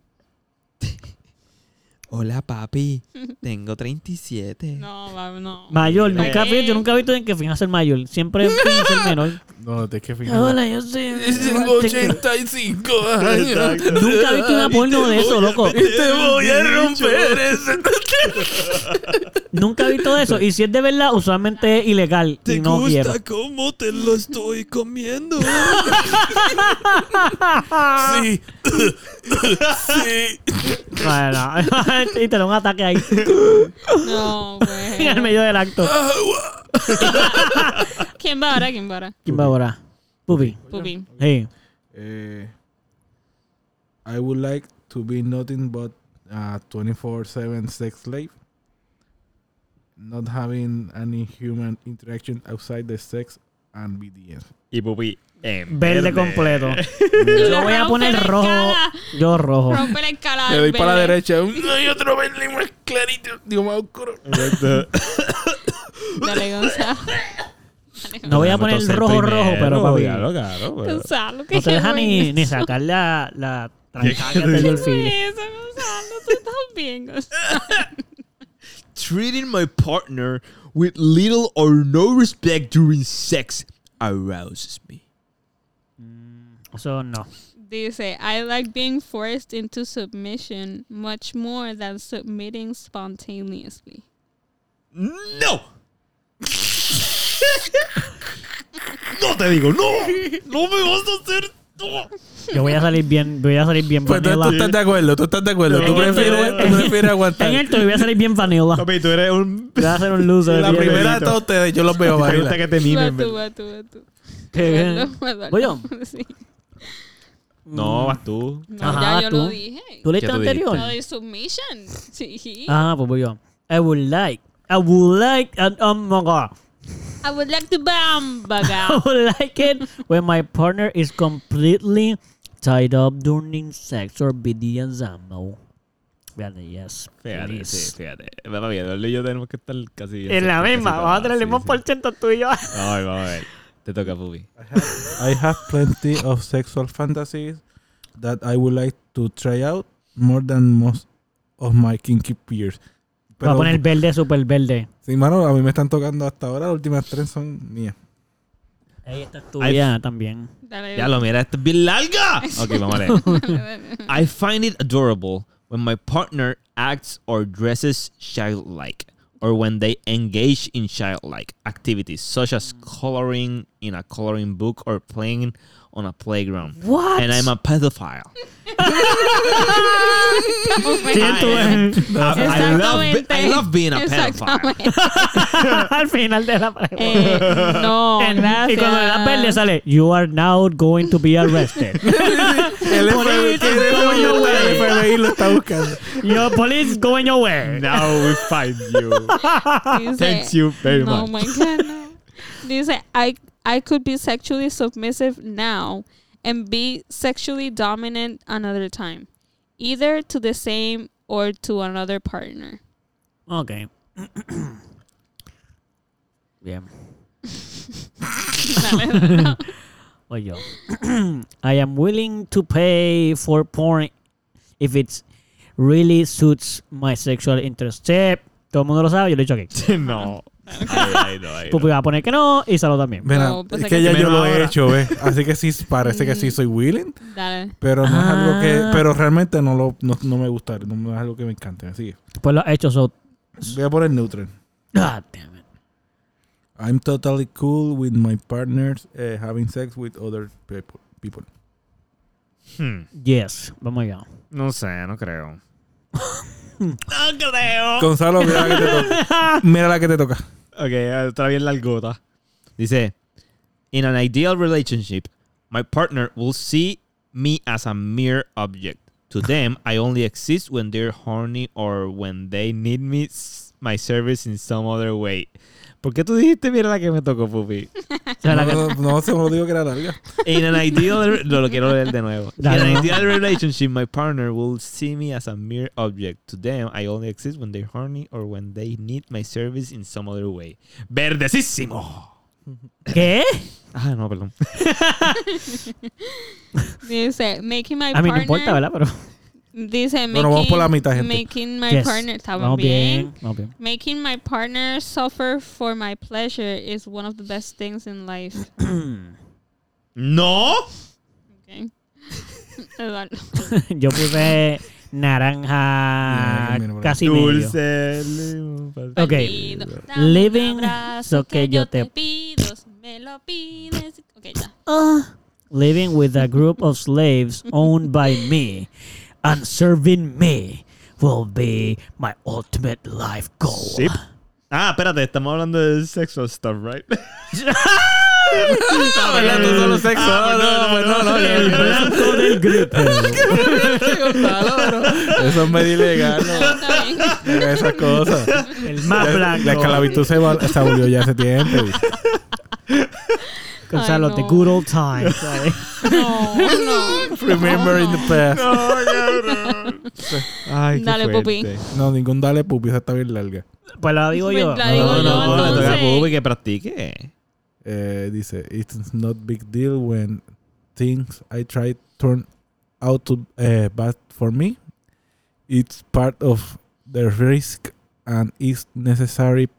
[SPEAKER 2] Hola, papi. Tengo 37.
[SPEAKER 3] no, va- no.
[SPEAKER 1] Mayor,
[SPEAKER 2] Mira.
[SPEAKER 1] nunca vi- yo nunca he visto en que finja ser mayor. Siempre finja ser menor.
[SPEAKER 4] No, te es que fijar.
[SPEAKER 1] Hola, yo soy...
[SPEAKER 4] Tengo 85 años.
[SPEAKER 2] Exacto.
[SPEAKER 1] Nunca he visto una porno de eso, loco.
[SPEAKER 4] Te voy a romper ese
[SPEAKER 1] Nunca he visto eso. Y si es de verdad, usualmente es ilegal. y no quiero.
[SPEAKER 2] cómo te lo estoy comiendo?
[SPEAKER 4] Sí. sí.
[SPEAKER 1] Bueno, y te da un ataque ahí
[SPEAKER 3] No,
[SPEAKER 1] en el
[SPEAKER 3] güey.
[SPEAKER 1] medio del acto.
[SPEAKER 3] ¿Quién va ahora? ¿Quién va ahora?
[SPEAKER 1] ¿Quién va ahora? Pupi.
[SPEAKER 3] Pupi.
[SPEAKER 1] Sí.
[SPEAKER 4] Eh, I would like to be nothing but a 24/7 sex slave, not having any human interaction outside the sex and BDS.
[SPEAKER 2] Y Pupi, en
[SPEAKER 1] Verde completo.
[SPEAKER 3] Lo
[SPEAKER 1] Yo voy a poner rojo. Yo rojo.
[SPEAKER 3] Rompe la escala.
[SPEAKER 4] Le doy para la
[SPEAKER 3] verde.
[SPEAKER 4] derecha. ¿eh? No hay otro verde más clarito. Digo, más oscuro.
[SPEAKER 3] Dale, Gonzalo.
[SPEAKER 1] No voy a poner rojo, rojo, pero papi.
[SPEAKER 2] Claro, claro. pues. pero-
[SPEAKER 3] Gonzalo, ¿qué
[SPEAKER 1] No te deja ni,
[SPEAKER 3] vergüenza.
[SPEAKER 1] ni sacar la, la
[SPEAKER 2] ¿Qué-
[SPEAKER 1] trancaña del
[SPEAKER 3] ¿Qué
[SPEAKER 1] delfín.
[SPEAKER 3] fue eso, Gonzalo? Tú estás bien, Gonzalo.
[SPEAKER 2] Treating my partner with little or no respect during sex arouses me.
[SPEAKER 1] Eso no.
[SPEAKER 3] Dice, I like being forced into submission much more than submitting spontaneously.
[SPEAKER 2] ¡No! ¡No te digo, no! ¡No me vas a hacer! ¡No!
[SPEAKER 1] Yo voy a salir bien, voy a salir bien
[SPEAKER 4] Pues tú, tú
[SPEAKER 1] vanilla.
[SPEAKER 4] estás de acuerdo, tú estás de acuerdo. Tú prefieres, tú prefieres aguantar.
[SPEAKER 1] En el tuyo voy a salir bien vanilla.
[SPEAKER 2] Papi, tú eres un.
[SPEAKER 1] Voy a ser un loser.
[SPEAKER 2] La
[SPEAKER 4] La
[SPEAKER 1] bien
[SPEAKER 4] primera de
[SPEAKER 2] Benito.
[SPEAKER 4] todos ustedes, yo los veo
[SPEAKER 2] Me gusta
[SPEAKER 4] bailar.
[SPEAKER 2] que te
[SPEAKER 3] Va
[SPEAKER 2] mimen.
[SPEAKER 3] tú,
[SPEAKER 2] ¿verdad?
[SPEAKER 3] va tú, va tú.
[SPEAKER 1] Que-
[SPEAKER 3] Eduardo,
[SPEAKER 1] ¿Voy yo?
[SPEAKER 3] Eduardo, sí.
[SPEAKER 2] No, vas tú.
[SPEAKER 3] No,
[SPEAKER 1] Ajá,
[SPEAKER 3] ya yo
[SPEAKER 1] tú.
[SPEAKER 3] lo dije.
[SPEAKER 1] ¿Tú leíste
[SPEAKER 2] Ya tú
[SPEAKER 1] anterior?
[SPEAKER 3] Lo de submission. Sí.
[SPEAKER 1] Ah, pues voy yo. I would like. I would like oh an omega.
[SPEAKER 3] I would like to
[SPEAKER 1] I
[SPEAKER 3] bambaga.
[SPEAKER 1] would like it when my partner is completely tied up during sex or BDSM. Fíjate, yes.
[SPEAKER 2] Fíjate,
[SPEAKER 1] please.
[SPEAKER 2] sí, fíjate. Papi, Eduardo y yo tenemos que estar casi.
[SPEAKER 1] En la
[SPEAKER 2] casi
[SPEAKER 1] misma,
[SPEAKER 2] todas,
[SPEAKER 1] vamos a tener el
[SPEAKER 2] sí,
[SPEAKER 1] mismo
[SPEAKER 2] sí.
[SPEAKER 1] por ciento tú y yo.
[SPEAKER 2] Ay, vamos a ver. Te toca, Pupi.
[SPEAKER 4] I have plenty of sexual fantasies that I would like to try out more than most of my kinky peers.
[SPEAKER 1] Voy a poner verde, super verde.
[SPEAKER 4] sí, mano, a mí me están tocando hasta ahora. Las últimas tres son mías.
[SPEAKER 1] Ahí está
[SPEAKER 2] Ay,
[SPEAKER 1] tuya Ah, también.
[SPEAKER 3] Dale.
[SPEAKER 2] Ya lo mira, esta es bien larga. Ok, vamos a leer. I find it adorable when my partner acts or dresses childlike, or when they engage in childlike activities such as coloring in a coloring book or playing on a playground.
[SPEAKER 1] What?
[SPEAKER 2] And I'm a pedophile.
[SPEAKER 1] Sí,
[SPEAKER 2] I
[SPEAKER 1] tú eh.
[SPEAKER 2] am- I, I love,
[SPEAKER 3] Exactamente.
[SPEAKER 2] I love being a pedophile.
[SPEAKER 3] Exactamente.
[SPEAKER 1] Al final de la pregunta.
[SPEAKER 3] Eh, no,
[SPEAKER 1] En-
[SPEAKER 3] gracias.
[SPEAKER 1] y cuando le das verde sale, you are now going to be arrested.
[SPEAKER 4] El FBI, ¿qué demonios está? el FBI lo está buscando.
[SPEAKER 1] Your police going your way.
[SPEAKER 2] Now we find you.
[SPEAKER 3] Dice,
[SPEAKER 2] Thanks you very
[SPEAKER 3] no,
[SPEAKER 2] much.
[SPEAKER 3] my God, no. Dice, I, I could be sexually submissive now and be sexually dominant another time, either to the same or to another partner.
[SPEAKER 1] Ok. Bien. Voy yo. I am willing to pay for porn if it really suits my sexual interest. Sí, todo el mundo lo sabe, yo lo he dicho aquí.
[SPEAKER 2] no. Ay, ay, no, ay, no.
[SPEAKER 1] Pupi va a poner que no y Salo también.
[SPEAKER 4] Mira,
[SPEAKER 3] No, pues
[SPEAKER 4] es
[SPEAKER 3] hay
[SPEAKER 4] que
[SPEAKER 3] que
[SPEAKER 4] ya yo
[SPEAKER 2] terminar
[SPEAKER 4] lo he
[SPEAKER 2] ahora.
[SPEAKER 4] hecho, ¿ves? Así que sí, parece que sí soy willing,
[SPEAKER 3] Dale.
[SPEAKER 4] pero no es algo
[SPEAKER 1] Ah.
[SPEAKER 4] que... Pero realmente no, lo, no, no me gusta, no es algo que me encante. Así que
[SPEAKER 1] Pues lo ha hecho so.
[SPEAKER 4] voy a poner neutral.
[SPEAKER 1] God damn it.
[SPEAKER 4] I'm totally cool with my partners eh, having sex with other peop- people.
[SPEAKER 2] Hmm.
[SPEAKER 1] Yes, vamos allá.
[SPEAKER 2] No sé, no creo. no creo.
[SPEAKER 4] Gonzalo, mira la que te toca. Mira la que te toca.
[SPEAKER 2] Ok, otra bien largota. Dice, in an ideal relationship, my partner will see me as a mere object. To them, I only exist when they're horny or when they need me s- my service in some other way. ¿Por qué tú dijiste mira la que me tocó, Pupi?
[SPEAKER 1] O sea, la que-
[SPEAKER 4] No, no, se me lo digo que era larga.
[SPEAKER 2] In an ideal... No, lo quiero leer de nuevo.
[SPEAKER 1] Dale,
[SPEAKER 2] in an
[SPEAKER 1] vamos.
[SPEAKER 2] ideal relationship, my partner will see me as a mere object. To them, I only exist when they're horny or when they need my service in some other way. ¡Verdecísimo!
[SPEAKER 1] ¿Qué?
[SPEAKER 2] Ah, no, perdón.
[SPEAKER 3] Dice, making my
[SPEAKER 1] A mí no
[SPEAKER 3] partner.
[SPEAKER 1] importa, ¿verdad? Pero
[SPEAKER 3] Dice, making,
[SPEAKER 4] Bueno, vamos por la mitad, gente.
[SPEAKER 3] making my
[SPEAKER 1] Yes.
[SPEAKER 3] partner. Estamos
[SPEAKER 1] vamos
[SPEAKER 3] bien.
[SPEAKER 1] bien. Vamos bien.
[SPEAKER 3] Making my partner suffer for my pleasure is one of the best things in life.
[SPEAKER 2] No.
[SPEAKER 3] Okay. Eduardo.
[SPEAKER 1] Yo puse naranja,
[SPEAKER 4] Mira, mira, mira.
[SPEAKER 1] casi medio.
[SPEAKER 2] Dulce. limón, pastel.
[SPEAKER 1] Ok.
[SPEAKER 3] Perdido. Dame un
[SPEAKER 1] Living,
[SPEAKER 3] abrazo
[SPEAKER 1] so que yo te-
[SPEAKER 3] pido, si me lo pides. Ok, ya.
[SPEAKER 1] living with a group of slaves owned by me and serving me will be my ultimate life goal.
[SPEAKER 2] Sip. Ah, espérate, estamos hablando de sexual stuff, right?
[SPEAKER 4] Ah, ¿verdad? Tú solo sexo.
[SPEAKER 2] Ah,
[SPEAKER 4] no,
[SPEAKER 2] pues no,
[SPEAKER 4] no,
[SPEAKER 2] no,
[SPEAKER 4] no,
[SPEAKER 2] no,
[SPEAKER 4] no, no, no.
[SPEAKER 1] Con el grip.
[SPEAKER 4] Gonzalo, bro. Eso es medio ilegal.
[SPEAKER 3] No, está bien.
[SPEAKER 4] No haga esas cosas.
[SPEAKER 1] El más
[SPEAKER 4] La,
[SPEAKER 1] blanco.
[SPEAKER 4] la esclavitud se, va- se abolió ya hace tiempo.
[SPEAKER 1] Gonzalo,
[SPEAKER 3] Ay,
[SPEAKER 1] the
[SPEAKER 3] no.
[SPEAKER 1] good old times. ¿sabes?
[SPEAKER 3] No, no.
[SPEAKER 4] Remembering the past.
[SPEAKER 2] Ay,
[SPEAKER 3] qué Dale, fuerte.
[SPEAKER 4] No, ningún dale pupi, esa está bien larga.
[SPEAKER 1] Pues la digo yo.
[SPEAKER 3] La digo
[SPEAKER 2] No, no,
[SPEAKER 3] yo,
[SPEAKER 2] no, le toca a
[SPEAKER 3] entonces.
[SPEAKER 2] Pupi que practique.
[SPEAKER 4] Eh, dice, it's not big deal when things I try turn out to eh, bad for me. It's part of the risk and is necessary.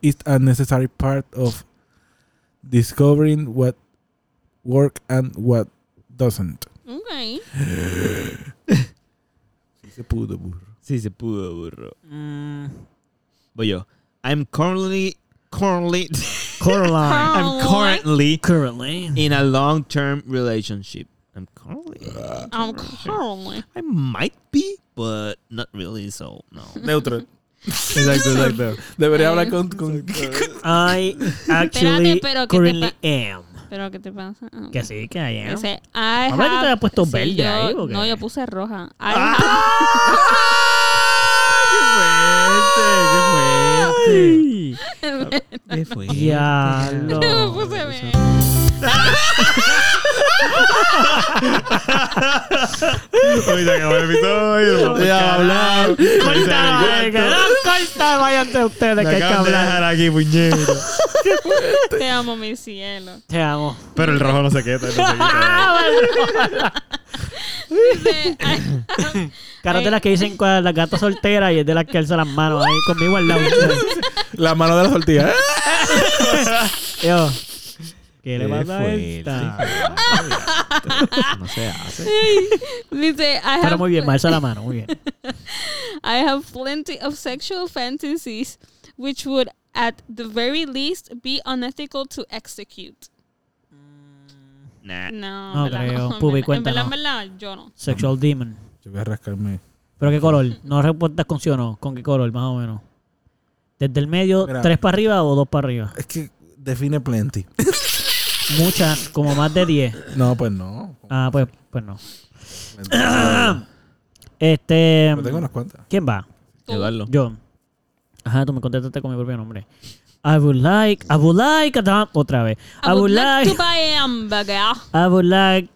[SPEAKER 4] It's a necessary part of discovering what work and what doesn't.
[SPEAKER 3] Ok.
[SPEAKER 4] Sí se pudo, burro.
[SPEAKER 2] Sí, se pudo, burro.
[SPEAKER 1] Mm,
[SPEAKER 2] Voy yo. I'm currently. Currently.
[SPEAKER 1] Coraline.
[SPEAKER 2] I'm currently
[SPEAKER 1] Currently.
[SPEAKER 2] in a long term relationship. I'm currently.
[SPEAKER 3] I'm currently.
[SPEAKER 2] I might be, but not really, so no.
[SPEAKER 4] Neutral. Exacto, exacto. Debería hablar con... con
[SPEAKER 1] I actually
[SPEAKER 3] pero que te
[SPEAKER 1] currently am.
[SPEAKER 3] Pero, ¿qué te pasa? Ah,
[SPEAKER 1] Que sí, que I am.
[SPEAKER 3] Dice, I
[SPEAKER 1] Habla que te
[SPEAKER 3] have-
[SPEAKER 1] había puesto verde
[SPEAKER 3] yo-
[SPEAKER 1] ahí, ¿o qué?
[SPEAKER 3] No, yo puse roja. I
[SPEAKER 1] Ay.
[SPEAKER 2] ¡Qué
[SPEAKER 3] have-
[SPEAKER 2] fuerte! ¡Qué fuerte!
[SPEAKER 1] Diablo.
[SPEAKER 3] yo puse verde.
[SPEAKER 2] Hoy se acabó el episodio.
[SPEAKER 4] Voy a hablar.
[SPEAKER 1] Corta, venga, no, corta, váyanse ustedes, que hay que hablar.
[SPEAKER 2] aquí, puñero.
[SPEAKER 3] Te amo, mi cielo.
[SPEAKER 1] Te amo.
[SPEAKER 2] Pero el rojo no se queda. No se quita. ¿eh?
[SPEAKER 3] Dice, I have-
[SPEAKER 1] Cara de las que dicen cuál- las gatas solteras y es de las que alza las manos ahí conmigo al lado.
[SPEAKER 4] La mano de la sortija. ¿eh?
[SPEAKER 1] Yo. ¿Qué le
[SPEAKER 2] Qué
[SPEAKER 1] pasa a
[SPEAKER 2] fuerte.
[SPEAKER 1] esta?
[SPEAKER 2] No se hace.
[SPEAKER 3] dice, I
[SPEAKER 1] Pero
[SPEAKER 3] have,
[SPEAKER 1] muy bien, me alza la mano, muy bien.
[SPEAKER 3] I have plenty of sexual fantasies which would at the very least be unethical to execute.
[SPEAKER 4] Mm.
[SPEAKER 2] Nah.
[SPEAKER 3] No,
[SPEAKER 1] No
[SPEAKER 3] en verdad,
[SPEAKER 1] creo. Pubi,
[SPEAKER 3] en verdad, en verdad,
[SPEAKER 1] cuéntanos.
[SPEAKER 3] en verdad, yo no.
[SPEAKER 1] Sexual demon.
[SPEAKER 4] Yo voy a rascarme.
[SPEAKER 1] ¿Pero qué color? No reportas con sí o no. ¿Con qué color, más o menos? ¿Desde el medio,
[SPEAKER 4] Mira.
[SPEAKER 1] tres para arriba o dos para arriba?
[SPEAKER 4] Es que define plenty.
[SPEAKER 1] Muchas, como más de 10.
[SPEAKER 4] No, pues no.
[SPEAKER 1] Ah, pues, pues no.
[SPEAKER 4] Plenty. Yo
[SPEAKER 1] Este.
[SPEAKER 4] tengo unas cuantas.
[SPEAKER 1] ¿Quién va?
[SPEAKER 2] Eduardo.
[SPEAKER 1] Yo. Ajá, tú me contestaste con mi propio nombre. I would like, I would like, a dam- otra vez. I would like,
[SPEAKER 3] to buy a hamburger.
[SPEAKER 1] I would like,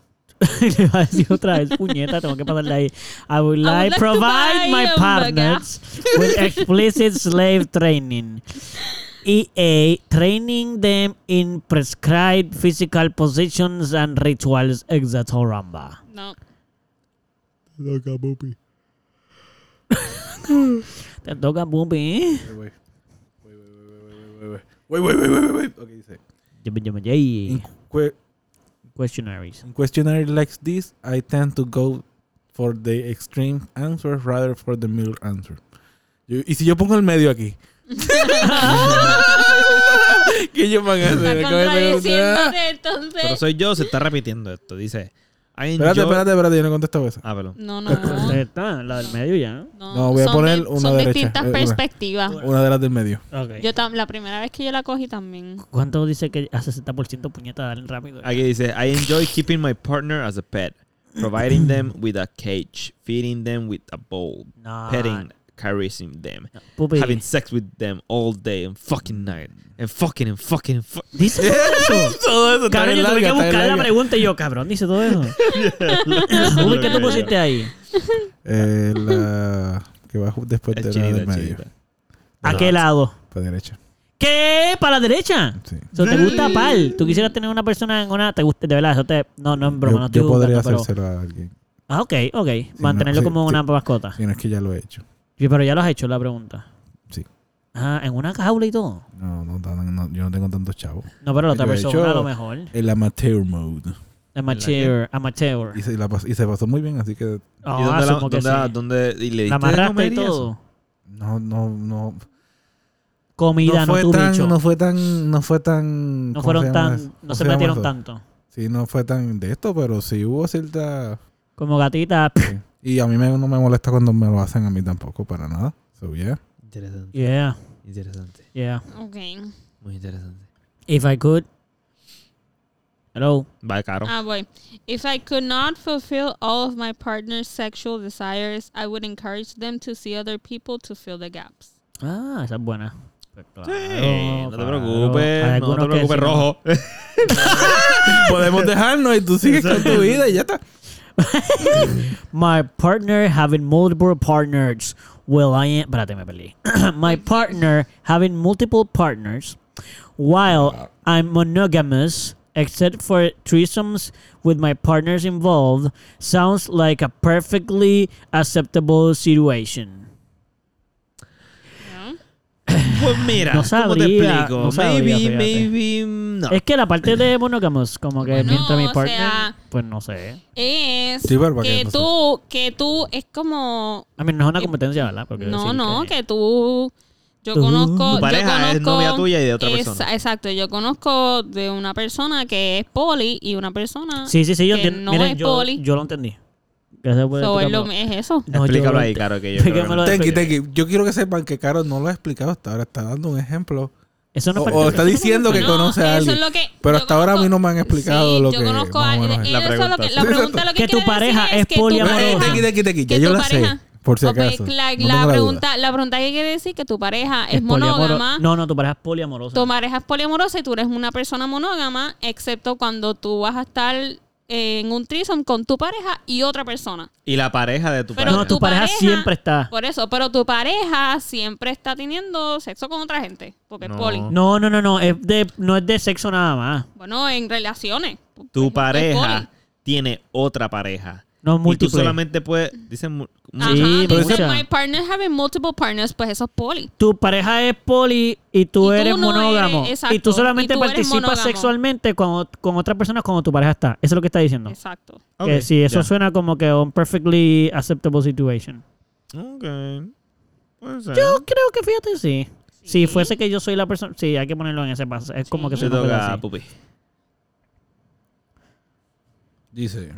[SPEAKER 1] le iba a decir otra vez, puñeta, tengo que pasarle ahí. I would like,
[SPEAKER 3] like to
[SPEAKER 1] provide
[SPEAKER 3] buy
[SPEAKER 1] my
[SPEAKER 3] a
[SPEAKER 1] partners with explicit slave training. EA, training them in prescribed physical positions and rituals, exatoramba.
[SPEAKER 3] No.
[SPEAKER 4] Loca, pupi.
[SPEAKER 1] Te toca, Bubi.
[SPEAKER 4] Wait, wait, wait, wait, wait, wait, wait, wait. Okay, dice. In, que-
[SPEAKER 1] Questionaries.
[SPEAKER 4] in questionnaire like this, I tend to go for the extreme answer rather for the middle answer. Yo- y si yo pongo el medio aquí. ¿Qué yo van a hacer?
[SPEAKER 3] Está
[SPEAKER 4] ¿Cómo es?
[SPEAKER 3] contradiciéndote,
[SPEAKER 2] Pero
[SPEAKER 3] entonces.
[SPEAKER 2] soy yo, se está repitiendo esto. Dice. I
[SPEAKER 4] Espérate,
[SPEAKER 2] enjoy-
[SPEAKER 4] espérate, espérate, yo no contesto esa.
[SPEAKER 2] Ah, perdón.
[SPEAKER 3] No, no, no.
[SPEAKER 1] Ahí está, la del medio ya.
[SPEAKER 4] No, voy a
[SPEAKER 3] son
[SPEAKER 4] poner
[SPEAKER 3] di-
[SPEAKER 4] una
[SPEAKER 3] son
[SPEAKER 4] derecha,
[SPEAKER 3] distintas
[SPEAKER 4] eh, una.
[SPEAKER 3] perspectivas.
[SPEAKER 4] Una de las del medio.
[SPEAKER 1] Okay.
[SPEAKER 3] Yo tam- la primera vez que yo la cogí también.
[SPEAKER 1] ¿Cuánto dice que a 60% puñeta dale rápido?
[SPEAKER 2] Aquí dice, I enjoy keeping my partner as a pet, providing them with a cage, feeding them with a bowl,
[SPEAKER 1] No.
[SPEAKER 2] petting,
[SPEAKER 1] Ah.
[SPEAKER 2] caressing them,
[SPEAKER 1] Pupi.
[SPEAKER 2] having sex with them all day and fucking night,
[SPEAKER 1] Mm.
[SPEAKER 2] and fucking and fucking and fucking.
[SPEAKER 1] Dice todo eso.
[SPEAKER 4] Todo eso está
[SPEAKER 1] Cabrón,
[SPEAKER 4] bien
[SPEAKER 1] yo tuve
[SPEAKER 4] larga,
[SPEAKER 1] que
[SPEAKER 4] está bien
[SPEAKER 1] buscar la
[SPEAKER 4] larga.
[SPEAKER 1] pregunta y yo, cabrón, dice todo eso. Uy, ¿qué tú pusiste ahí?
[SPEAKER 4] Eh, la que va ju- después de
[SPEAKER 2] Es
[SPEAKER 4] la
[SPEAKER 2] chinita,
[SPEAKER 4] del
[SPEAKER 2] es
[SPEAKER 4] medio.
[SPEAKER 2] chinita.
[SPEAKER 1] ¿A qué lado?
[SPEAKER 4] Para derecha.
[SPEAKER 1] ¿Qué? ¿Para la derecha?
[SPEAKER 4] Sí.
[SPEAKER 1] Eso te gusta pal. Tú quisieras tener una persona en una. Te gusta, de verdad. Eso te. No, no, en broma,
[SPEAKER 4] yo,
[SPEAKER 1] no estoy
[SPEAKER 4] yo podría
[SPEAKER 1] jugando, pero.
[SPEAKER 4] hacérselo a alguien.
[SPEAKER 1] Ah, ok, ok. Mantenerlo
[SPEAKER 4] sí,
[SPEAKER 1] como
[SPEAKER 4] sí.
[SPEAKER 1] una mascota.
[SPEAKER 4] Si no es que ya lo he hecho.
[SPEAKER 1] Sí, Pero ya lo has hecho la pregunta.
[SPEAKER 4] Sí.
[SPEAKER 1] Ah, en una jaula y todo.
[SPEAKER 4] No, no, tan- no, yo no tengo tantos chavos.
[SPEAKER 1] No, pero la otra
[SPEAKER 4] Yo he
[SPEAKER 1] persona
[SPEAKER 4] hecho-
[SPEAKER 1] a lo mejor.
[SPEAKER 4] El amateur mode.
[SPEAKER 1] Amateur, amateur.
[SPEAKER 4] Y se, la pas- y se pasó muy bien, así que
[SPEAKER 1] Ah,
[SPEAKER 2] ¿Y dónde, la,
[SPEAKER 1] asumo que
[SPEAKER 2] dónde, la-
[SPEAKER 1] sí.
[SPEAKER 2] dónde- y le diste
[SPEAKER 1] La
[SPEAKER 2] de
[SPEAKER 1] amarraste
[SPEAKER 2] comer
[SPEAKER 1] y
[SPEAKER 2] eso?
[SPEAKER 1] todo.
[SPEAKER 4] no, no, no.
[SPEAKER 1] Comida,
[SPEAKER 4] no
[SPEAKER 1] no,
[SPEAKER 4] fue
[SPEAKER 1] tu
[SPEAKER 4] tan,
[SPEAKER 1] bicho.
[SPEAKER 4] no
[SPEAKER 1] No,
[SPEAKER 4] fue tan, no fue tan. ¿cómo se
[SPEAKER 1] fueron
[SPEAKER 4] llama
[SPEAKER 1] tan,
[SPEAKER 4] eso?
[SPEAKER 1] no
[SPEAKER 4] ¿Cómo
[SPEAKER 1] se
[SPEAKER 4] llama
[SPEAKER 1] metieron
[SPEAKER 4] eso?
[SPEAKER 1] tanto.
[SPEAKER 4] Sí, no fue tan de esto, pero sí hubo cierta.
[SPEAKER 1] Como gatita.
[SPEAKER 4] sí. Y a mí me- no me molesta cuando me lo hacen a mí tampoco, para nada. So, yeah.
[SPEAKER 2] Interesante.
[SPEAKER 1] Yeah,
[SPEAKER 2] Interesante.
[SPEAKER 1] yeah.
[SPEAKER 3] Okay.
[SPEAKER 2] Muy interesante.
[SPEAKER 1] If I could. Hello.
[SPEAKER 2] Va caro.
[SPEAKER 3] Ah, boy. If I could not fulfill all of my partner's sexual desires, I would encourage them to see other people to fill the gaps.
[SPEAKER 1] Ah, esa es buena.
[SPEAKER 2] Eh, no te
[SPEAKER 1] claro. Hay
[SPEAKER 2] preocupes, no
[SPEAKER 1] algunos
[SPEAKER 2] te
[SPEAKER 1] que
[SPEAKER 2] preocupes,
[SPEAKER 1] sí, ¿no?
[SPEAKER 2] rojo.
[SPEAKER 4] Podemos dejarnos y tú sigues con tu vida y ya está.
[SPEAKER 1] My partner having multiple partners. Well, I am. Espérate, me perdí. My partner having multiple partners while I'm monogamous, except for threesomes with my partners involved, sounds like a perfectly acceptable situation.
[SPEAKER 3] No?
[SPEAKER 2] Pues mira,
[SPEAKER 1] No
[SPEAKER 2] ¿cómo te
[SPEAKER 1] sabría,
[SPEAKER 2] explico?
[SPEAKER 1] no sabría,
[SPEAKER 2] maybe,
[SPEAKER 1] fíjate.
[SPEAKER 2] maybe, mm, no.
[SPEAKER 1] Es que la parte de monogamous, como que
[SPEAKER 3] Bueno,
[SPEAKER 1] mientras mi
[SPEAKER 3] o
[SPEAKER 1] partner.
[SPEAKER 3] sea-
[SPEAKER 1] pues no sé.
[SPEAKER 3] Es
[SPEAKER 4] Sí, barba, que
[SPEAKER 3] que
[SPEAKER 4] no sé.
[SPEAKER 3] tú, que tú, es como,
[SPEAKER 1] A mí no es una competencia, ¿verdad? Porque
[SPEAKER 3] no,
[SPEAKER 1] decir
[SPEAKER 3] no, que tú, yo
[SPEAKER 1] Tú.
[SPEAKER 3] conozco,
[SPEAKER 2] Tu pareja
[SPEAKER 3] yo
[SPEAKER 2] es
[SPEAKER 3] conozco,
[SPEAKER 2] novia tuya y de otra
[SPEAKER 3] esa-
[SPEAKER 2] persona.
[SPEAKER 3] Exacto, yo conozco de una persona que es poli y una persona
[SPEAKER 1] Sí, sí, sí, yo
[SPEAKER 3] que
[SPEAKER 1] entiendo.
[SPEAKER 3] no
[SPEAKER 1] Miren,
[SPEAKER 3] es
[SPEAKER 1] yo,
[SPEAKER 3] poli.
[SPEAKER 1] yo lo entendí. Gracias por
[SPEAKER 3] So, es, lo-
[SPEAKER 1] explicarme.
[SPEAKER 3] es eso.
[SPEAKER 1] No, yo
[SPEAKER 2] Explícalo
[SPEAKER 1] lo
[SPEAKER 2] ahí,
[SPEAKER 1] ent-
[SPEAKER 2] claro, que yo creo que
[SPEAKER 1] Explícamelo.
[SPEAKER 2] no.
[SPEAKER 4] Tenki, Tenki, yo quiero que sepan que Caro no lo ha explicado hasta ahora, está dando un ejemplo.
[SPEAKER 1] Eso no
[SPEAKER 4] O,
[SPEAKER 1] es
[SPEAKER 4] o
[SPEAKER 1] parte-
[SPEAKER 4] está diciendo que
[SPEAKER 3] No,
[SPEAKER 4] conoce
[SPEAKER 3] eso
[SPEAKER 4] a alguien.
[SPEAKER 3] es lo que-
[SPEAKER 4] pero
[SPEAKER 3] yo
[SPEAKER 4] hasta ahora a mí
[SPEAKER 3] conozco-
[SPEAKER 4] no me han explicado
[SPEAKER 3] Sí,
[SPEAKER 4] lo
[SPEAKER 3] yo
[SPEAKER 4] que.
[SPEAKER 3] conozco a
[SPEAKER 4] más o menos
[SPEAKER 3] alguien.
[SPEAKER 4] es.
[SPEAKER 2] La
[SPEAKER 3] Eso es lo que-
[SPEAKER 2] pregunta.
[SPEAKER 3] la pregunta lo que,
[SPEAKER 1] Que tu
[SPEAKER 3] quiere decir
[SPEAKER 1] pareja es
[SPEAKER 3] que tu
[SPEAKER 1] poliamorosa.
[SPEAKER 3] pareja-
[SPEAKER 4] Eh, Tenki, Tenki, Tenki, ya
[SPEAKER 3] que
[SPEAKER 4] yo
[SPEAKER 3] tu
[SPEAKER 4] la sé.
[SPEAKER 3] pareja-
[SPEAKER 4] Por si
[SPEAKER 3] Ok,
[SPEAKER 4] acaso.
[SPEAKER 3] la,
[SPEAKER 4] no
[SPEAKER 3] la
[SPEAKER 4] tengo duda.
[SPEAKER 3] pregunta, la pregunta que quiere decir que tu pareja es,
[SPEAKER 1] poliamoro-
[SPEAKER 3] monógama.
[SPEAKER 1] No, no, tu pareja es poliamorosa.
[SPEAKER 3] Tu pareja es poliamorosa y tú eres una persona monógama, excepto cuando tú vas a estar eh, en un threesome con tu pareja y otra persona.
[SPEAKER 2] Y la pareja de tu
[SPEAKER 3] Pero
[SPEAKER 2] pareja.
[SPEAKER 1] no, tu
[SPEAKER 3] tu
[SPEAKER 1] pareja,
[SPEAKER 3] pareja-
[SPEAKER 1] siempre está.
[SPEAKER 3] Por eso, pero tu pareja siempre está teniendo sexo con otra gente, porque
[SPEAKER 2] No.
[SPEAKER 3] es poli.
[SPEAKER 1] No, no, no, no. Es de, no es de sexo nada más.
[SPEAKER 3] Bueno, en relaciones.
[SPEAKER 2] Tu
[SPEAKER 3] Es poli.
[SPEAKER 2] pareja tiene otra pareja.
[SPEAKER 1] No
[SPEAKER 2] Y tú
[SPEAKER 1] múltiple.
[SPEAKER 2] solamente puedes... Dicen... mu-
[SPEAKER 3] Ajá,
[SPEAKER 2] mu-
[SPEAKER 1] Sí, pues,
[SPEAKER 3] dice,
[SPEAKER 1] mucha.
[SPEAKER 3] my partner having multiple partners, pues eso es poli.
[SPEAKER 1] Tu pareja es poli y tú
[SPEAKER 3] Y tú
[SPEAKER 1] eres
[SPEAKER 3] no
[SPEAKER 1] monógamo.
[SPEAKER 3] eres-
[SPEAKER 1] y tú
[SPEAKER 3] exacto,
[SPEAKER 1] solamente
[SPEAKER 3] y tú eres
[SPEAKER 1] participas
[SPEAKER 3] monógamo.
[SPEAKER 1] sexualmente con, con otra persona cuando tu pareja está. Eso es lo que está diciendo.
[SPEAKER 3] Exacto.
[SPEAKER 2] Ok,
[SPEAKER 1] Que sí, eso
[SPEAKER 2] ya.
[SPEAKER 1] suena como que un perfectly acceptable situation.
[SPEAKER 2] Ok. Puede ser.
[SPEAKER 1] Yo creo que fíjate, sí. Si fuese que yo soy la persona. Sí, hay que ponerlo en ese paso. Es como que
[SPEAKER 2] Te
[SPEAKER 1] soy una
[SPEAKER 2] toca,
[SPEAKER 1] persona así.
[SPEAKER 2] pupi.
[SPEAKER 4] Dice,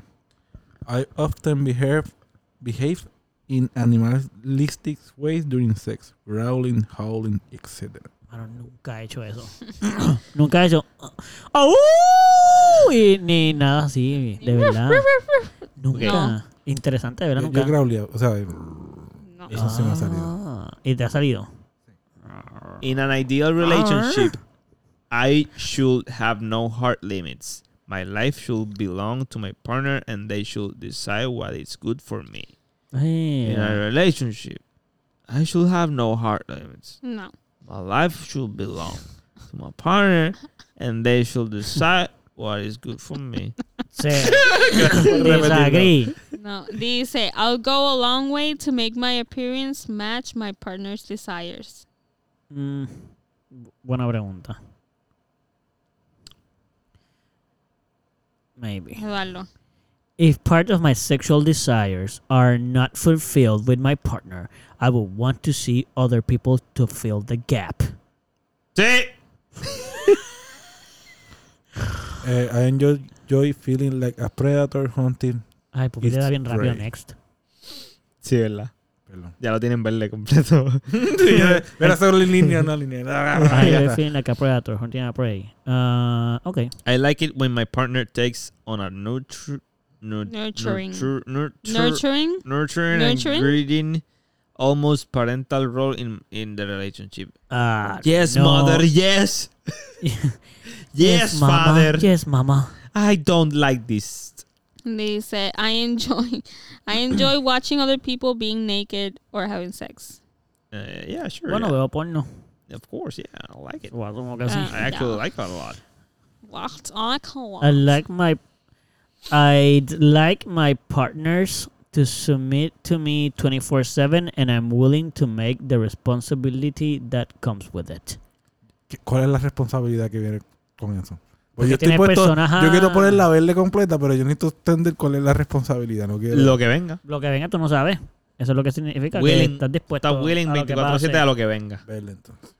[SPEAKER 4] I often behave, behave in animalistic ways during sex, growling, howling, etc.
[SPEAKER 1] Mano, nunca he hecho eso. nunca he hecho. ¡Au! Y ni nada así, de verdad. Nunca. Interesante, de verdad,
[SPEAKER 4] Yo,
[SPEAKER 1] nunca.
[SPEAKER 4] yo growleo, o sea,
[SPEAKER 3] No.
[SPEAKER 4] eso sí me ha salido.
[SPEAKER 1] Ah, y te ha salido.
[SPEAKER 2] In an ideal relationship, I should have no hard limits. My life should belong to my partner and they should decide what is good for me.
[SPEAKER 1] Ay,
[SPEAKER 2] In a relationship, I should have no hard limits.
[SPEAKER 3] No.
[SPEAKER 2] My life should belong to my partner and they should decide what is good for me.
[SPEAKER 1] se- Disagree.
[SPEAKER 3] No, dice, I'll go a long way to make my appearance match my partner's desires.
[SPEAKER 1] Mm, bu- buena pregunta. Maybe.
[SPEAKER 3] Eduardo.
[SPEAKER 1] If part of my sexual desires are not fulfilled with my partner, I would want to see other people to fill the gap.
[SPEAKER 2] Sí.
[SPEAKER 4] Eh, I enjoy, enjoy feeling like a predator hunting.
[SPEAKER 1] Ay, porque le da
[SPEAKER 4] It's
[SPEAKER 1] bien rápido
[SPEAKER 4] great.
[SPEAKER 1] next.
[SPEAKER 2] Sí, ¿verdad?
[SPEAKER 4] Perdón.
[SPEAKER 2] Ya lo tienen verde completo.
[SPEAKER 4] Era solo en línea, no línea. Ah,
[SPEAKER 1] I
[SPEAKER 4] Ya
[SPEAKER 1] am
[SPEAKER 4] está.
[SPEAKER 1] feeling like a predator hunting a prey. Uh, okay.
[SPEAKER 2] I like it when my partner takes on a nurture, nur-
[SPEAKER 3] Nurturing.
[SPEAKER 2] nurture, nurture,
[SPEAKER 3] Nurturing.
[SPEAKER 2] nurturing,
[SPEAKER 3] Nurturing?
[SPEAKER 2] and greeting, almost parental role in in the relationship.
[SPEAKER 1] Ah,
[SPEAKER 2] Yes,
[SPEAKER 1] no.
[SPEAKER 2] mother. Yes. yes,
[SPEAKER 1] mama.
[SPEAKER 2] father.
[SPEAKER 1] Yes, mama.
[SPEAKER 2] I don't like this.
[SPEAKER 3] Dice, I enjoy, I enjoy watching other people being naked or having sex.
[SPEAKER 2] Uh, yeah, sure.
[SPEAKER 1] Bueno, veo porno.
[SPEAKER 2] yeah. Of course, yeah, I like it.
[SPEAKER 1] O asumo que sí.
[SPEAKER 3] Ah.
[SPEAKER 2] I actually
[SPEAKER 3] Yeah.
[SPEAKER 2] like it a lot.
[SPEAKER 3] What? Ah, I can't
[SPEAKER 1] Ah, I like my I'd like my partners to submit to me 24/7 and I'm willing to make the responsibility that comes with it.
[SPEAKER 4] ¿Qué- ¿Cuál es la responsabilidad que viene con eso? Pues
[SPEAKER 1] Porque
[SPEAKER 4] yo,
[SPEAKER 1] tiene
[SPEAKER 4] estoy puesto-
[SPEAKER 1] personas-
[SPEAKER 4] yo quiero poner la verde completa, pero yo necesito entender cuál es la responsabilidad. No quiero.
[SPEAKER 2] Lo que venga.
[SPEAKER 1] Lo que venga tú no sabes. Eso es lo que significa
[SPEAKER 2] Willing.
[SPEAKER 1] que estás dispuesto
[SPEAKER 2] Está willing
[SPEAKER 1] a lo que
[SPEAKER 2] 24-7
[SPEAKER 1] pase.
[SPEAKER 2] a lo que venga.
[SPEAKER 4] Verde, entonces.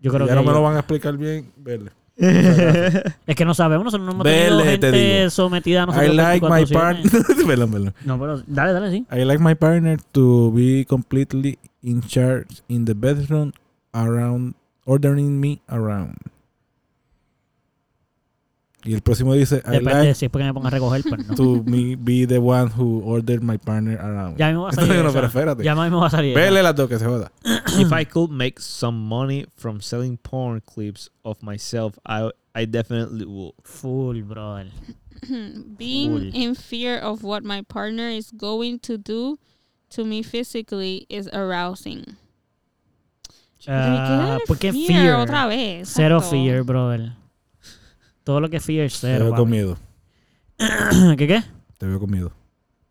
[SPEAKER 1] Yo creo
[SPEAKER 4] ya
[SPEAKER 1] que
[SPEAKER 4] no me lo
[SPEAKER 1] yo-
[SPEAKER 4] van a explicar bien. Verde. Muchas gracias.
[SPEAKER 1] es que no sabemos, nosotros no hemos tenido
[SPEAKER 4] Vele, te digo.
[SPEAKER 1] gente sometida a
[SPEAKER 4] I
[SPEAKER 1] nosotros.
[SPEAKER 4] like my
[SPEAKER 1] 24/7.
[SPEAKER 4] partner. Perdón, perdón.
[SPEAKER 1] No, pero dale, dale, sí.
[SPEAKER 4] I like my partner to be completely in charge in the bedroom around ordering me around. Y el próximo dice I
[SPEAKER 1] Depende
[SPEAKER 4] like
[SPEAKER 1] si es porque me pongo a recoger, pero no.
[SPEAKER 4] to me be the one who ordered my partner around.
[SPEAKER 1] Ya mismo va a salir.
[SPEAKER 4] Entonces, no,
[SPEAKER 1] esa.
[SPEAKER 4] pero espérate.
[SPEAKER 1] ya mismo va a salir. esa.
[SPEAKER 4] Vele las dos que se joda.
[SPEAKER 2] If I could make some money from selling porn clips of myself, I, I definitely would.
[SPEAKER 1] Full, brother.
[SPEAKER 3] Being
[SPEAKER 1] Uy.
[SPEAKER 3] in fear of what my partner is going to do to me physically is arousing.
[SPEAKER 1] Ah, ¿Por
[SPEAKER 3] porque
[SPEAKER 1] qué fear?
[SPEAKER 3] otra vez.
[SPEAKER 1] Cero
[SPEAKER 3] exacto.
[SPEAKER 1] fear, brother. Todo lo que es fear,
[SPEAKER 4] Te
[SPEAKER 1] cero.
[SPEAKER 4] veo con
[SPEAKER 1] papi.
[SPEAKER 4] miedo.
[SPEAKER 1] ¿Qué qué?
[SPEAKER 4] Te veo con miedo.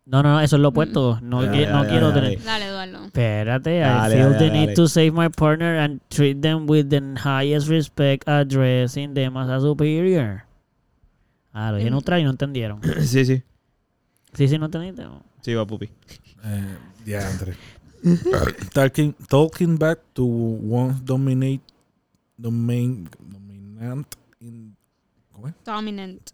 [SPEAKER 1] No, no, no, eso es lo opuesto.
[SPEAKER 4] Mm.
[SPEAKER 1] No,
[SPEAKER 2] Dale,
[SPEAKER 1] qui-
[SPEAKER 2] dale,
[SPEAKER 1] no
[SPEAKER 2] dale,
[SPEAKER 1] quiero
[SPEAKER 2] dale.
[SPEAKER 1] tener.
[SPEAKER 3] Dale, Eduardo.
[SPEAKER 1] Espérate, I
[SPEAKER 2] Dale,
[SPEAKER 1] feel
[SPEAKER 2] dale,
[SPEAKER 1] the
[SPEAKER 2] dale,
[SPEAKER 1] need
[SPEAKER 2] dale.
[SPEAKER 1] to save my partner and treat them with the highest respect, addressing them as a superior. Ah, lo dije
[SPEAKER 3] En-
[SPEAKER 1] neutral y no entendieron.
[SPEAKER 2] Sí, sí.
[SPEAKER 1] Sí, sí, no entendiste.
[SPEAKER 3] Mm.
[SPEAKER 2] Sí, va, pupi.
[SPEAKER 4] Eh, ya, André. talking, talking back to one's dominate, domain, dominant in
[SPEAKER 3] Dominant.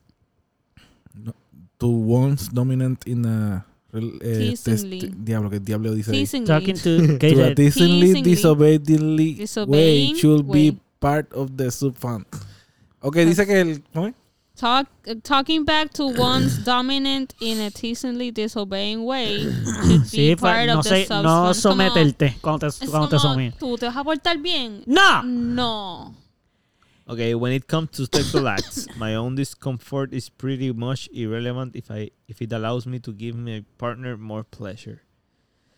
[SPEAKER 4] to one's dominant in a rel- eh,
[SPEAKER 3] Teasingly.
[SPEAKER 4] test- diablo que diablo dice ahí.
[SPEAKER 3] Teasingly.
[SPEAKER 1] Talking to. ¿Qué
[SPEAKER 4] to
[SPEAKER 1] dice?
[SPEAKER 4] a teasingly
[SPEAKER 3] Teasingly.
[SPEAKER 4] disobediently way
[SPEAKER 3] Disobeying
[SPEAKER 4] should
[SPEAKER 3] way. Pues
[SPEAKER 4] be part of the subfund. Ok, dice que el ¿cómo es?
[SPEAKER 3] Talk, talking back to one's dominant in a teasingly disobeying way should be
[SPEAKER 1] Sí, fa-
[SPEAKER 3] part
[SPEAKER 1] no,
[SPEAKER 3] of the
[SPEAKER 1] sé, no
[SPEAKER 3] substance. Como-
[SPEAKER 1] someterte cuando te,
[SPEAKER 3] es
[SPEAKER 1] cuando te
[SPEAKER 3] como,
[SPEAKER 1] sometes.
[SPEAKER 3] ¿Tú te vas a portar bien?
[SPEAKER 1] ¡No!
[SPEAKER 3] No.
[SPEAKER 2] Okay, when it comes to sexual acts, my own discomfort is pretty much irrelevant if I if it allows me to give my partner more pleasure.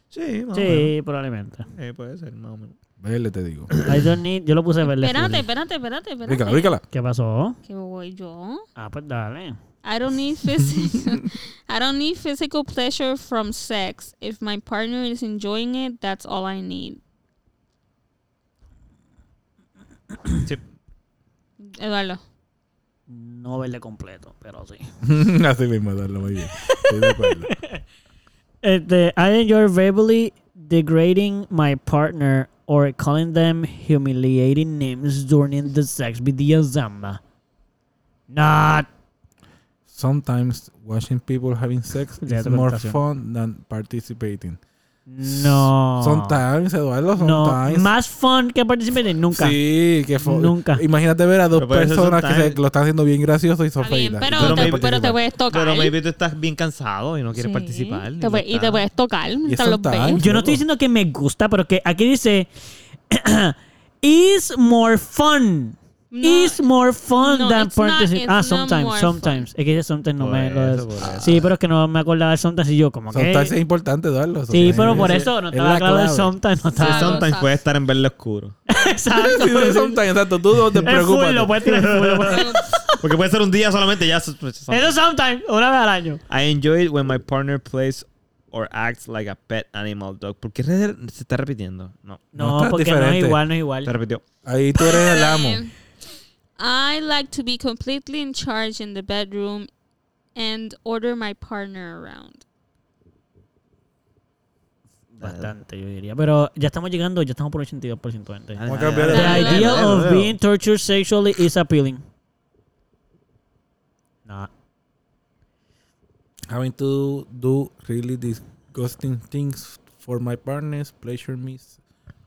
[SPEAKER 2] Sí, más o menos.
[SPEAKER 1] Sí, probablemente.
[SPEAKER 2] Eh, puede ser, más o menos.
[SPEAKER 4] Vele, te digo.
[SPEAKER 1] I don't need- yo lo puse verde.
[SPEAKER 3] Espérate,
[SPEAKER 1] full.
[SPEAKER 3] espérate, espérate,
[SPEAKER 4] Rícala,
[SPEAKER 3] espérate.
[SPEAKER 4] rícala.
[SPEAKER 1] ¿Qué pasó?
[SPEAKER 3] ¿Qué voy yo?
[SPEAKER 1] Ah, pues dale.
[SPEAKER 3] I don't need physical. I don't need physical pleasure from sex. If my partner is enjoying it, that's all I need.
[SPEAKER 2] Sí.
[SPEAKER 3] Eduardo.
[SPEAKER 1] No verde completo, pero sí.
[SPEAKER 4] Así mismo, darlo muy bien. Estoy de acuerdo.
[SPEAKER 1] Este, Uh, I enjoy verbally degrading my partner or calling them humiliating names during the sex BDSM. Not.
[SPEAKER 4] Sometimes watching people having sex
[SPEAKER 1] Ya
[SPEAKER 4] is
[SPEAKER 1] te
[SPEAKER 4] more
[SPEAKER 1] contestación.
[SPEAKER 4] fun than participating.
[SPEAKER 1] No.
[SPEAKER 4] Sometimes, Eduardo,
[SPEAKER 1] Ah. No.
[SPEAKER 4] sometimes.
[SPEAKER 1] Más fun que participar en nunca.
[SPEAKER 4] Sí, que fue.
[SPEAKER 1] Nunca.
[SPEAKER 4] Imagínate ver a dos
[SPEAKER 2] Pero puede ser
[SPEAKER 4] personas que se-
[SPEAKER 2] sometimes.
[SPEAKER 4] lo están haciendo bien gracioso y son
[SPEAKER 3] Está bien,
[SPEAKER 4] feídas.
[SPEAKER 3] pero,
[SPEAKER 2] Pero
[SPEAKER 3] te,
[SPEAKER 2] maybe-
[SPEAKER 3] pero te puedes tocar.
[SPEAKER 2] Pero maybe tú estás bien cansado y no quieres
[SPEAKER 3] Sí.
[SPEAKER 2] participar.
[SPEAKER 3] Te puedes- y te puedes tocar mientras
[SPEAKER 4] eso
[SPEAKER 3] los
[SPEAKER 4] está
[SPEAKER 3] ves.
[SPEAKER 1] Yo no estoy diciendo que me gusta, pero que aquí dice. is more fun.
[SPEAKER 3] No,
[SPEAKER 1] is more fun
[SPEAKER 3] no,
[SPEAKER 1] than
[SPEAKER 3] it's not-
[SPEAKER 1] participating.
[SPEAKER 3] it's
[SPEAKER 1] Ah,
[SPEAKER 3] not
[SPEAKER 1] sometimes,
[SPEAKER 3] more
[SPEAKER 1] sometimes. Es que ese sometimes no
[SPEAKER 2] Por
[SPEAKER 1] me lo
[SPEAKER 2] eso, por eso.
[SPEAKER 1] Sí, pero es que no me acordaba del sometimes y yo, como que.
[SPEAKER 4] Sometimes es importante, Eduardo.
[SPEAKER 1] Sí,
[SPEAKER 4] sometimes
[SPEAKER 1] pero
[SPEAKER 4] es-
[SPEAKER 1] por
[SPEAKER 2] sí.
[SPEAKER 1] eso no
[SPEAKER 4] Es
[SPEAKER 1] estaba
[SPEAKER 4] la
[SPEAKER 1] claro el
[SPEAKER 4] clave.
[SPEAKER 1] sometimes. No estaba
[SPEAKER 3] Sí,
[SPEAKER 1] claro.
[SPEAKER 2] Sometimes
[SPEAKER 3] Exacto.
[SPEAKER 2] puedes estar en verde oscuro.
[SPEAKER 1] Exacto.
[SPEAKER 4] Sí, sí, sometimes, exacto. Tú no te
[SPEAKER 1] Es full, lo
[SPEAKER 4] preocupes.
[SPEAKER 1] puedes tirar full. lo puedes-
[SPEAKER 2] Porque puede ser un día solamente ya. so- so-
[SPEAKER 1] Eso es sometimes, una vez al año.
[SPEAKER 2] I enjoy it when my partner plays or acts like a pet animal dog. ¿Por qué re- se está repitiendo? No,
[SPEAKER 1] No,
[SPEAKER 4] está
[SPEAKER 1] porque no es
[SPEAKER 4] diferente.
[SPEAKER 1] igual, no es
[SPEAKER 2] se
[SPEAKER 1] igual.
[SPEAKER 2] repitió.
[SPEAKER 4] Ahí tú eres el amo.
[SPEAKER 3] I like to be completely in charge in the bedroom and order my partner around.
[SPEAKER 1] Bastante, yo diría. Pero ya estamos llegando, ya estamos por el 82%. Gente.
[SPEAKER 4] Vamos a cambiar de-
[SPEAKER 1] The
[SPEAKER 3] Dale,
[SPEAKER 1] idea
[SPEAKER 3] dale,
[SPEAKER 1] of being tortured sexually is appealing. No.
[SPEAKER 4] Having to do really disgusting things for my partners, pleasure me.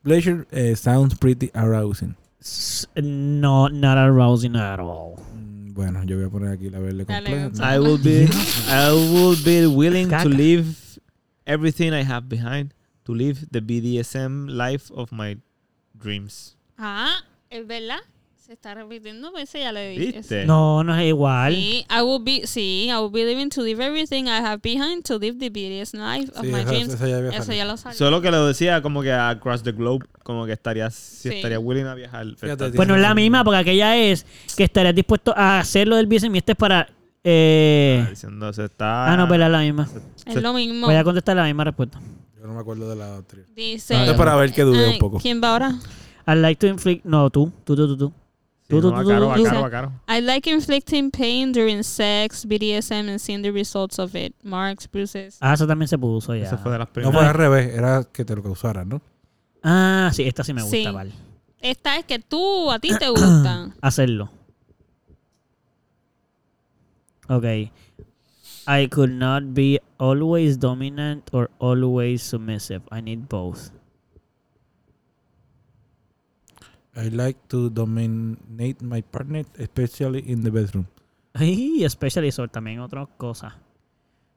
[SPEAKER 4] Pleasure eh, sounds pretty arousing.
[SPEAKER 1] S- No, not arousing at all.
[SPEAKER 4] Mm, Bueno, yo voy a poner aquí la verde
[SPEAKER 3] Dale,
[SPEAKER 4] completa.
[SPEAKER 3] Gonzalo.
[SPEAKER 2] I will be I will be willing to
[SPEAKER 1] Caca.
[SPEAKER 2] leave everything I have behind to live the BDSM life of my dreams.
[SPEAKER 3] Ah, es verdad. Se está repitiendo, pues ya le dije.
[SPEAKER 2] ¿Viste?
[SPEAKER 1] No, no es igual.
[SPEAKER 3] Sí, I will be, sí, I will be living to leave everything I have behind to live the beauteous life of
[SPEAKER 4] Sí,
[SPEAKER 3] my
[SPEAKER 4] esa-
[SPEAKER 3] dreams.
[SPEAKER 4] esa ya había
[SPEAKER 3] Eso
[SPEAKER 4] salido.
[SPEAKER 3] ya lo sabía.
[SPEAKER 2] Solo que lo decía como que across the globe, como que estaría, si
[SPEAKER 3] Sí.
[SPEAKER 2] estaría willing a viajar.
[SPEAKER 4] Fíjate,
[SPEAKER 1] Bueno, Pues es la misma, porque aquella es que estarías dispuesto a hacerlo del BSM y este es para. Eh...
[SPEAKER 2] Está diciendo, se está.
[SPEAKER 1] Ah, no, pero es la misma.
[SPEAKER 3] es lo mismo.
[SPEAKER 1] Voy a contestar la misma respuesta.
[SPEAKER 4] Yo no me acuerdo de la otra.
[SPEAKER 3] Dice.
[SPEAKER 4] Esto es para ver que dudé
[SPEAKER 3] Ay,
[SPEAKER 4] un poco.
[SPEAKER 3] ¿Quién va ahora?
[SPEAKER 1] I like to inflict. No, tú. Tú, tú, tú, tú.
[SPEAKER 2] Sí, no, va caro, va
[SPEAKER 3] tú.
[SPEAKER 2] caro, va caro.
[SPEAKER 3] I like inflicting pain during sex, BDSM, and seeing the results of it. Marks, bruises.
[SPEAKER 1] Ah, eso también se puso ya.
[SPEAKER 2] Esa fue de las
[SPEAKER 4] No
[SPEAKER 2] primeras.
[SPEAKER 4] fue al revés, era que te lo causaran, ¿no?
[SPEAKER 1] Ah, sí, esta sí me gusta,
[SPEAKER 3] Sí.
[SPEAKER 1] Val.
[SPEAKER 3] Esta es que tú, a ti te gusta.
[SPEAKER 1] Hacerlo. Ok. I could not be always dominant or always submissive. I need both.
[SPEAKER 4] I like to dominate my partner, especially in the bedroom.
[SPEAKER 1] Y especially sobre también otra cosa.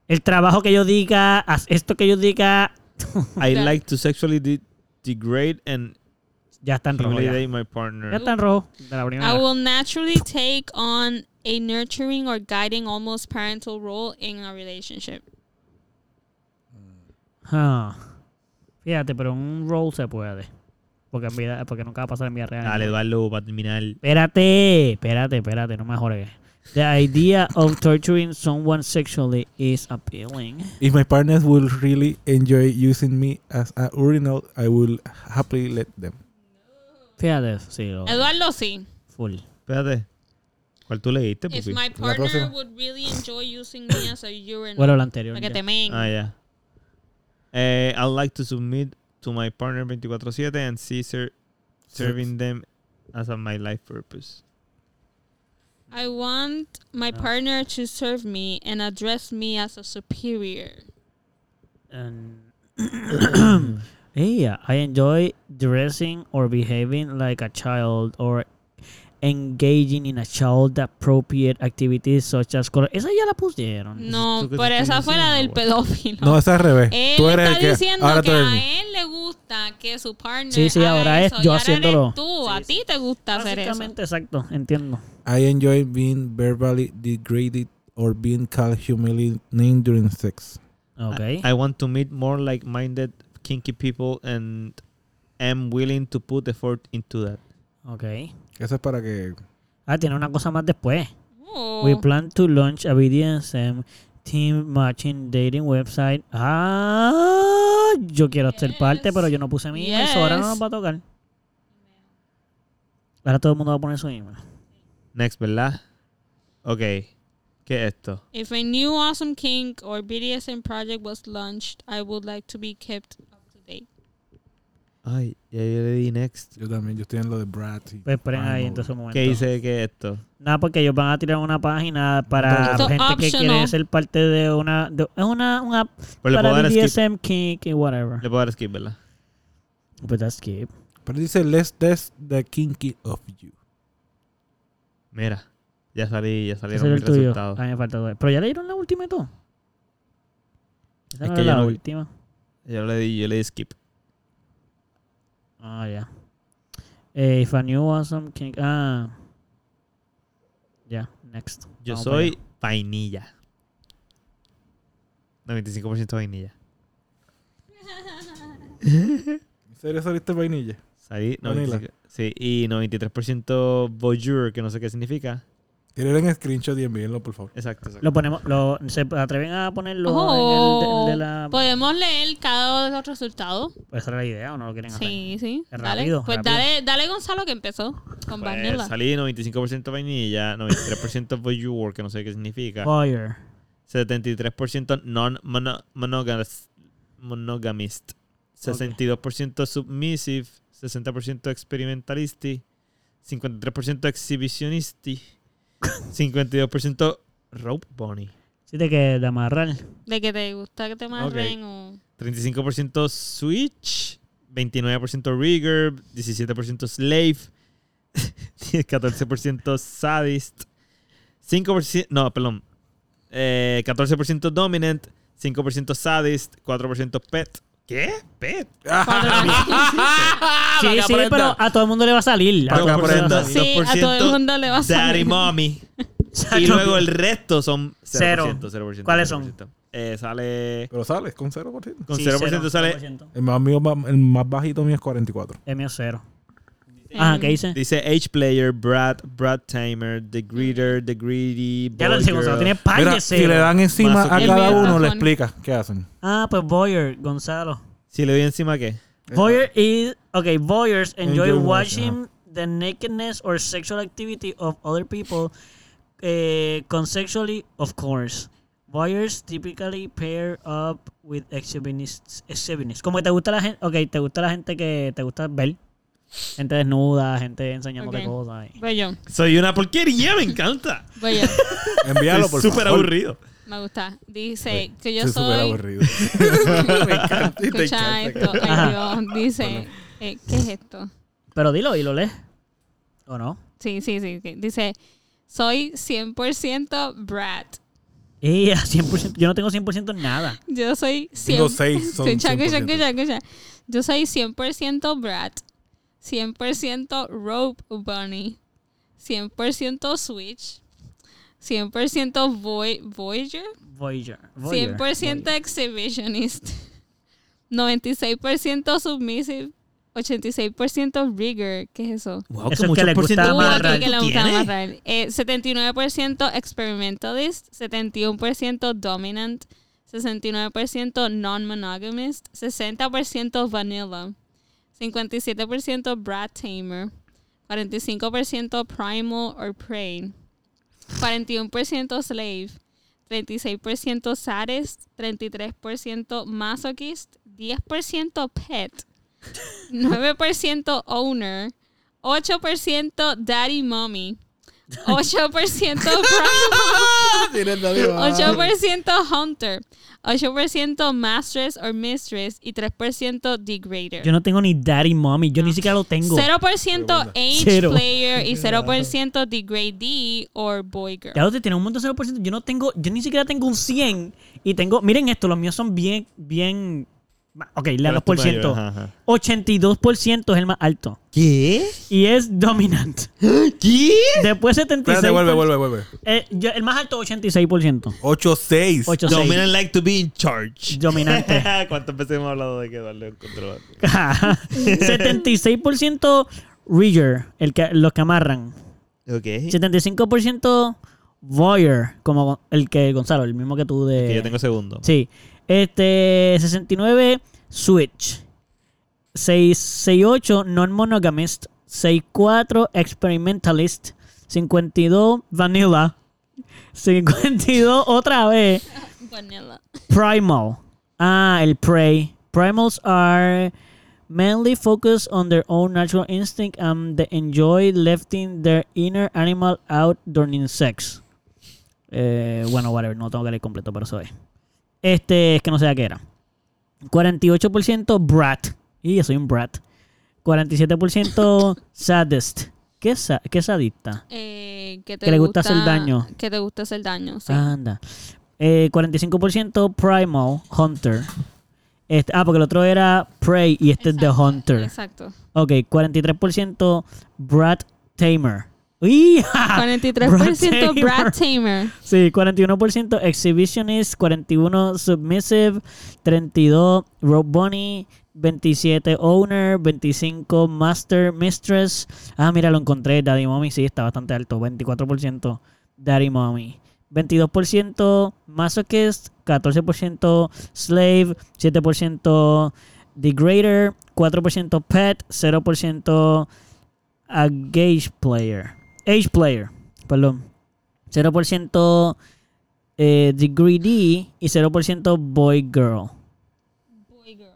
[SPEAKER 1] El trabajo que yo diga, haz esto que yo diga,
[SPEAKER 2] I
[SPEAKER 3] Ya.
[SPEAKER 2] like to sexually de- degrade and
[SPEAKER 1] ya está en rojo. Ya,
[SPEAKER 2] intimidate my
[SPEAKER 1] Ya
[SPEAKER 2] partner.
[SPEAKER 1] está en rojo. De la
[SPEAKER 3] I
[SPEAKER 1] primera.
[SPEAKER 3] will naturally take on a nurturing or guiding, almost parental role in a relationship.
[SPEAKER 1] Ah. Fíjate, pero un roll se puede. Porque, en vida- porque nunca va a pasar en vida real.
[SPEAKER 2] Dale, Eduardo, para terminar.
[SPEAKER 1] Espérate, espérate, espérate, no me jorgues. The idea of torturing someone sexually is appealing.
[SPEAKER 4] If my partners will really enjoy using me as a urinal, I will happily let them.
[SPEAKER 1] Fíjate, sí, lo-
[SPEAKER 3] Eduardo, sí.
[SPEAKER 1] full.
[SPEAKER 2] Espérate. ¿Cuál tú leíste,
[SPEAKER 3] If
[SPEAKER 2] pupi?
[SPEAKER 3] my
[SPEAKER 4] La
[SPEAKER 3] partner
[SPEAKER 4] próxima.
[SPEAKER 3] would really enjoy using me as a urinal.
[SPEAKER 1] Bueno, lo anterior.
[SPEAKER 3] para que
[SPEAKER 1] ya.
[SPEAKER 3] te men.
[SPEAKER 2] Ah, ya. Eh, I like to submit to my partner 24-7 and see ser- serving them as a my life purpose.
[SPEAKER 3] I want my
[SPEAKER 4] Ah.
[SPEAKER 3] partner to serve me and address me as a superior.
[SPEAKER 1] And- yeah, I enjoy dressing or behaving like a child or engaging in a child appropriate activities such as color. Esa ya la pusieron.
[SPEAKER 3] No,
[SPEAKER 2] ¿Tú qué te
[SPEAKER 3] pero
[SPEAKER 2] estoy
[SPEAKER 3] esa fue la del
[SPEAKER 2] diciendo,
[SPEAKER 3] pedófilo.
[SPEAKER 4] No, es al revés.
[SPEAKER 3] Ah. Él
[SPEAKER 4] tú eres
[SPEAKER 3] está
[SPEAKER 4] el que.
[SPEAKER 3] diciendo
[SPEAKER 4] ahora
[SPEAKER 3] que
[SPEAKER 4] tú eres
[SPEAKER 3] a
[SPEAKER 4] mí.
[SPEAKER 3] él le gusta que su partner
[SPEAKER 1] Sí, sí,
[SPEAKER 3] haga
[SPEAKER 1] ahora es
[SPEAKER 3] eso,
[SPEAKER 1] yo
[SPEAKER 3] y ahora eres
[SPEAKER 1] haciéndolo.
[SPEAKER 3] tú, a
[SPEAKER 1] Sí,
[SPEAKER 3] ti te gusta hacer eso.
[SPEAKER 1] Básicamente, exacto, entiendo.
[SPEAKER 4] I enjoy being verbally degraded or being called humiliating during sex.
[SPEAKER 3] Ah,
[SPEAKER 1] Okay.
[SPEAKER 2] I want to meet more like-minded kinky people and am willing to put effort into that.
[SPEAKER 3] ah.
[SPEAKER 1] Okay.
[SPEAKER 4] Eso es para que.
[SPEAKER 1] Ah, tiene una cosa más después.
[SPEAKER 3] Oh.
[SPEAKER 1] We plan to launch a BDSM team matching dating website. Ah, yo quiero hacer parte, pero yo no puse mi email, so ahora no
[SPEAKER 3] Yes.
[SPEAKER 1] nos va a tocar. Ahora todo el mundo va a poner su email.
[SPEAKER 2] Next, ¿verdad? Ok. ¿Qué es esto?
[SPEAKER 3] If a new awesome kink or BDSM project was launched, I would like to be kept up to date.
[SPEAKER 2] Ay, ya yo le di next.
[SPEAKER 4] Yo también, yo estoy en lo de Brad. y-
[SPEAKER 1] Pues esperen ahí
[SPEAKER 4] Ay,
[SPEAKER 1] entonces un momento.
[SPEAKER 2] ¿Qué dice que es esto?
[SPEAKER 1] Nada, porque ellos van a tirar una página para
[SPEAKER 3] Esto
[SPEAKER 1] gente que quiere
[SPEAKER 3] optional.
[SPEAKER 1] ser parte de una... de- Es una, una app
[SPEAKER 2] Pues le puedo
[SPEAKER 1] para
[SPEAKER 2] dar skip.
[SPEAKER 1] BDSM, kink y whatever.
[SPEAKER 2] Le puedo dar skip, ¿verdad?
[SPEAKER 1] But that's skip.
[SPEAKER 4] Pero dice, let's test the kinky of you.
[SPEAKER 2] Mira. Ya salí, ya
[SPEAKER 1] Ese
[SPEAKER 2] salieron
[SPEAKER 1] es
[SPEAKER 2] mis
[SPEAKER 1] el tuyo. Ah.
[SPEAKER 2] resultados.
[SPEAKER 1] A mí me falta dos. Pero ya leyeron la última y todo. Esa
[SPEAKER 2] Es
[SPEAKER 1] no
[SPEAKER 2] que
[SPEAKER 1] era
[SPEAKER 2] yo
[SPEAKER 1] la
[SPEAKER 2] no vi.
[SPEAKER 1] última.
[SPEAKER 2] Yo le di, yo le di skip.
[SPEAKER 1] Ah, ya. Eh, if I knew awesome king. Ah. Ya, next.
[SPEAKER 2] Yo
[SPEAKER 1] Vamos
[SPEAKER 2] soy vainilla. 95% vainilla.
[SPEAKER 4] ¿En serio saliste vainilla?
[SPEAKER 2] Salí
[SPEAKER 4] Vanilla.
[SPEAKER 2] 95 Sí, y 93% voyeur, que no sé qué significa.
[SPEAKER 4] Tienen un screenshot y envíenlo, por favor.
[SPEAKER 2] Exacto, exacto.
[SPEAKER 1] para allá. Lo ponemos. Lo, ¿Se atreven a ponerlo
[SPEAKER 3] Oh,
[SPEAKER 1] en el de, el de la.
[SPEAKER 3] ¿Podemos leer cada uno de los resultados?
[SPEAKER 1] ¿Esa era la idea o no lo quieren hacer?
[SPEAKER 3] Sí, sí.
[SPEAKER 1] Es
[SPEAKER 3] Dale.
[SPEAKER 1] rápido,
[SPEAKER 3] pues
[SPEAKER 1] rápido.
[SPEAKER 3] Dale, dale Gonzalo que empezó
[SPEAKER 2] Pues,
[SPEAKER 3] con Vanilla.
[SPEAKER 2] salí 95% vainilla, 93% voyeur, que no sé qué significa.
[SPEAKER 1] Fire.
[SPEAKER 2] 73% non-monogamist. Monogamist. 62% submissive. 60% experimentalisti. 53% exhibicionisti. 52% rope bunny.
[SPEAKER 1] Sí, de que de amarrar.
[SPEAKER 3] De que te gusta que te marren o...
[SPEAKER 2] 35% switch. 29% rigor. 17% slave. 14% sadist. 5%. No, perdón. Eh, 14% dominant. 5% sadist. 4% pet. ¿Qué? ¿Pet? Ah,
[SPEAKER 1] sí, sí, pero a todo el mundo le va a salir. A
[SPEAKER 4] Para
[SPEAKER 1] todo el
[SPEAKER 4] que
[SPEAKER 1] mundo le va a
[SPEAKER 2] aprenda.
[SPEAKER 1] salir.
[SPEAKER 3] Sí, a todo el mundo le va a
[SPEAKER 2] Daddy
[SPEAKER 3] salir.
[SPEAKER 2] mommy. y
[SPEAKER 1] Exacto.
[SPEAKER 2] luego el resto son 0%.
[SPEAKER 1] Cero.
[SPEAKER 2] 0%,
[SPEAKER 1] ¿Cuáles son?
[SPEAKER 2] 0%. Eh, sale.
[SPEAKER 4] Pero sales con 0%.
[SPEAKER 2] Con
[SPEAKER 1] Sí,
[SPEAKER 2] 0%,
[SPEAKER 1] cero,
[SPEAKER 2] sale.
[SPEAKER 1] 0%.
[SPEAKER 4] El más, mío, el más bajito mío es 44.
[SPEAKER 1] El mío es cero. Ajá, ¿qué dice?
[SPEAKER 2] Dice H player, Brad, Brad timer, the greeter, the greedy.
[SPEAKER 1] Ya lo
[SPEAKER 2] boy
[SPEAKER 1] decimos,
[SPEAKER 2] girl.
[SPEAKER 1] tiene par
[SPEAKER 4] Mira,
[SPEAKER 1] de
[SPEAKER 4] si le
[SPEAKER 1] cero.
[SPEAKER 4] dan encima a
[SPEAKER 2] Masoquista.
[SPEAKER 4] cada
[SPEAKER 3] El mío
[SPEAKER 4] uno,
[SPEAKER 3] está
[SPEAKER 4] le
[SPEAKER 3] con-
[SPEAKER 4] explicas qué hacen.
[SPEAKER 1] Ah, pues Boyer, Gonzalo.
[SPEAKER 2] Si le doy encima, ¿qué?
[SPEAKER 1] Voyeur is okay. Voyeurs enjoy,
[SPEAKER 4] Enjoy watching,
[SPEAKER 1] watching the nakedness or sexual activity of other people eh, consensually, of course. Voyeurs typically pair up with exhibitionists. exhibitionists. Como que te gusta la gente, okay, te gusta la gente que te gusta ver. Gente desnuda, gente enseñándote
[SPEAKER 3] Ok.
[SPEAKER 1] cosas. y-
[SPEAKER 3] Voy Pues yo,
[SPEAKER 2] Soy una porquería, me encanta.
[SPEAKER 3] voy yo.
[SPEAKER 4] Envíalo, por
[SPEAKER 2] Soy súper
[SPEAKER 4] favor.
[SPEAKER 2] aburrido.
[SPEAKER 3] Me gusta. Dice que yo
[SPEAKER 4] Soy súper
[SPEAKER 3] soy
[SPEAKER 4] aburrido.
[SPEAKER 3] Escucha esto. Ay, Dios. Dice, eh, ¿qué es esto?
[SPEAKER 1] Pero dilo y lo lees. ¿O no?
[SPEAKER 3] Sí, sí, sí. ok. Dice, soy 100% brat.
[SPEAKER 1] Y a 100%, yo no tengo 100% nada.
[SPEAKER 3] Yo soy 100%.
[SPEAKER 4] Los seis son
[SPEAKER 3] Escucha, escucha,
[SPEAKER 4] 100%.
[SPEAKER 3] escucha, escucha. Yo soy 100% brat, 100% rope bunny, 100% switch, 100% voy voyager,
[SPEAKER 1] Voyager. voyeur,
[SPEAKER 3] 100% exhibitionist, 96% submissive, 86% rigor. ¿Qué es eso?
[SPEAKER 2] Wow,
[SPEAKER 1] Eso es que le
[SPEAKER 2] por ciento
[SPEAKER 1] gusta
[SPEAKER 3] Uh,
[SPEAKER 1] amarrar.
[SPEAKER 3] aquí que le gusta
[SPEAKER 2] tienes.
[SPEAKER 3] amarrar. Eh, 79% experimentalist, 71% dominant, 69% non-monogamist, 60% vanilla, 57% brat tamer, 45% primal or prey, 41% slave, 36% sadist, 33% masochist, 10% pet, 9% owner, 8% daddy mommy, 8% primal, 8% hunter, 8% mastress or mistress y 3% degrader.
[SPEAKER 1] Yo no tengo ni daddy mommy. Yo ni siquiera lo tengo.
[SPEAKER 3] 0% age
[SPEAKER 1] Cero.
[SPEAKER 3] player y 0% degradee or boy girl.
[SPEAKER 1] Ya usted tiene un montón de 0%. Yo no tengo, yo ni siquiera tengo un 100. Y tengo, miren esto, los míos son bien, bien. Ok, le
[SPEAKER 2] Pero
[SPEAKER 1] a
[SPEAKER 2] es tu mayor,
[SPEAKER 1] 2%.
[SPEAKER 2] ajá, ajá.
[SPEAKER 1] 82% es el más alto.
[SPEAKER 2] ¿Qué?
[SPEAKER 1] Y es dominant.
[SPEAKER 2] ¿Qué?
[SPEAKER 1] Después 76.
[SPEAKER 4] Espérate, vuelve, vuelve, vuelve.
[SPEAKER 1] Eh, yo- el más alto, 86%.
[SPEAKER 4] 8-6.
[SPEAKER 1] 86.
[SPEAKER 2] like to be in charge.
[SPEAKER 1] Dominante.
[SPEAKER 2] ¿Cuántas veces hemos hablado de que darle un control?
[SPEAKER 1] 76% Rigger, el que, los que amarran.
[SPEAKER 2] Ok.
[SPEAKER 1] 75% Voyeur, como el que Gonzalo, el mismo que tú de.
[SPEAKER 2] Que yo tengo segundo.
[SPEAKER 1] Sí. Este, 69, Switch. 668, Non-Monogamist. 64, Experimentalist. 52, Vanilla. 52, otra vez,
[SPEAKER 3] Vanilla.
[SPEAKER 1] Primal. Ah, el Prey. Primals are mainly focused on their own natural instinct and they enjoy lifting their inner animal out during sex. Eh, bueno, whatever, no tengo que leer completo, pero eso es. Este, es que no sé a qué era. 48% brat. Y yo soy un brat. 47% sadist. ¿Qué, es sa- qué es sadista?
[SPEAKER 3] Eh, que te
[SPEAKER 1] Que le gusta hacer daño.
[SPEAKER 3] Que te gusta hacer daño, sí.
[SPEAKER 1] Anda. Eh, 45% primal hunter. Este- ah, porque el otro era prey y este es the hunter.
[SPEAKER 3] Exacto.
[SPEAKER 1] Ok, 43% brat tamer. ¡Hija!
[SPEAKER 3] 43% Brad Tamer.
[SPEAKER 1] Sí, 41% exhibitionist, 41% submissive, 32% rope bunny, 27% owner, 25% master mistress. Ah, mira, lo encontré. Daddy mommy sí está bastante alto, 24% daddy mommy. 22% masochist, 14% slave, 7% degrader, 4% pet, 0% engage player. Age player, perdón. 0% eh, Degree D y 0% Boy Girl.
[SPEAKER 3] Boy girl.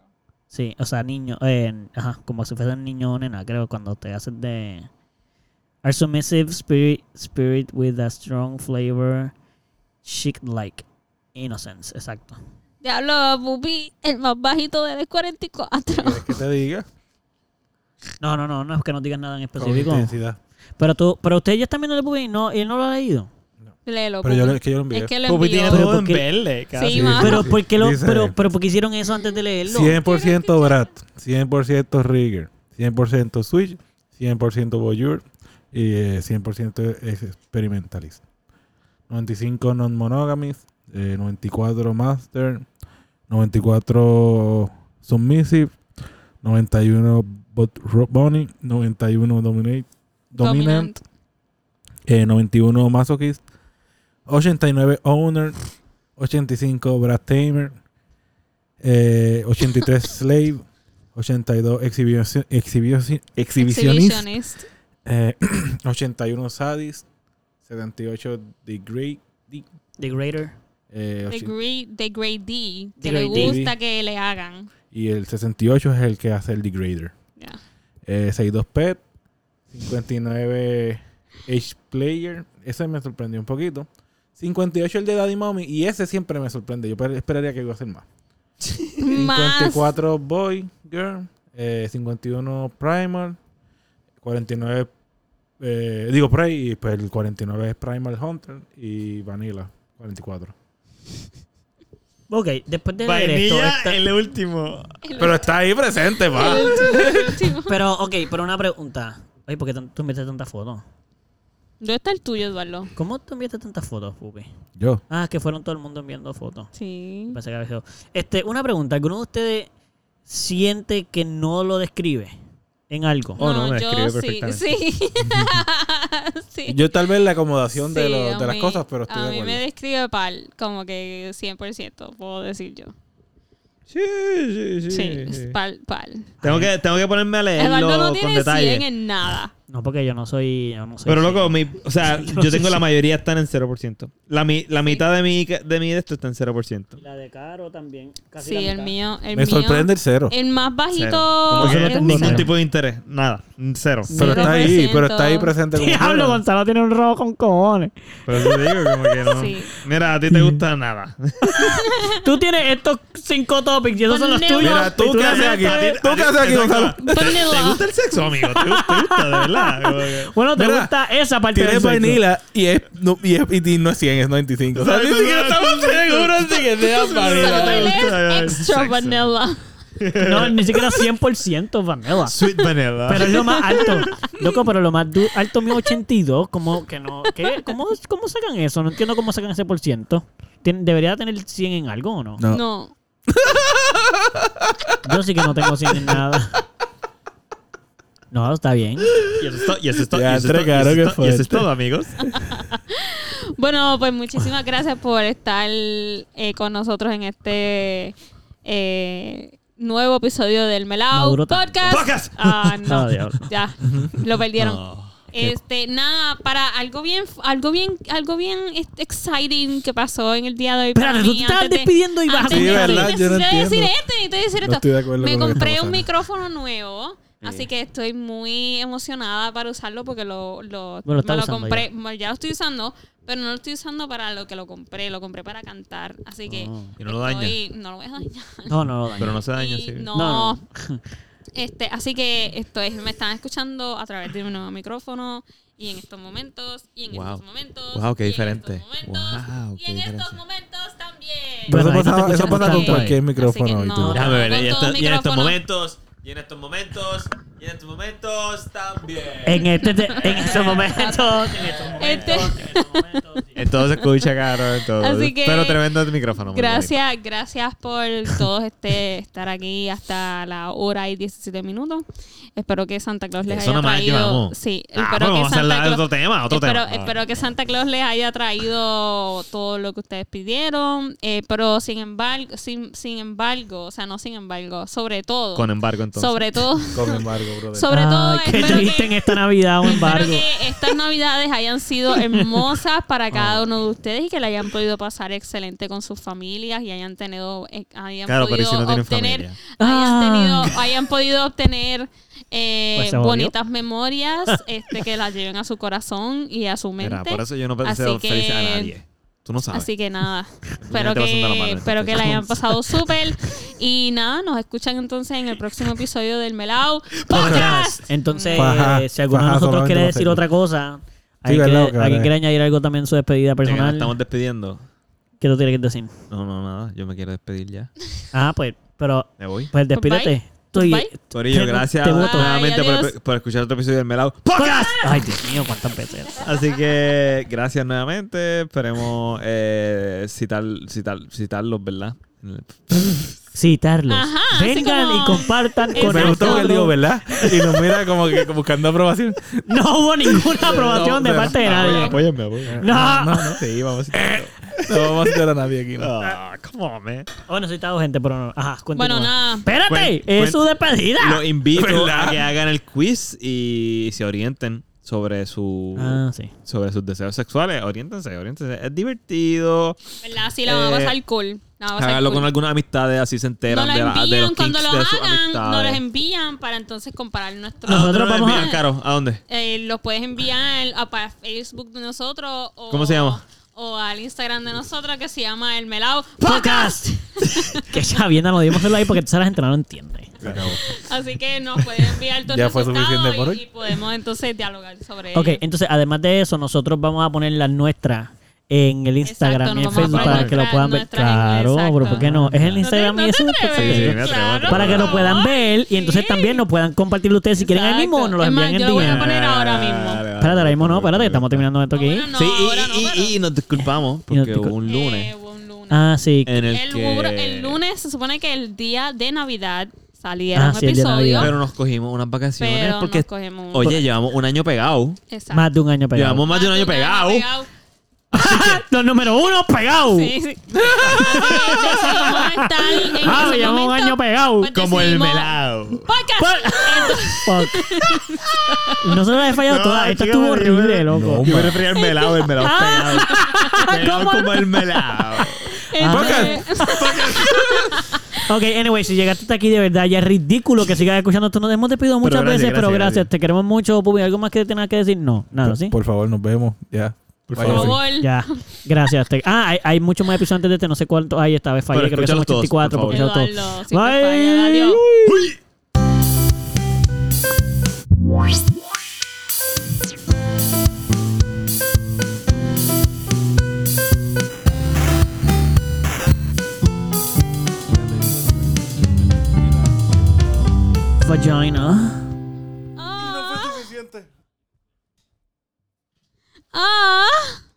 [SPEAKER 1] Sí, o sea, niño. eh, ajá, como si fuese un niño o nena, creo, cuando te haces de. Are submissive spirit, spirit with a strong flavor, chic-like innocence, exacto.
[SPEAKER 3] Diablo, Bubi, el más bajito de los 44.
[SPEAKER 4] ¿Quieres que te diga?
[SPEAKER 1] No, no, no, no es que no digas nada en
[SPEAKER 4] Con
[SPEAKER 1] específico.
[SPEAKER 4] intensidad.
[SPEAKER 1] Pero tú, pero usted ya está viendo el pubi, no, él no lo ha leído.
[SPEAKER 3] Léelo,
[SPEAKER 4] Pero yo,
[SPEAKER 3] Bubi.
[SPEAKER 4] lo- es que yo lo envié.
[SPEAKER 3] Es que lo
[SPEAKER 2] Pupi tiene
[SPEAKER 3] envió.
[SPEAKER 2] todo
[SPEAKER 1] ¿por
[SPEAKER 2] en
[SPEAKER 1] qué?
[SPEAKER 2] verde. casi.
[SPEAKER 3] Sí, ma.
[SPEAKER 1] Pero, ¿por qué lo,
[SPEAKER 4] Ah, Dice-
[SPEAKER 1] pero, pero ¿por qué hicieron eso antes de leerlo?
[SPEAKER 4] 100% Brad, 100% Rigger, 100% Switch, 100% Voyeur y eh, 100% ex- Experimentalist. 95 Non-Monogamist, eh, 94 Master, 94 Submissive, 91 Bot Rob Bunny, 91 Dominate,
[SPEAKER 3] Dominant.
[SPEAKER 4] Dominant, eh, 91 Masochist, 89 Owner, 85 Brad Tamer, eh, 83 Slave, 82 exhibicio- exhibicio- Exhibicionist,
[SPEAKER 3] Exhibitionist.
[SPEAKER 4] eh, 81 Sadist, 78 Degree,
[SPEAKER 1] The Greater.
[SPEAKER 4] eh,
[SPEAKER 3] The
[SPEAKER 4] 80
[SPEAKER 3] Great, the great D, que le
[SPEAKER 1] The Great
[SPEAKER 4] D.
[SPEAKER 3] gusta que le hagan.
[SPEAKER 4] y el 68 es el que hace el Degrader.
[SPEAKER 3] Ya.
[SPEAKER 4] Eh, 62 Pet, 59 H Player, ese me sorprendió un poquito. 58 el de Daddy Mommy y ese siempre me sorprende. Yo pe- esperaría que iba a ser más.
[SPEAKER 3] Más.
[SPEAKER 4] 54 Boy Girl, eh, 51 Primal, 49 eh, digo Prey y pues el 49 es Primal Hunter y Vanilla 44.
[SPEAKER 1] Ok, después de leer esto.
[SPEAKER 2] Vainilla,
[SPEAKER 1] esta-
[SPEAKER 2] el último.
[SPEAKER 4] Pero está ahí presente, va.
[SPEAKER 1] Pero, ok, pero una pregunta. Oye, ¿por qué tan- tú enviaste tantas fotos?
[SPEAKER 3] ¿Dónde está el tuyo, Eduardo?
[SPEAKER 1] ¿Cómo tú enviaste tantas fotos, Pupi?
[SPEAKER 4] Yo.
[SPEAKER 1] Ah, que fueron todo el mundo enviando fotos.
[SPEAKER 3] Sí.
[SPEAKER 1] Pensé que había sido- Este, una pregunta. ¿Alguno de ustedes siente que no lo describe en algo?
[SPEAKER 2] Oh, no, me
[SPEAKER 3] yo
[SPEAKER 2] describe
[SPEAKER 3] sí.
[SPEAKER 2] perfectamente.
[SPEAKER 3] Sí. sí.
[SPEAKER 4] Yo tal vez la acomodación de,
[SPEAKER 3] Sí,
[SPEAKER 4] lo-
[SPEAKER 3] a
[SPEAKER 4] de las
[SPEAKER 3] mí-
[SPEAKER 4] cosas, pero estoy
[SPEAKER 3] A
[SPEAKER 4] de
[SPEAKER 3] mí
[SPEAKER 4] acuerdo.
[SPEAKER 3] me describe pal, como que 100% puedo decir yo.
[SPEAKER 2] Sí, sí, sí.
[SPEAKER 3] Sí, es pal, pal.
[SPEAKER 2] Tengo, que, tengo que ponerme a
[SPEAKER 3] Eduardo no
[SPEAKER 2] leerlo con
[SPEAKER 3] tiene 100
[SPEAKER 2] detalle.
[SPEAKER 3] en nada.
[SPEAKER 1] No, porque yo no soy. Yo no soy
[SPEAKER 2] Pero
[SPEAKER 1] así.
[SPEAKER 2] loco, mi, o sea, yo tengo la mayoría están en 0%. La, mi- la mitad de mi, de mi de esto está en 0%.
[SPEAKER 1] La de Caro también. Casi
[SPEAKER 3] Sí,
[SPEAKER 1] la
[SPEAKER 3] el
[SPEAKER 1] mitad.
[SPEAKER 3] mío. El
[SPEAKER 4] Me
[SPEAKER 3] mío-
[SPEAKER 4] sorprende el cero.
[SPEAKER 3] El más bajito.
[SPEAKER 2] Cero. Como que no
[SPEAKER 3] es
[SPEAKER 2] tengo ningún
[SPEAKER 1] cero.
[SPEAKER 2] tipo de interés. Nada. Cero.
[SPEAKER 4] Pero está ahí,
[SPEAKER 3] 0%.
[SPEAKER 4] pero está ahí presente. como
[SPEAKER 6] Diablo,
[SPEAKER 4] quiera.
[SPEAKER 6] Gonzalo tiene un robo con cojones.
[SPEAKER 2] Pero te digo, como que no.
[SPEAKER 3] Sí.
[SPEAKER 2] Mira, a ti te gusta nada.
[SPEAKER 6] Tú tienes estos cinco topics y esos son los
[SPEAKER 3] Ponle-
[SPEAKER 6] tuyos.
[SPEAKER 4] Mira, tú
[SPEAKER 2] Tú
[SPEAKER 4] qué haces
[SPEAKER 2] a
[SPEAKER 4] aquí.
[SPEAKER 2] ti- a ti-
[SPEAKER 4] Tú qué haces aquí,
[SPEAKER 2] exacto.
[SPEAKER 4] Gonzalo.
[SPEAKER 2] ¿Te,
[SPEAKER 3] Ponle
[SPEAKER 2] te
[SPEAKER 3] dos.
[SPEAKER 2] gusta el sexo, amigo? ¿Te gusta, te gusta, de verdad? Como que-
[SPEAKER 6] Bueno, te
[SPEAKER 4] Mira,
[SPEAKER 6] gusta esa parte
[SPEAKER 4] Tienes
[SPEAKER 6] del sexo.
[SPEAKER 4] vainilla y, es, no, y, es, y no es 100, es 95. O sea, ni siquiera estamos seguros de que sea
[SPEAKER 3] Solo
[SPEAKER 4] vainilla.
[SPEAKER 3] él
[SPEAKER 2] Vanilla.
[SPEAKER 3] es extra
[SPEAKER 2] Sexo.
[SPEAKER 3] vanilla.
[SPEAKER 6] No, ni siquiera 100% vanilla.
[SPEAKER 2] Sweet vanilla.
[SPEAKER 6] Pero es lo más alto. Loco, pero lo más du- alto mío 82. ¿Cómo que no? ¿Qué? ¿Cómo, ¿Cómo sacan eso? No entiendo cómo sacan ese por ciento. Tien- ¿Debería tener 100 en algo o no?
[SPEAKER 4] No.
[SPEAKER 3] No.
[SPEAKER 6] Yo sí que no tengo 100 en nada. No, está bien.
[SPEAKER 2] Y eso es todo, y eso es todo, y
[SPEAKER 4] Ya,
[SPEAKER 2] eso es todo, y
[SPEAKER 4] entregaron,
[SPEAKER 2] eso
[SPEAKER 4] qué
[SPEAKER 2] es todo, y eso es
[SPEAKER 4] fuerte.
[SPEAKER 2] todo, amigos.
[SPEAKER 3] Bueno, pues muchísimas gracias por estar eh, con nosotros en este eh, nuevo episodio del Melao
[SPEAKER 6] Maduro tanto.
[SPEAKER 3] Podcast.
[SPEAKER 2] Podcast.
[SPEAKER 3] Ah, no.
[SPEAKER 6] Ah, diablo.
[SPEAKER 3] Ya, lo perdieron.
[SPEAKER 2] Oh.
[SPEAKER 3] Este, nada, para algo bien, algo bien, algo bien este, exciting que pasó en el día de hoy. para
[SPEAKER 6] Espérate, tú
[SPEAKER 3] mí,
[SPEAKER 6] te estabas
[SPEAKER 3] antes de-
[SPEAKER 6] despidiendo y vas a
[SPEAKER 3] antes
[SPEAKER 4] Sí,
[SPEAKER 3] de-
[SPEAKER 4] verdad, yo no
[SPEAKER 3] necesito decir
[SPEAKER 4] entiendo.
[SPEAKER 3] esto, necesito decir
[SPEAKER 4] No
[SPEAKER 3] esto.
[SPEAKER 4] estoy de acuerdo
[SPEAKER 3] Me
[SPEAKER 4] con lo que
[SPEAKER 3] compré
[SPEAKER 4] está
[SPEAKER 3] un
[SPEAKER 4] pasando.
[SPEAKER 3] micrófono nuevo, así que estoy muy emocionada para usarlo porque lo, lo,
[SPEAKER 6] Bueno, lo está
[SPEAKER 3] me
[SPEAKER 6] usando
[SPEAKER 3] compré, bueno, ya. lo estoy usando, pero no lo estoy usando para lo que lo compré, lo compré para cantar, así que
[SPEAKER 4] Oh.
[SPEAKER 2] Y no lo daña.
[SPEAKER 3] estoy- no lo voy a dañar.
[SPEAKER 6] No, no, no. daño.
[SPEAKER 2] Pero no se daña,
[SPEAKER 3] Y
[SPEAKER 2] sí.
[SPEAKER 3] No.
[SPEAKER 6] No,
[SPEAKER 3] Este, así que esto es, me están escuchando a través de un nuevo micrófono y en estos momentos y en
[SPEAKER 2] Wow.
[SPEAKER 3] estos momentos.
[SPEAKER 2] Wow, qué
[SPEAKER 3] y en
[SPEAKER 2] diferente.
[SPEAKER 3] estos momentos,
[SPEAKER 2] Wow,
[SPEAKER 3] y
[SPEAKER 2] qué
[SPEAKER 3] en estos
[SPEAKER 2] diferencia.
[SPEAKER 3] momentos también.
[SPEAKER 4] Pero
[SPEAKER 6] Bueno, ahí
[SPEAKER 4] eso
[SPEAKER 6] no te
[SPEAKER 4] pasa, eso
[SPEAKER 6] escuchamos
[SPEAKER 4] pasa con
[SPEAKER 6] tanto.
[SPEAKER 4] cualquier
[SPEAKER 3] Así que
[SPEAKER 4] micrófono.
[SPEAKER 3] no.
[SPEAKER 4] Vitu.
[SPEAKER 2] Déjame ver,
[SPEAKER 3] Con
[SPEAKER 2] y,
[SPEAKER 3] todo
[SPEAKER 2] esto- y en estos
[SPEAKER 3] micrófono.
[SPEAKER 2] momentos, y en estos momentos, y en estos momentos
[SPEAKER 1] Eh,
[SPEAKER 2] también.
[SPEAKER 6] En, este, te- en estos momentos.
[SPEAKER 3] Este-
[SPEAKER 2] Entonces escucha, caro, entonces.
[SPEAKER 3] Así que-
[SPEAKER 2] Pero tremendo el micrófono. muy
[SPEAKER 3] gracias, gracias por todos este estar aquí hasta la hora y 17 minutos. Espero que Santa Claus les
[SPEAKER 2] Eso
[SPEAKER 3] haya
[SPEAKER 2] nada más
[SPEAKER 3] traído.
[SPEAKER 2] llevamos.
[SPEAKER 3] Sí,
[SPEAKER 2] Ah,
[SPEAKER 3] espero
[SPEAKER 2] pues
[SPEAKER 3] que
[SPEAKER 2] vamos a
[SPEAKER 3] Santa
[SPEAKER 2] hablar de
[SPEAKER 3] Claus-
[SPEAKER 2] otro tema, otro
[SPEAKER 3] espero,
[SPEAKER 2] tema.
[SPEAKER 3] espero que Santa Claus les haya traído todo lo que ustedes pidieron, eh, pero sin embargo, sin, sin embargo, o sea, no sin embargo, sobre todo,
[SPEAKER 2] bonito. Con embargo, entonces.
[SPEAKER 3] sobre todo,
[SPEAKER 4] Con embargo, brother.
[SPEAKER 3] sobre todo,
[SPEAKER 6] Ay, qué
[SPEAKER 3] espero
[SPEAKER 6] triste en
[SPEAKER 3] que,
[SPEAKER 6] esta Navidad, un
[SPEAKER 3] espero
[SPEAKER 6] embargo.
[SPEAKER 3] que estas navidades hayan sido hermosas para
[SPEAKER 2] Ah.
[SPEAKER 3] cada uno de ustedes y que la hayan podido pasar excelente con sus familias y hayan tenido, eh, hayan
[SPEAKER 2] Claro, pero ¿y
[SPEAKER 3] podido
[SPEAKER 2] si no tienen
[SPEAKER 3] obtener,
[SPEAKER 2] familia?
[SPEAKER 3] hayan,
[SPEAKER 6] Ah.
[SPEAKER 3] tenido- hayan podido obtener eh,
[SPEAKER 6] Pues se jodió.
[SPEAKER 3] bonitas memorias, este, que las lleven a su corazón y a su mente.
[SPEAKER 2] Mira, por eso yo no
[SPEAKER 3] Así
[SPEAKER 2] deseo
[SPEAKER 3] que-
[SPEAKER 2] feliz a nadie. Tú no sabes.
[SPEAKER 3] Así que nada, espero
[SPEAKER 2] te vas a andar a
[SPEAKER 3] que,
[SPEAKER 2] mano en
[SPEAKER 3] espero
[SPEAKER 2] esta
[SPEAKER 3] que la
[SPEAKER 2] fecha.
[SPEAKER 3] hayan pasado súper. Y nada, nos escuchan entonces en el próximo episodio del Melao Podcast.
[SPEAKER 6] Podcast. Entonces,
[SPEAKER 4] Faja,
[SPEAKER 6] eh, si alguno de
[SPEAKER 4] faja
[SPEAKER 6] nosotros
[SPEAKER 4] solamente
[SPEAKER 6] quiere
[SPEAKER 4] para
[SPEAKER 6] decir
[SPEAKER 4] hacerlo.
[SPEAKER 6] otra cosa, alguien,
[SPEAKER 4] verdad,
[SPEAKER 6] quiere,
[SPEAKER 4] cabrón.
[SPEAKER 6] alguien quiere añadir algo también en su despedida
[SPEAKER 2] Ya que nos
[SPEAKER 6] personal,
[SPEAKER 2] estamos despidiendo.
[SPEAKER 6] ¿qué tú tienes que decir?
[SPEAKER 2] No, no, nada. Yo me quiero despedir ya.
[SPEAKER 6] Ah, pues, pero,
[SPEAKER 2] Me voy.
[SPEAKER 6] pues despídete. Estoy-
[SPEAKER 3] Bye.
[SPEAKER 2] Corillo,
[SPEAKER 6] Te-
[SPEAKER 2] gracias
[SPEAKER 6] te voto.
[SPEAKER 2] nuevamente
[SPEAKER 3] Ay, adiós.
[SPEAKER 2] por, por escuchar otro episodio del Melao Podcast.
[SPEAKER 3] Ah.
[SPEAKER 6] Ay, Dios mío, cuántas veces.
[SPEAKER 2] Así que gracias nuevamente. Esperemos eh, citar, citar, citarlos, ¿verdad? En el-
[SPEAKER 6] Citarlos.
[SPEAKER 3] Ajá, así
[SPEAKER 6] Vengan
[SPEAKER 3] como-
[SPEAKER 6] y compartan con
[SPEAKER 4] Me gustó que él dijo,
[SPEAKER 6] nosotros.
[SPEAKER 4] ¿verdad? Y nos mira como que buscando aprobación.
[SPEAKER 6] No hubo ninguna aprobación de
[SPEAKER 4] pero-
[SPEAKER 6] parte de
[SPEAKER 2] Apóyame,
[SPEAKER 6] nadie.
[SPEAKER 2] apóyame, apóyame.
[SPEAKER 6] No.
[SPEAKER 4] No, no.
[SPEAKER 2] Sí, vamos a
[SPEAKER 4] No vamos a citar a nadie aquí. ¿no?
[SPEAKER 2] Eh. Ah, come on, man.
[SPEAKER 6] Bueno, citado gente, pero no. Ajá, continúa.
[SPEAKER 3] Bueno, nada.
[SPEAKER 6] Espérate,
[SPEAKER 2] Cuen-
[SPEAKER 6] es su
[SPEAKER 2] cuen-
[SPEAKER 6] despedida.
[SPEAKER 2] Los invito
[SPEAKER 4] ¿Verdad?
[SPEAKER 2] a que hagan el quiz y se orienten sobre su
[SPEAKER 1] Ah, sí.
[SPEAKER 2] sobre sus deseos sexuales. Oriéntense, oriéntense. Es divertido.
[SPEAKER 3] ¿Verdad? Sí, la van a
[SPEAKER 2] Eh,
[SPEAKER 3] pasar cool. La van a pasar
[SPEAKER 2] Háganlo
[SPEAKER 3] cool.
[SPEAKER 2] con algunas amistades, así se enteran
[SPEAKER 3] Nos la
[SPEAKER 2] de, la- de
[SPEAKER 3] envían
[SPEAKER 2] los
[SPEAKER 3] cuando
[SPEAKER 2] kinks
[SPEAKER 3] lo
[SPEAKER 2] de sus
[SPEAKER 3] hagan, nos los
[SPEAKER 2] amistades.
[SPEAKER 3] envían para entonces comparar nuestro.
[SPEAKER 2] ¿A dónde
[SPEAKER 1] Nosotros
[SPEAKER 2] nos
[SPEAKER 1] vamos a-
[SPEAKER 2] envían, Caro? ¿A dónde?
[SPEAKER 3] Eh, los puedes enviar a, para Facebook de nosotros. O,
[SPEAKER 2] ¿Cómo se llama?
[SPEAKER 3] O al Instagram de nosotros que se llama El Melao
[SPEAKER 1] Podcast. que ya bien, nos dimos ahí porque entonces la gente no lo entiende.
[SPEAKER 4] Se acabó.
[SPEAKER 3] Así que nos pueden enviar todos
[SPEAKER 4] Ya
[SPEAKER 3] los
[SPEAKER 4] fue suficiente por hoy.
[SPEAKER 3] y, y podemos entonces dialogar sobre
[SPEAKER 1] Ok,
[SPEAKER 3] ello.
[SPEAKER 1] entonces además de eso, nosotros vamos a poner las nuestras en el Instagram y
[SPEAKER 3] Exacto,
[SPEAKER 1] en
[SPEAKER 3] nos vamos a
[SPEAKER 1] Facebook
[SPEAKER 2] poner
[SPEAKER 1] para que lo
[SPEAKER 3] nuestras-
[SPEAKER 1] puedan ver.
[SPEAKER 3] nuestras
[SPEAKER 1] Claro,
[SPEAKER 3] en-
[SPEAKER 1] pero ¿por qué no? Es el
[SPEAKER 3] ¿No te-
[SPEAKER 1] Instagram
[SPEAKER 3] no
[SPEAKER 1] y
[SPEAKER 3] te
[SPEAKER 1] eso. pues,
[SPEAKER 3] atreves?
[SPEAKER 2] Sí, sí, me atrevo,
[SPEAKER 3] Claro,
[SPEAKER 2] atrevo.
[SPEAKER 1] Para que lo
[SPEAKER 3] por
[SPEAKER 1] puedan
[SPEAKER 3] favor,
[SPEAKER 1] ver y entonces
[SPEAKER 3] sí.
[SPEAKER 1] también nos puedan compartirlo ustedes si quieren ahí mismo o nos los
[SPEAKER 3] Exacto.
[SPEAKER 1] envían
[SPEAKER 3] Es
[SPEAKER 1] en
[SPEAKER 3] más, yo lo voy a
[SPEAKER 1] DM.
[SPEAKER 3] poner ahora mismo.
[SPEAKER 2] Dale, dale,
[SPEAKER 1] Espérate, ahora mismo no,
[SPEAKER 2] dale, dale,
[SPEAKER 1] espérate,
[SPEAKER 2] dale,
[SPEAKER 1] que estamos
[SPEAKER 2] dale.
[SPEAKER 1] terminando esto
[SPEAKER 3] No,
[SPEAKER 1] aquí.
[SPEAKER 3] bueno, no,
[SPEAKER 2] sí,
[SPEAKER 3] ahora no,
[SPEAKER 2] y- y,
[SPEAKER 3] pero-
[SPEAKER 2] y, y nos disculpamos
[SPEAKER 1] Y nos
[SPEAKER 2] porque hubo
[SPEAKER 1] discul-
[SPEAKER 2] un lunes
[SPEAKER 3] Eh, hubo un lunes.
[SPEAKER 1] Ah, sí.
[SPEAKER 2] en el,
[SPEAKER 3] el,
[SPEAKER 2] que...
[SPEAKER 3] bur- el lunes se supone que el día de Navidad saliera
[SPEAKER 1] Ah,
[SPEAKER 3] un
[SPEAKER 1] sí, el día de
[SPEAKER 3] episodio.
[SPEAKER 1] Navidad.
[SPEAKER 2] Pero nos cogimos unas vacaciones
[SPEAKER 3] Pero nos
[SPEAKER 2] porque,
[SPEAKER 3] cogimos un-
[SPEAKER 2] oye, llevamos un año pegado.
[SPEAKER 3] Exacto.
[SPEAKER 1] Más de un año pegado. Uh.
[SPEAKER 2] Llevamos más de un año pegado.
[SPEAKER 1] Los número uno pegados.
[SPEAKER 3] Sí, sí. Así que decidimos estar en
[SPEAKER 1] Ah,
[SPEAKER 3] ese
[SPEAKER 1] llevamos un
[SPEAKER 3] momento,
[SPEAKER 1] año pegado. Pues-
[SPEAKER 3] pues, decidimos- ¡Podcast!
[SPEAKER 1] Fuck. No se las he fallado
[SPEAKER 2] No,
[SPEAKER 1] todas. Esto
[SPEAKER 2] chica,
[SPEAKER 1] estuvo
[SPEAKER 2] me-
[SPEAKER 1] horrible, loco.
[SPEAKER 4] No,
[SPEAKER 2] Yo me
[SPEAKER 4] ma.
[SPEAKER 2] refería al melado, el melado pegado. Pegado como el melado.
[SPEAKER 1] Ah.
[SPEAKER 3] Entonces-
[SPEAKER 1] Ok, anyway, si llegaste hasta aquí de verdad, ya es ridículo que sigas escuchando esto. Nos hemos despedido muchas
[SPEAKER 2] gracias,
[SPEAKER 1] veces, pero
[SPEAKER 2] gracias,
[SPEAKER 1] gracias.
[SPEAKER 2] gracias.
[SPEAKER 1] Te queremos mucho, Pupi. ¿Algo más que tengas que decir? No, nada,
[SPEAKER 4] Por-
[SPEAKER 1] ¿sí?
[SPEAKER 4] Por favor, nos vemos. Ya.
[SPEAKER 2] Por
[SPEAKER 3] Por
[SPEAKER 4] Váyanse.
[SPEAKER 2] favor.
[SPEAKER 3] favor.
[SPEAKER 1] Oh, Ya, gracias. Te- Ah, hay, hay muchos más episodios antes de este, no sé cuánto. Ay, esta vez fallé,
[SPEAKER 2] Pero
[SPEAKER 1] creo que son
[SPEAKER 2] escúchalos todos,
[SPEAKER 1] 84.
[SPEAKER 2] por
[SPEAKER 1] porque son todos.
[SPEAKER 3] Eduardo, si te fallan,
[SPEAKER 1] Bye.
[SPEAKER 3] adiós.
[SPEAKER 1] Vagina.
[SPEAKER 3] Ah. Ah.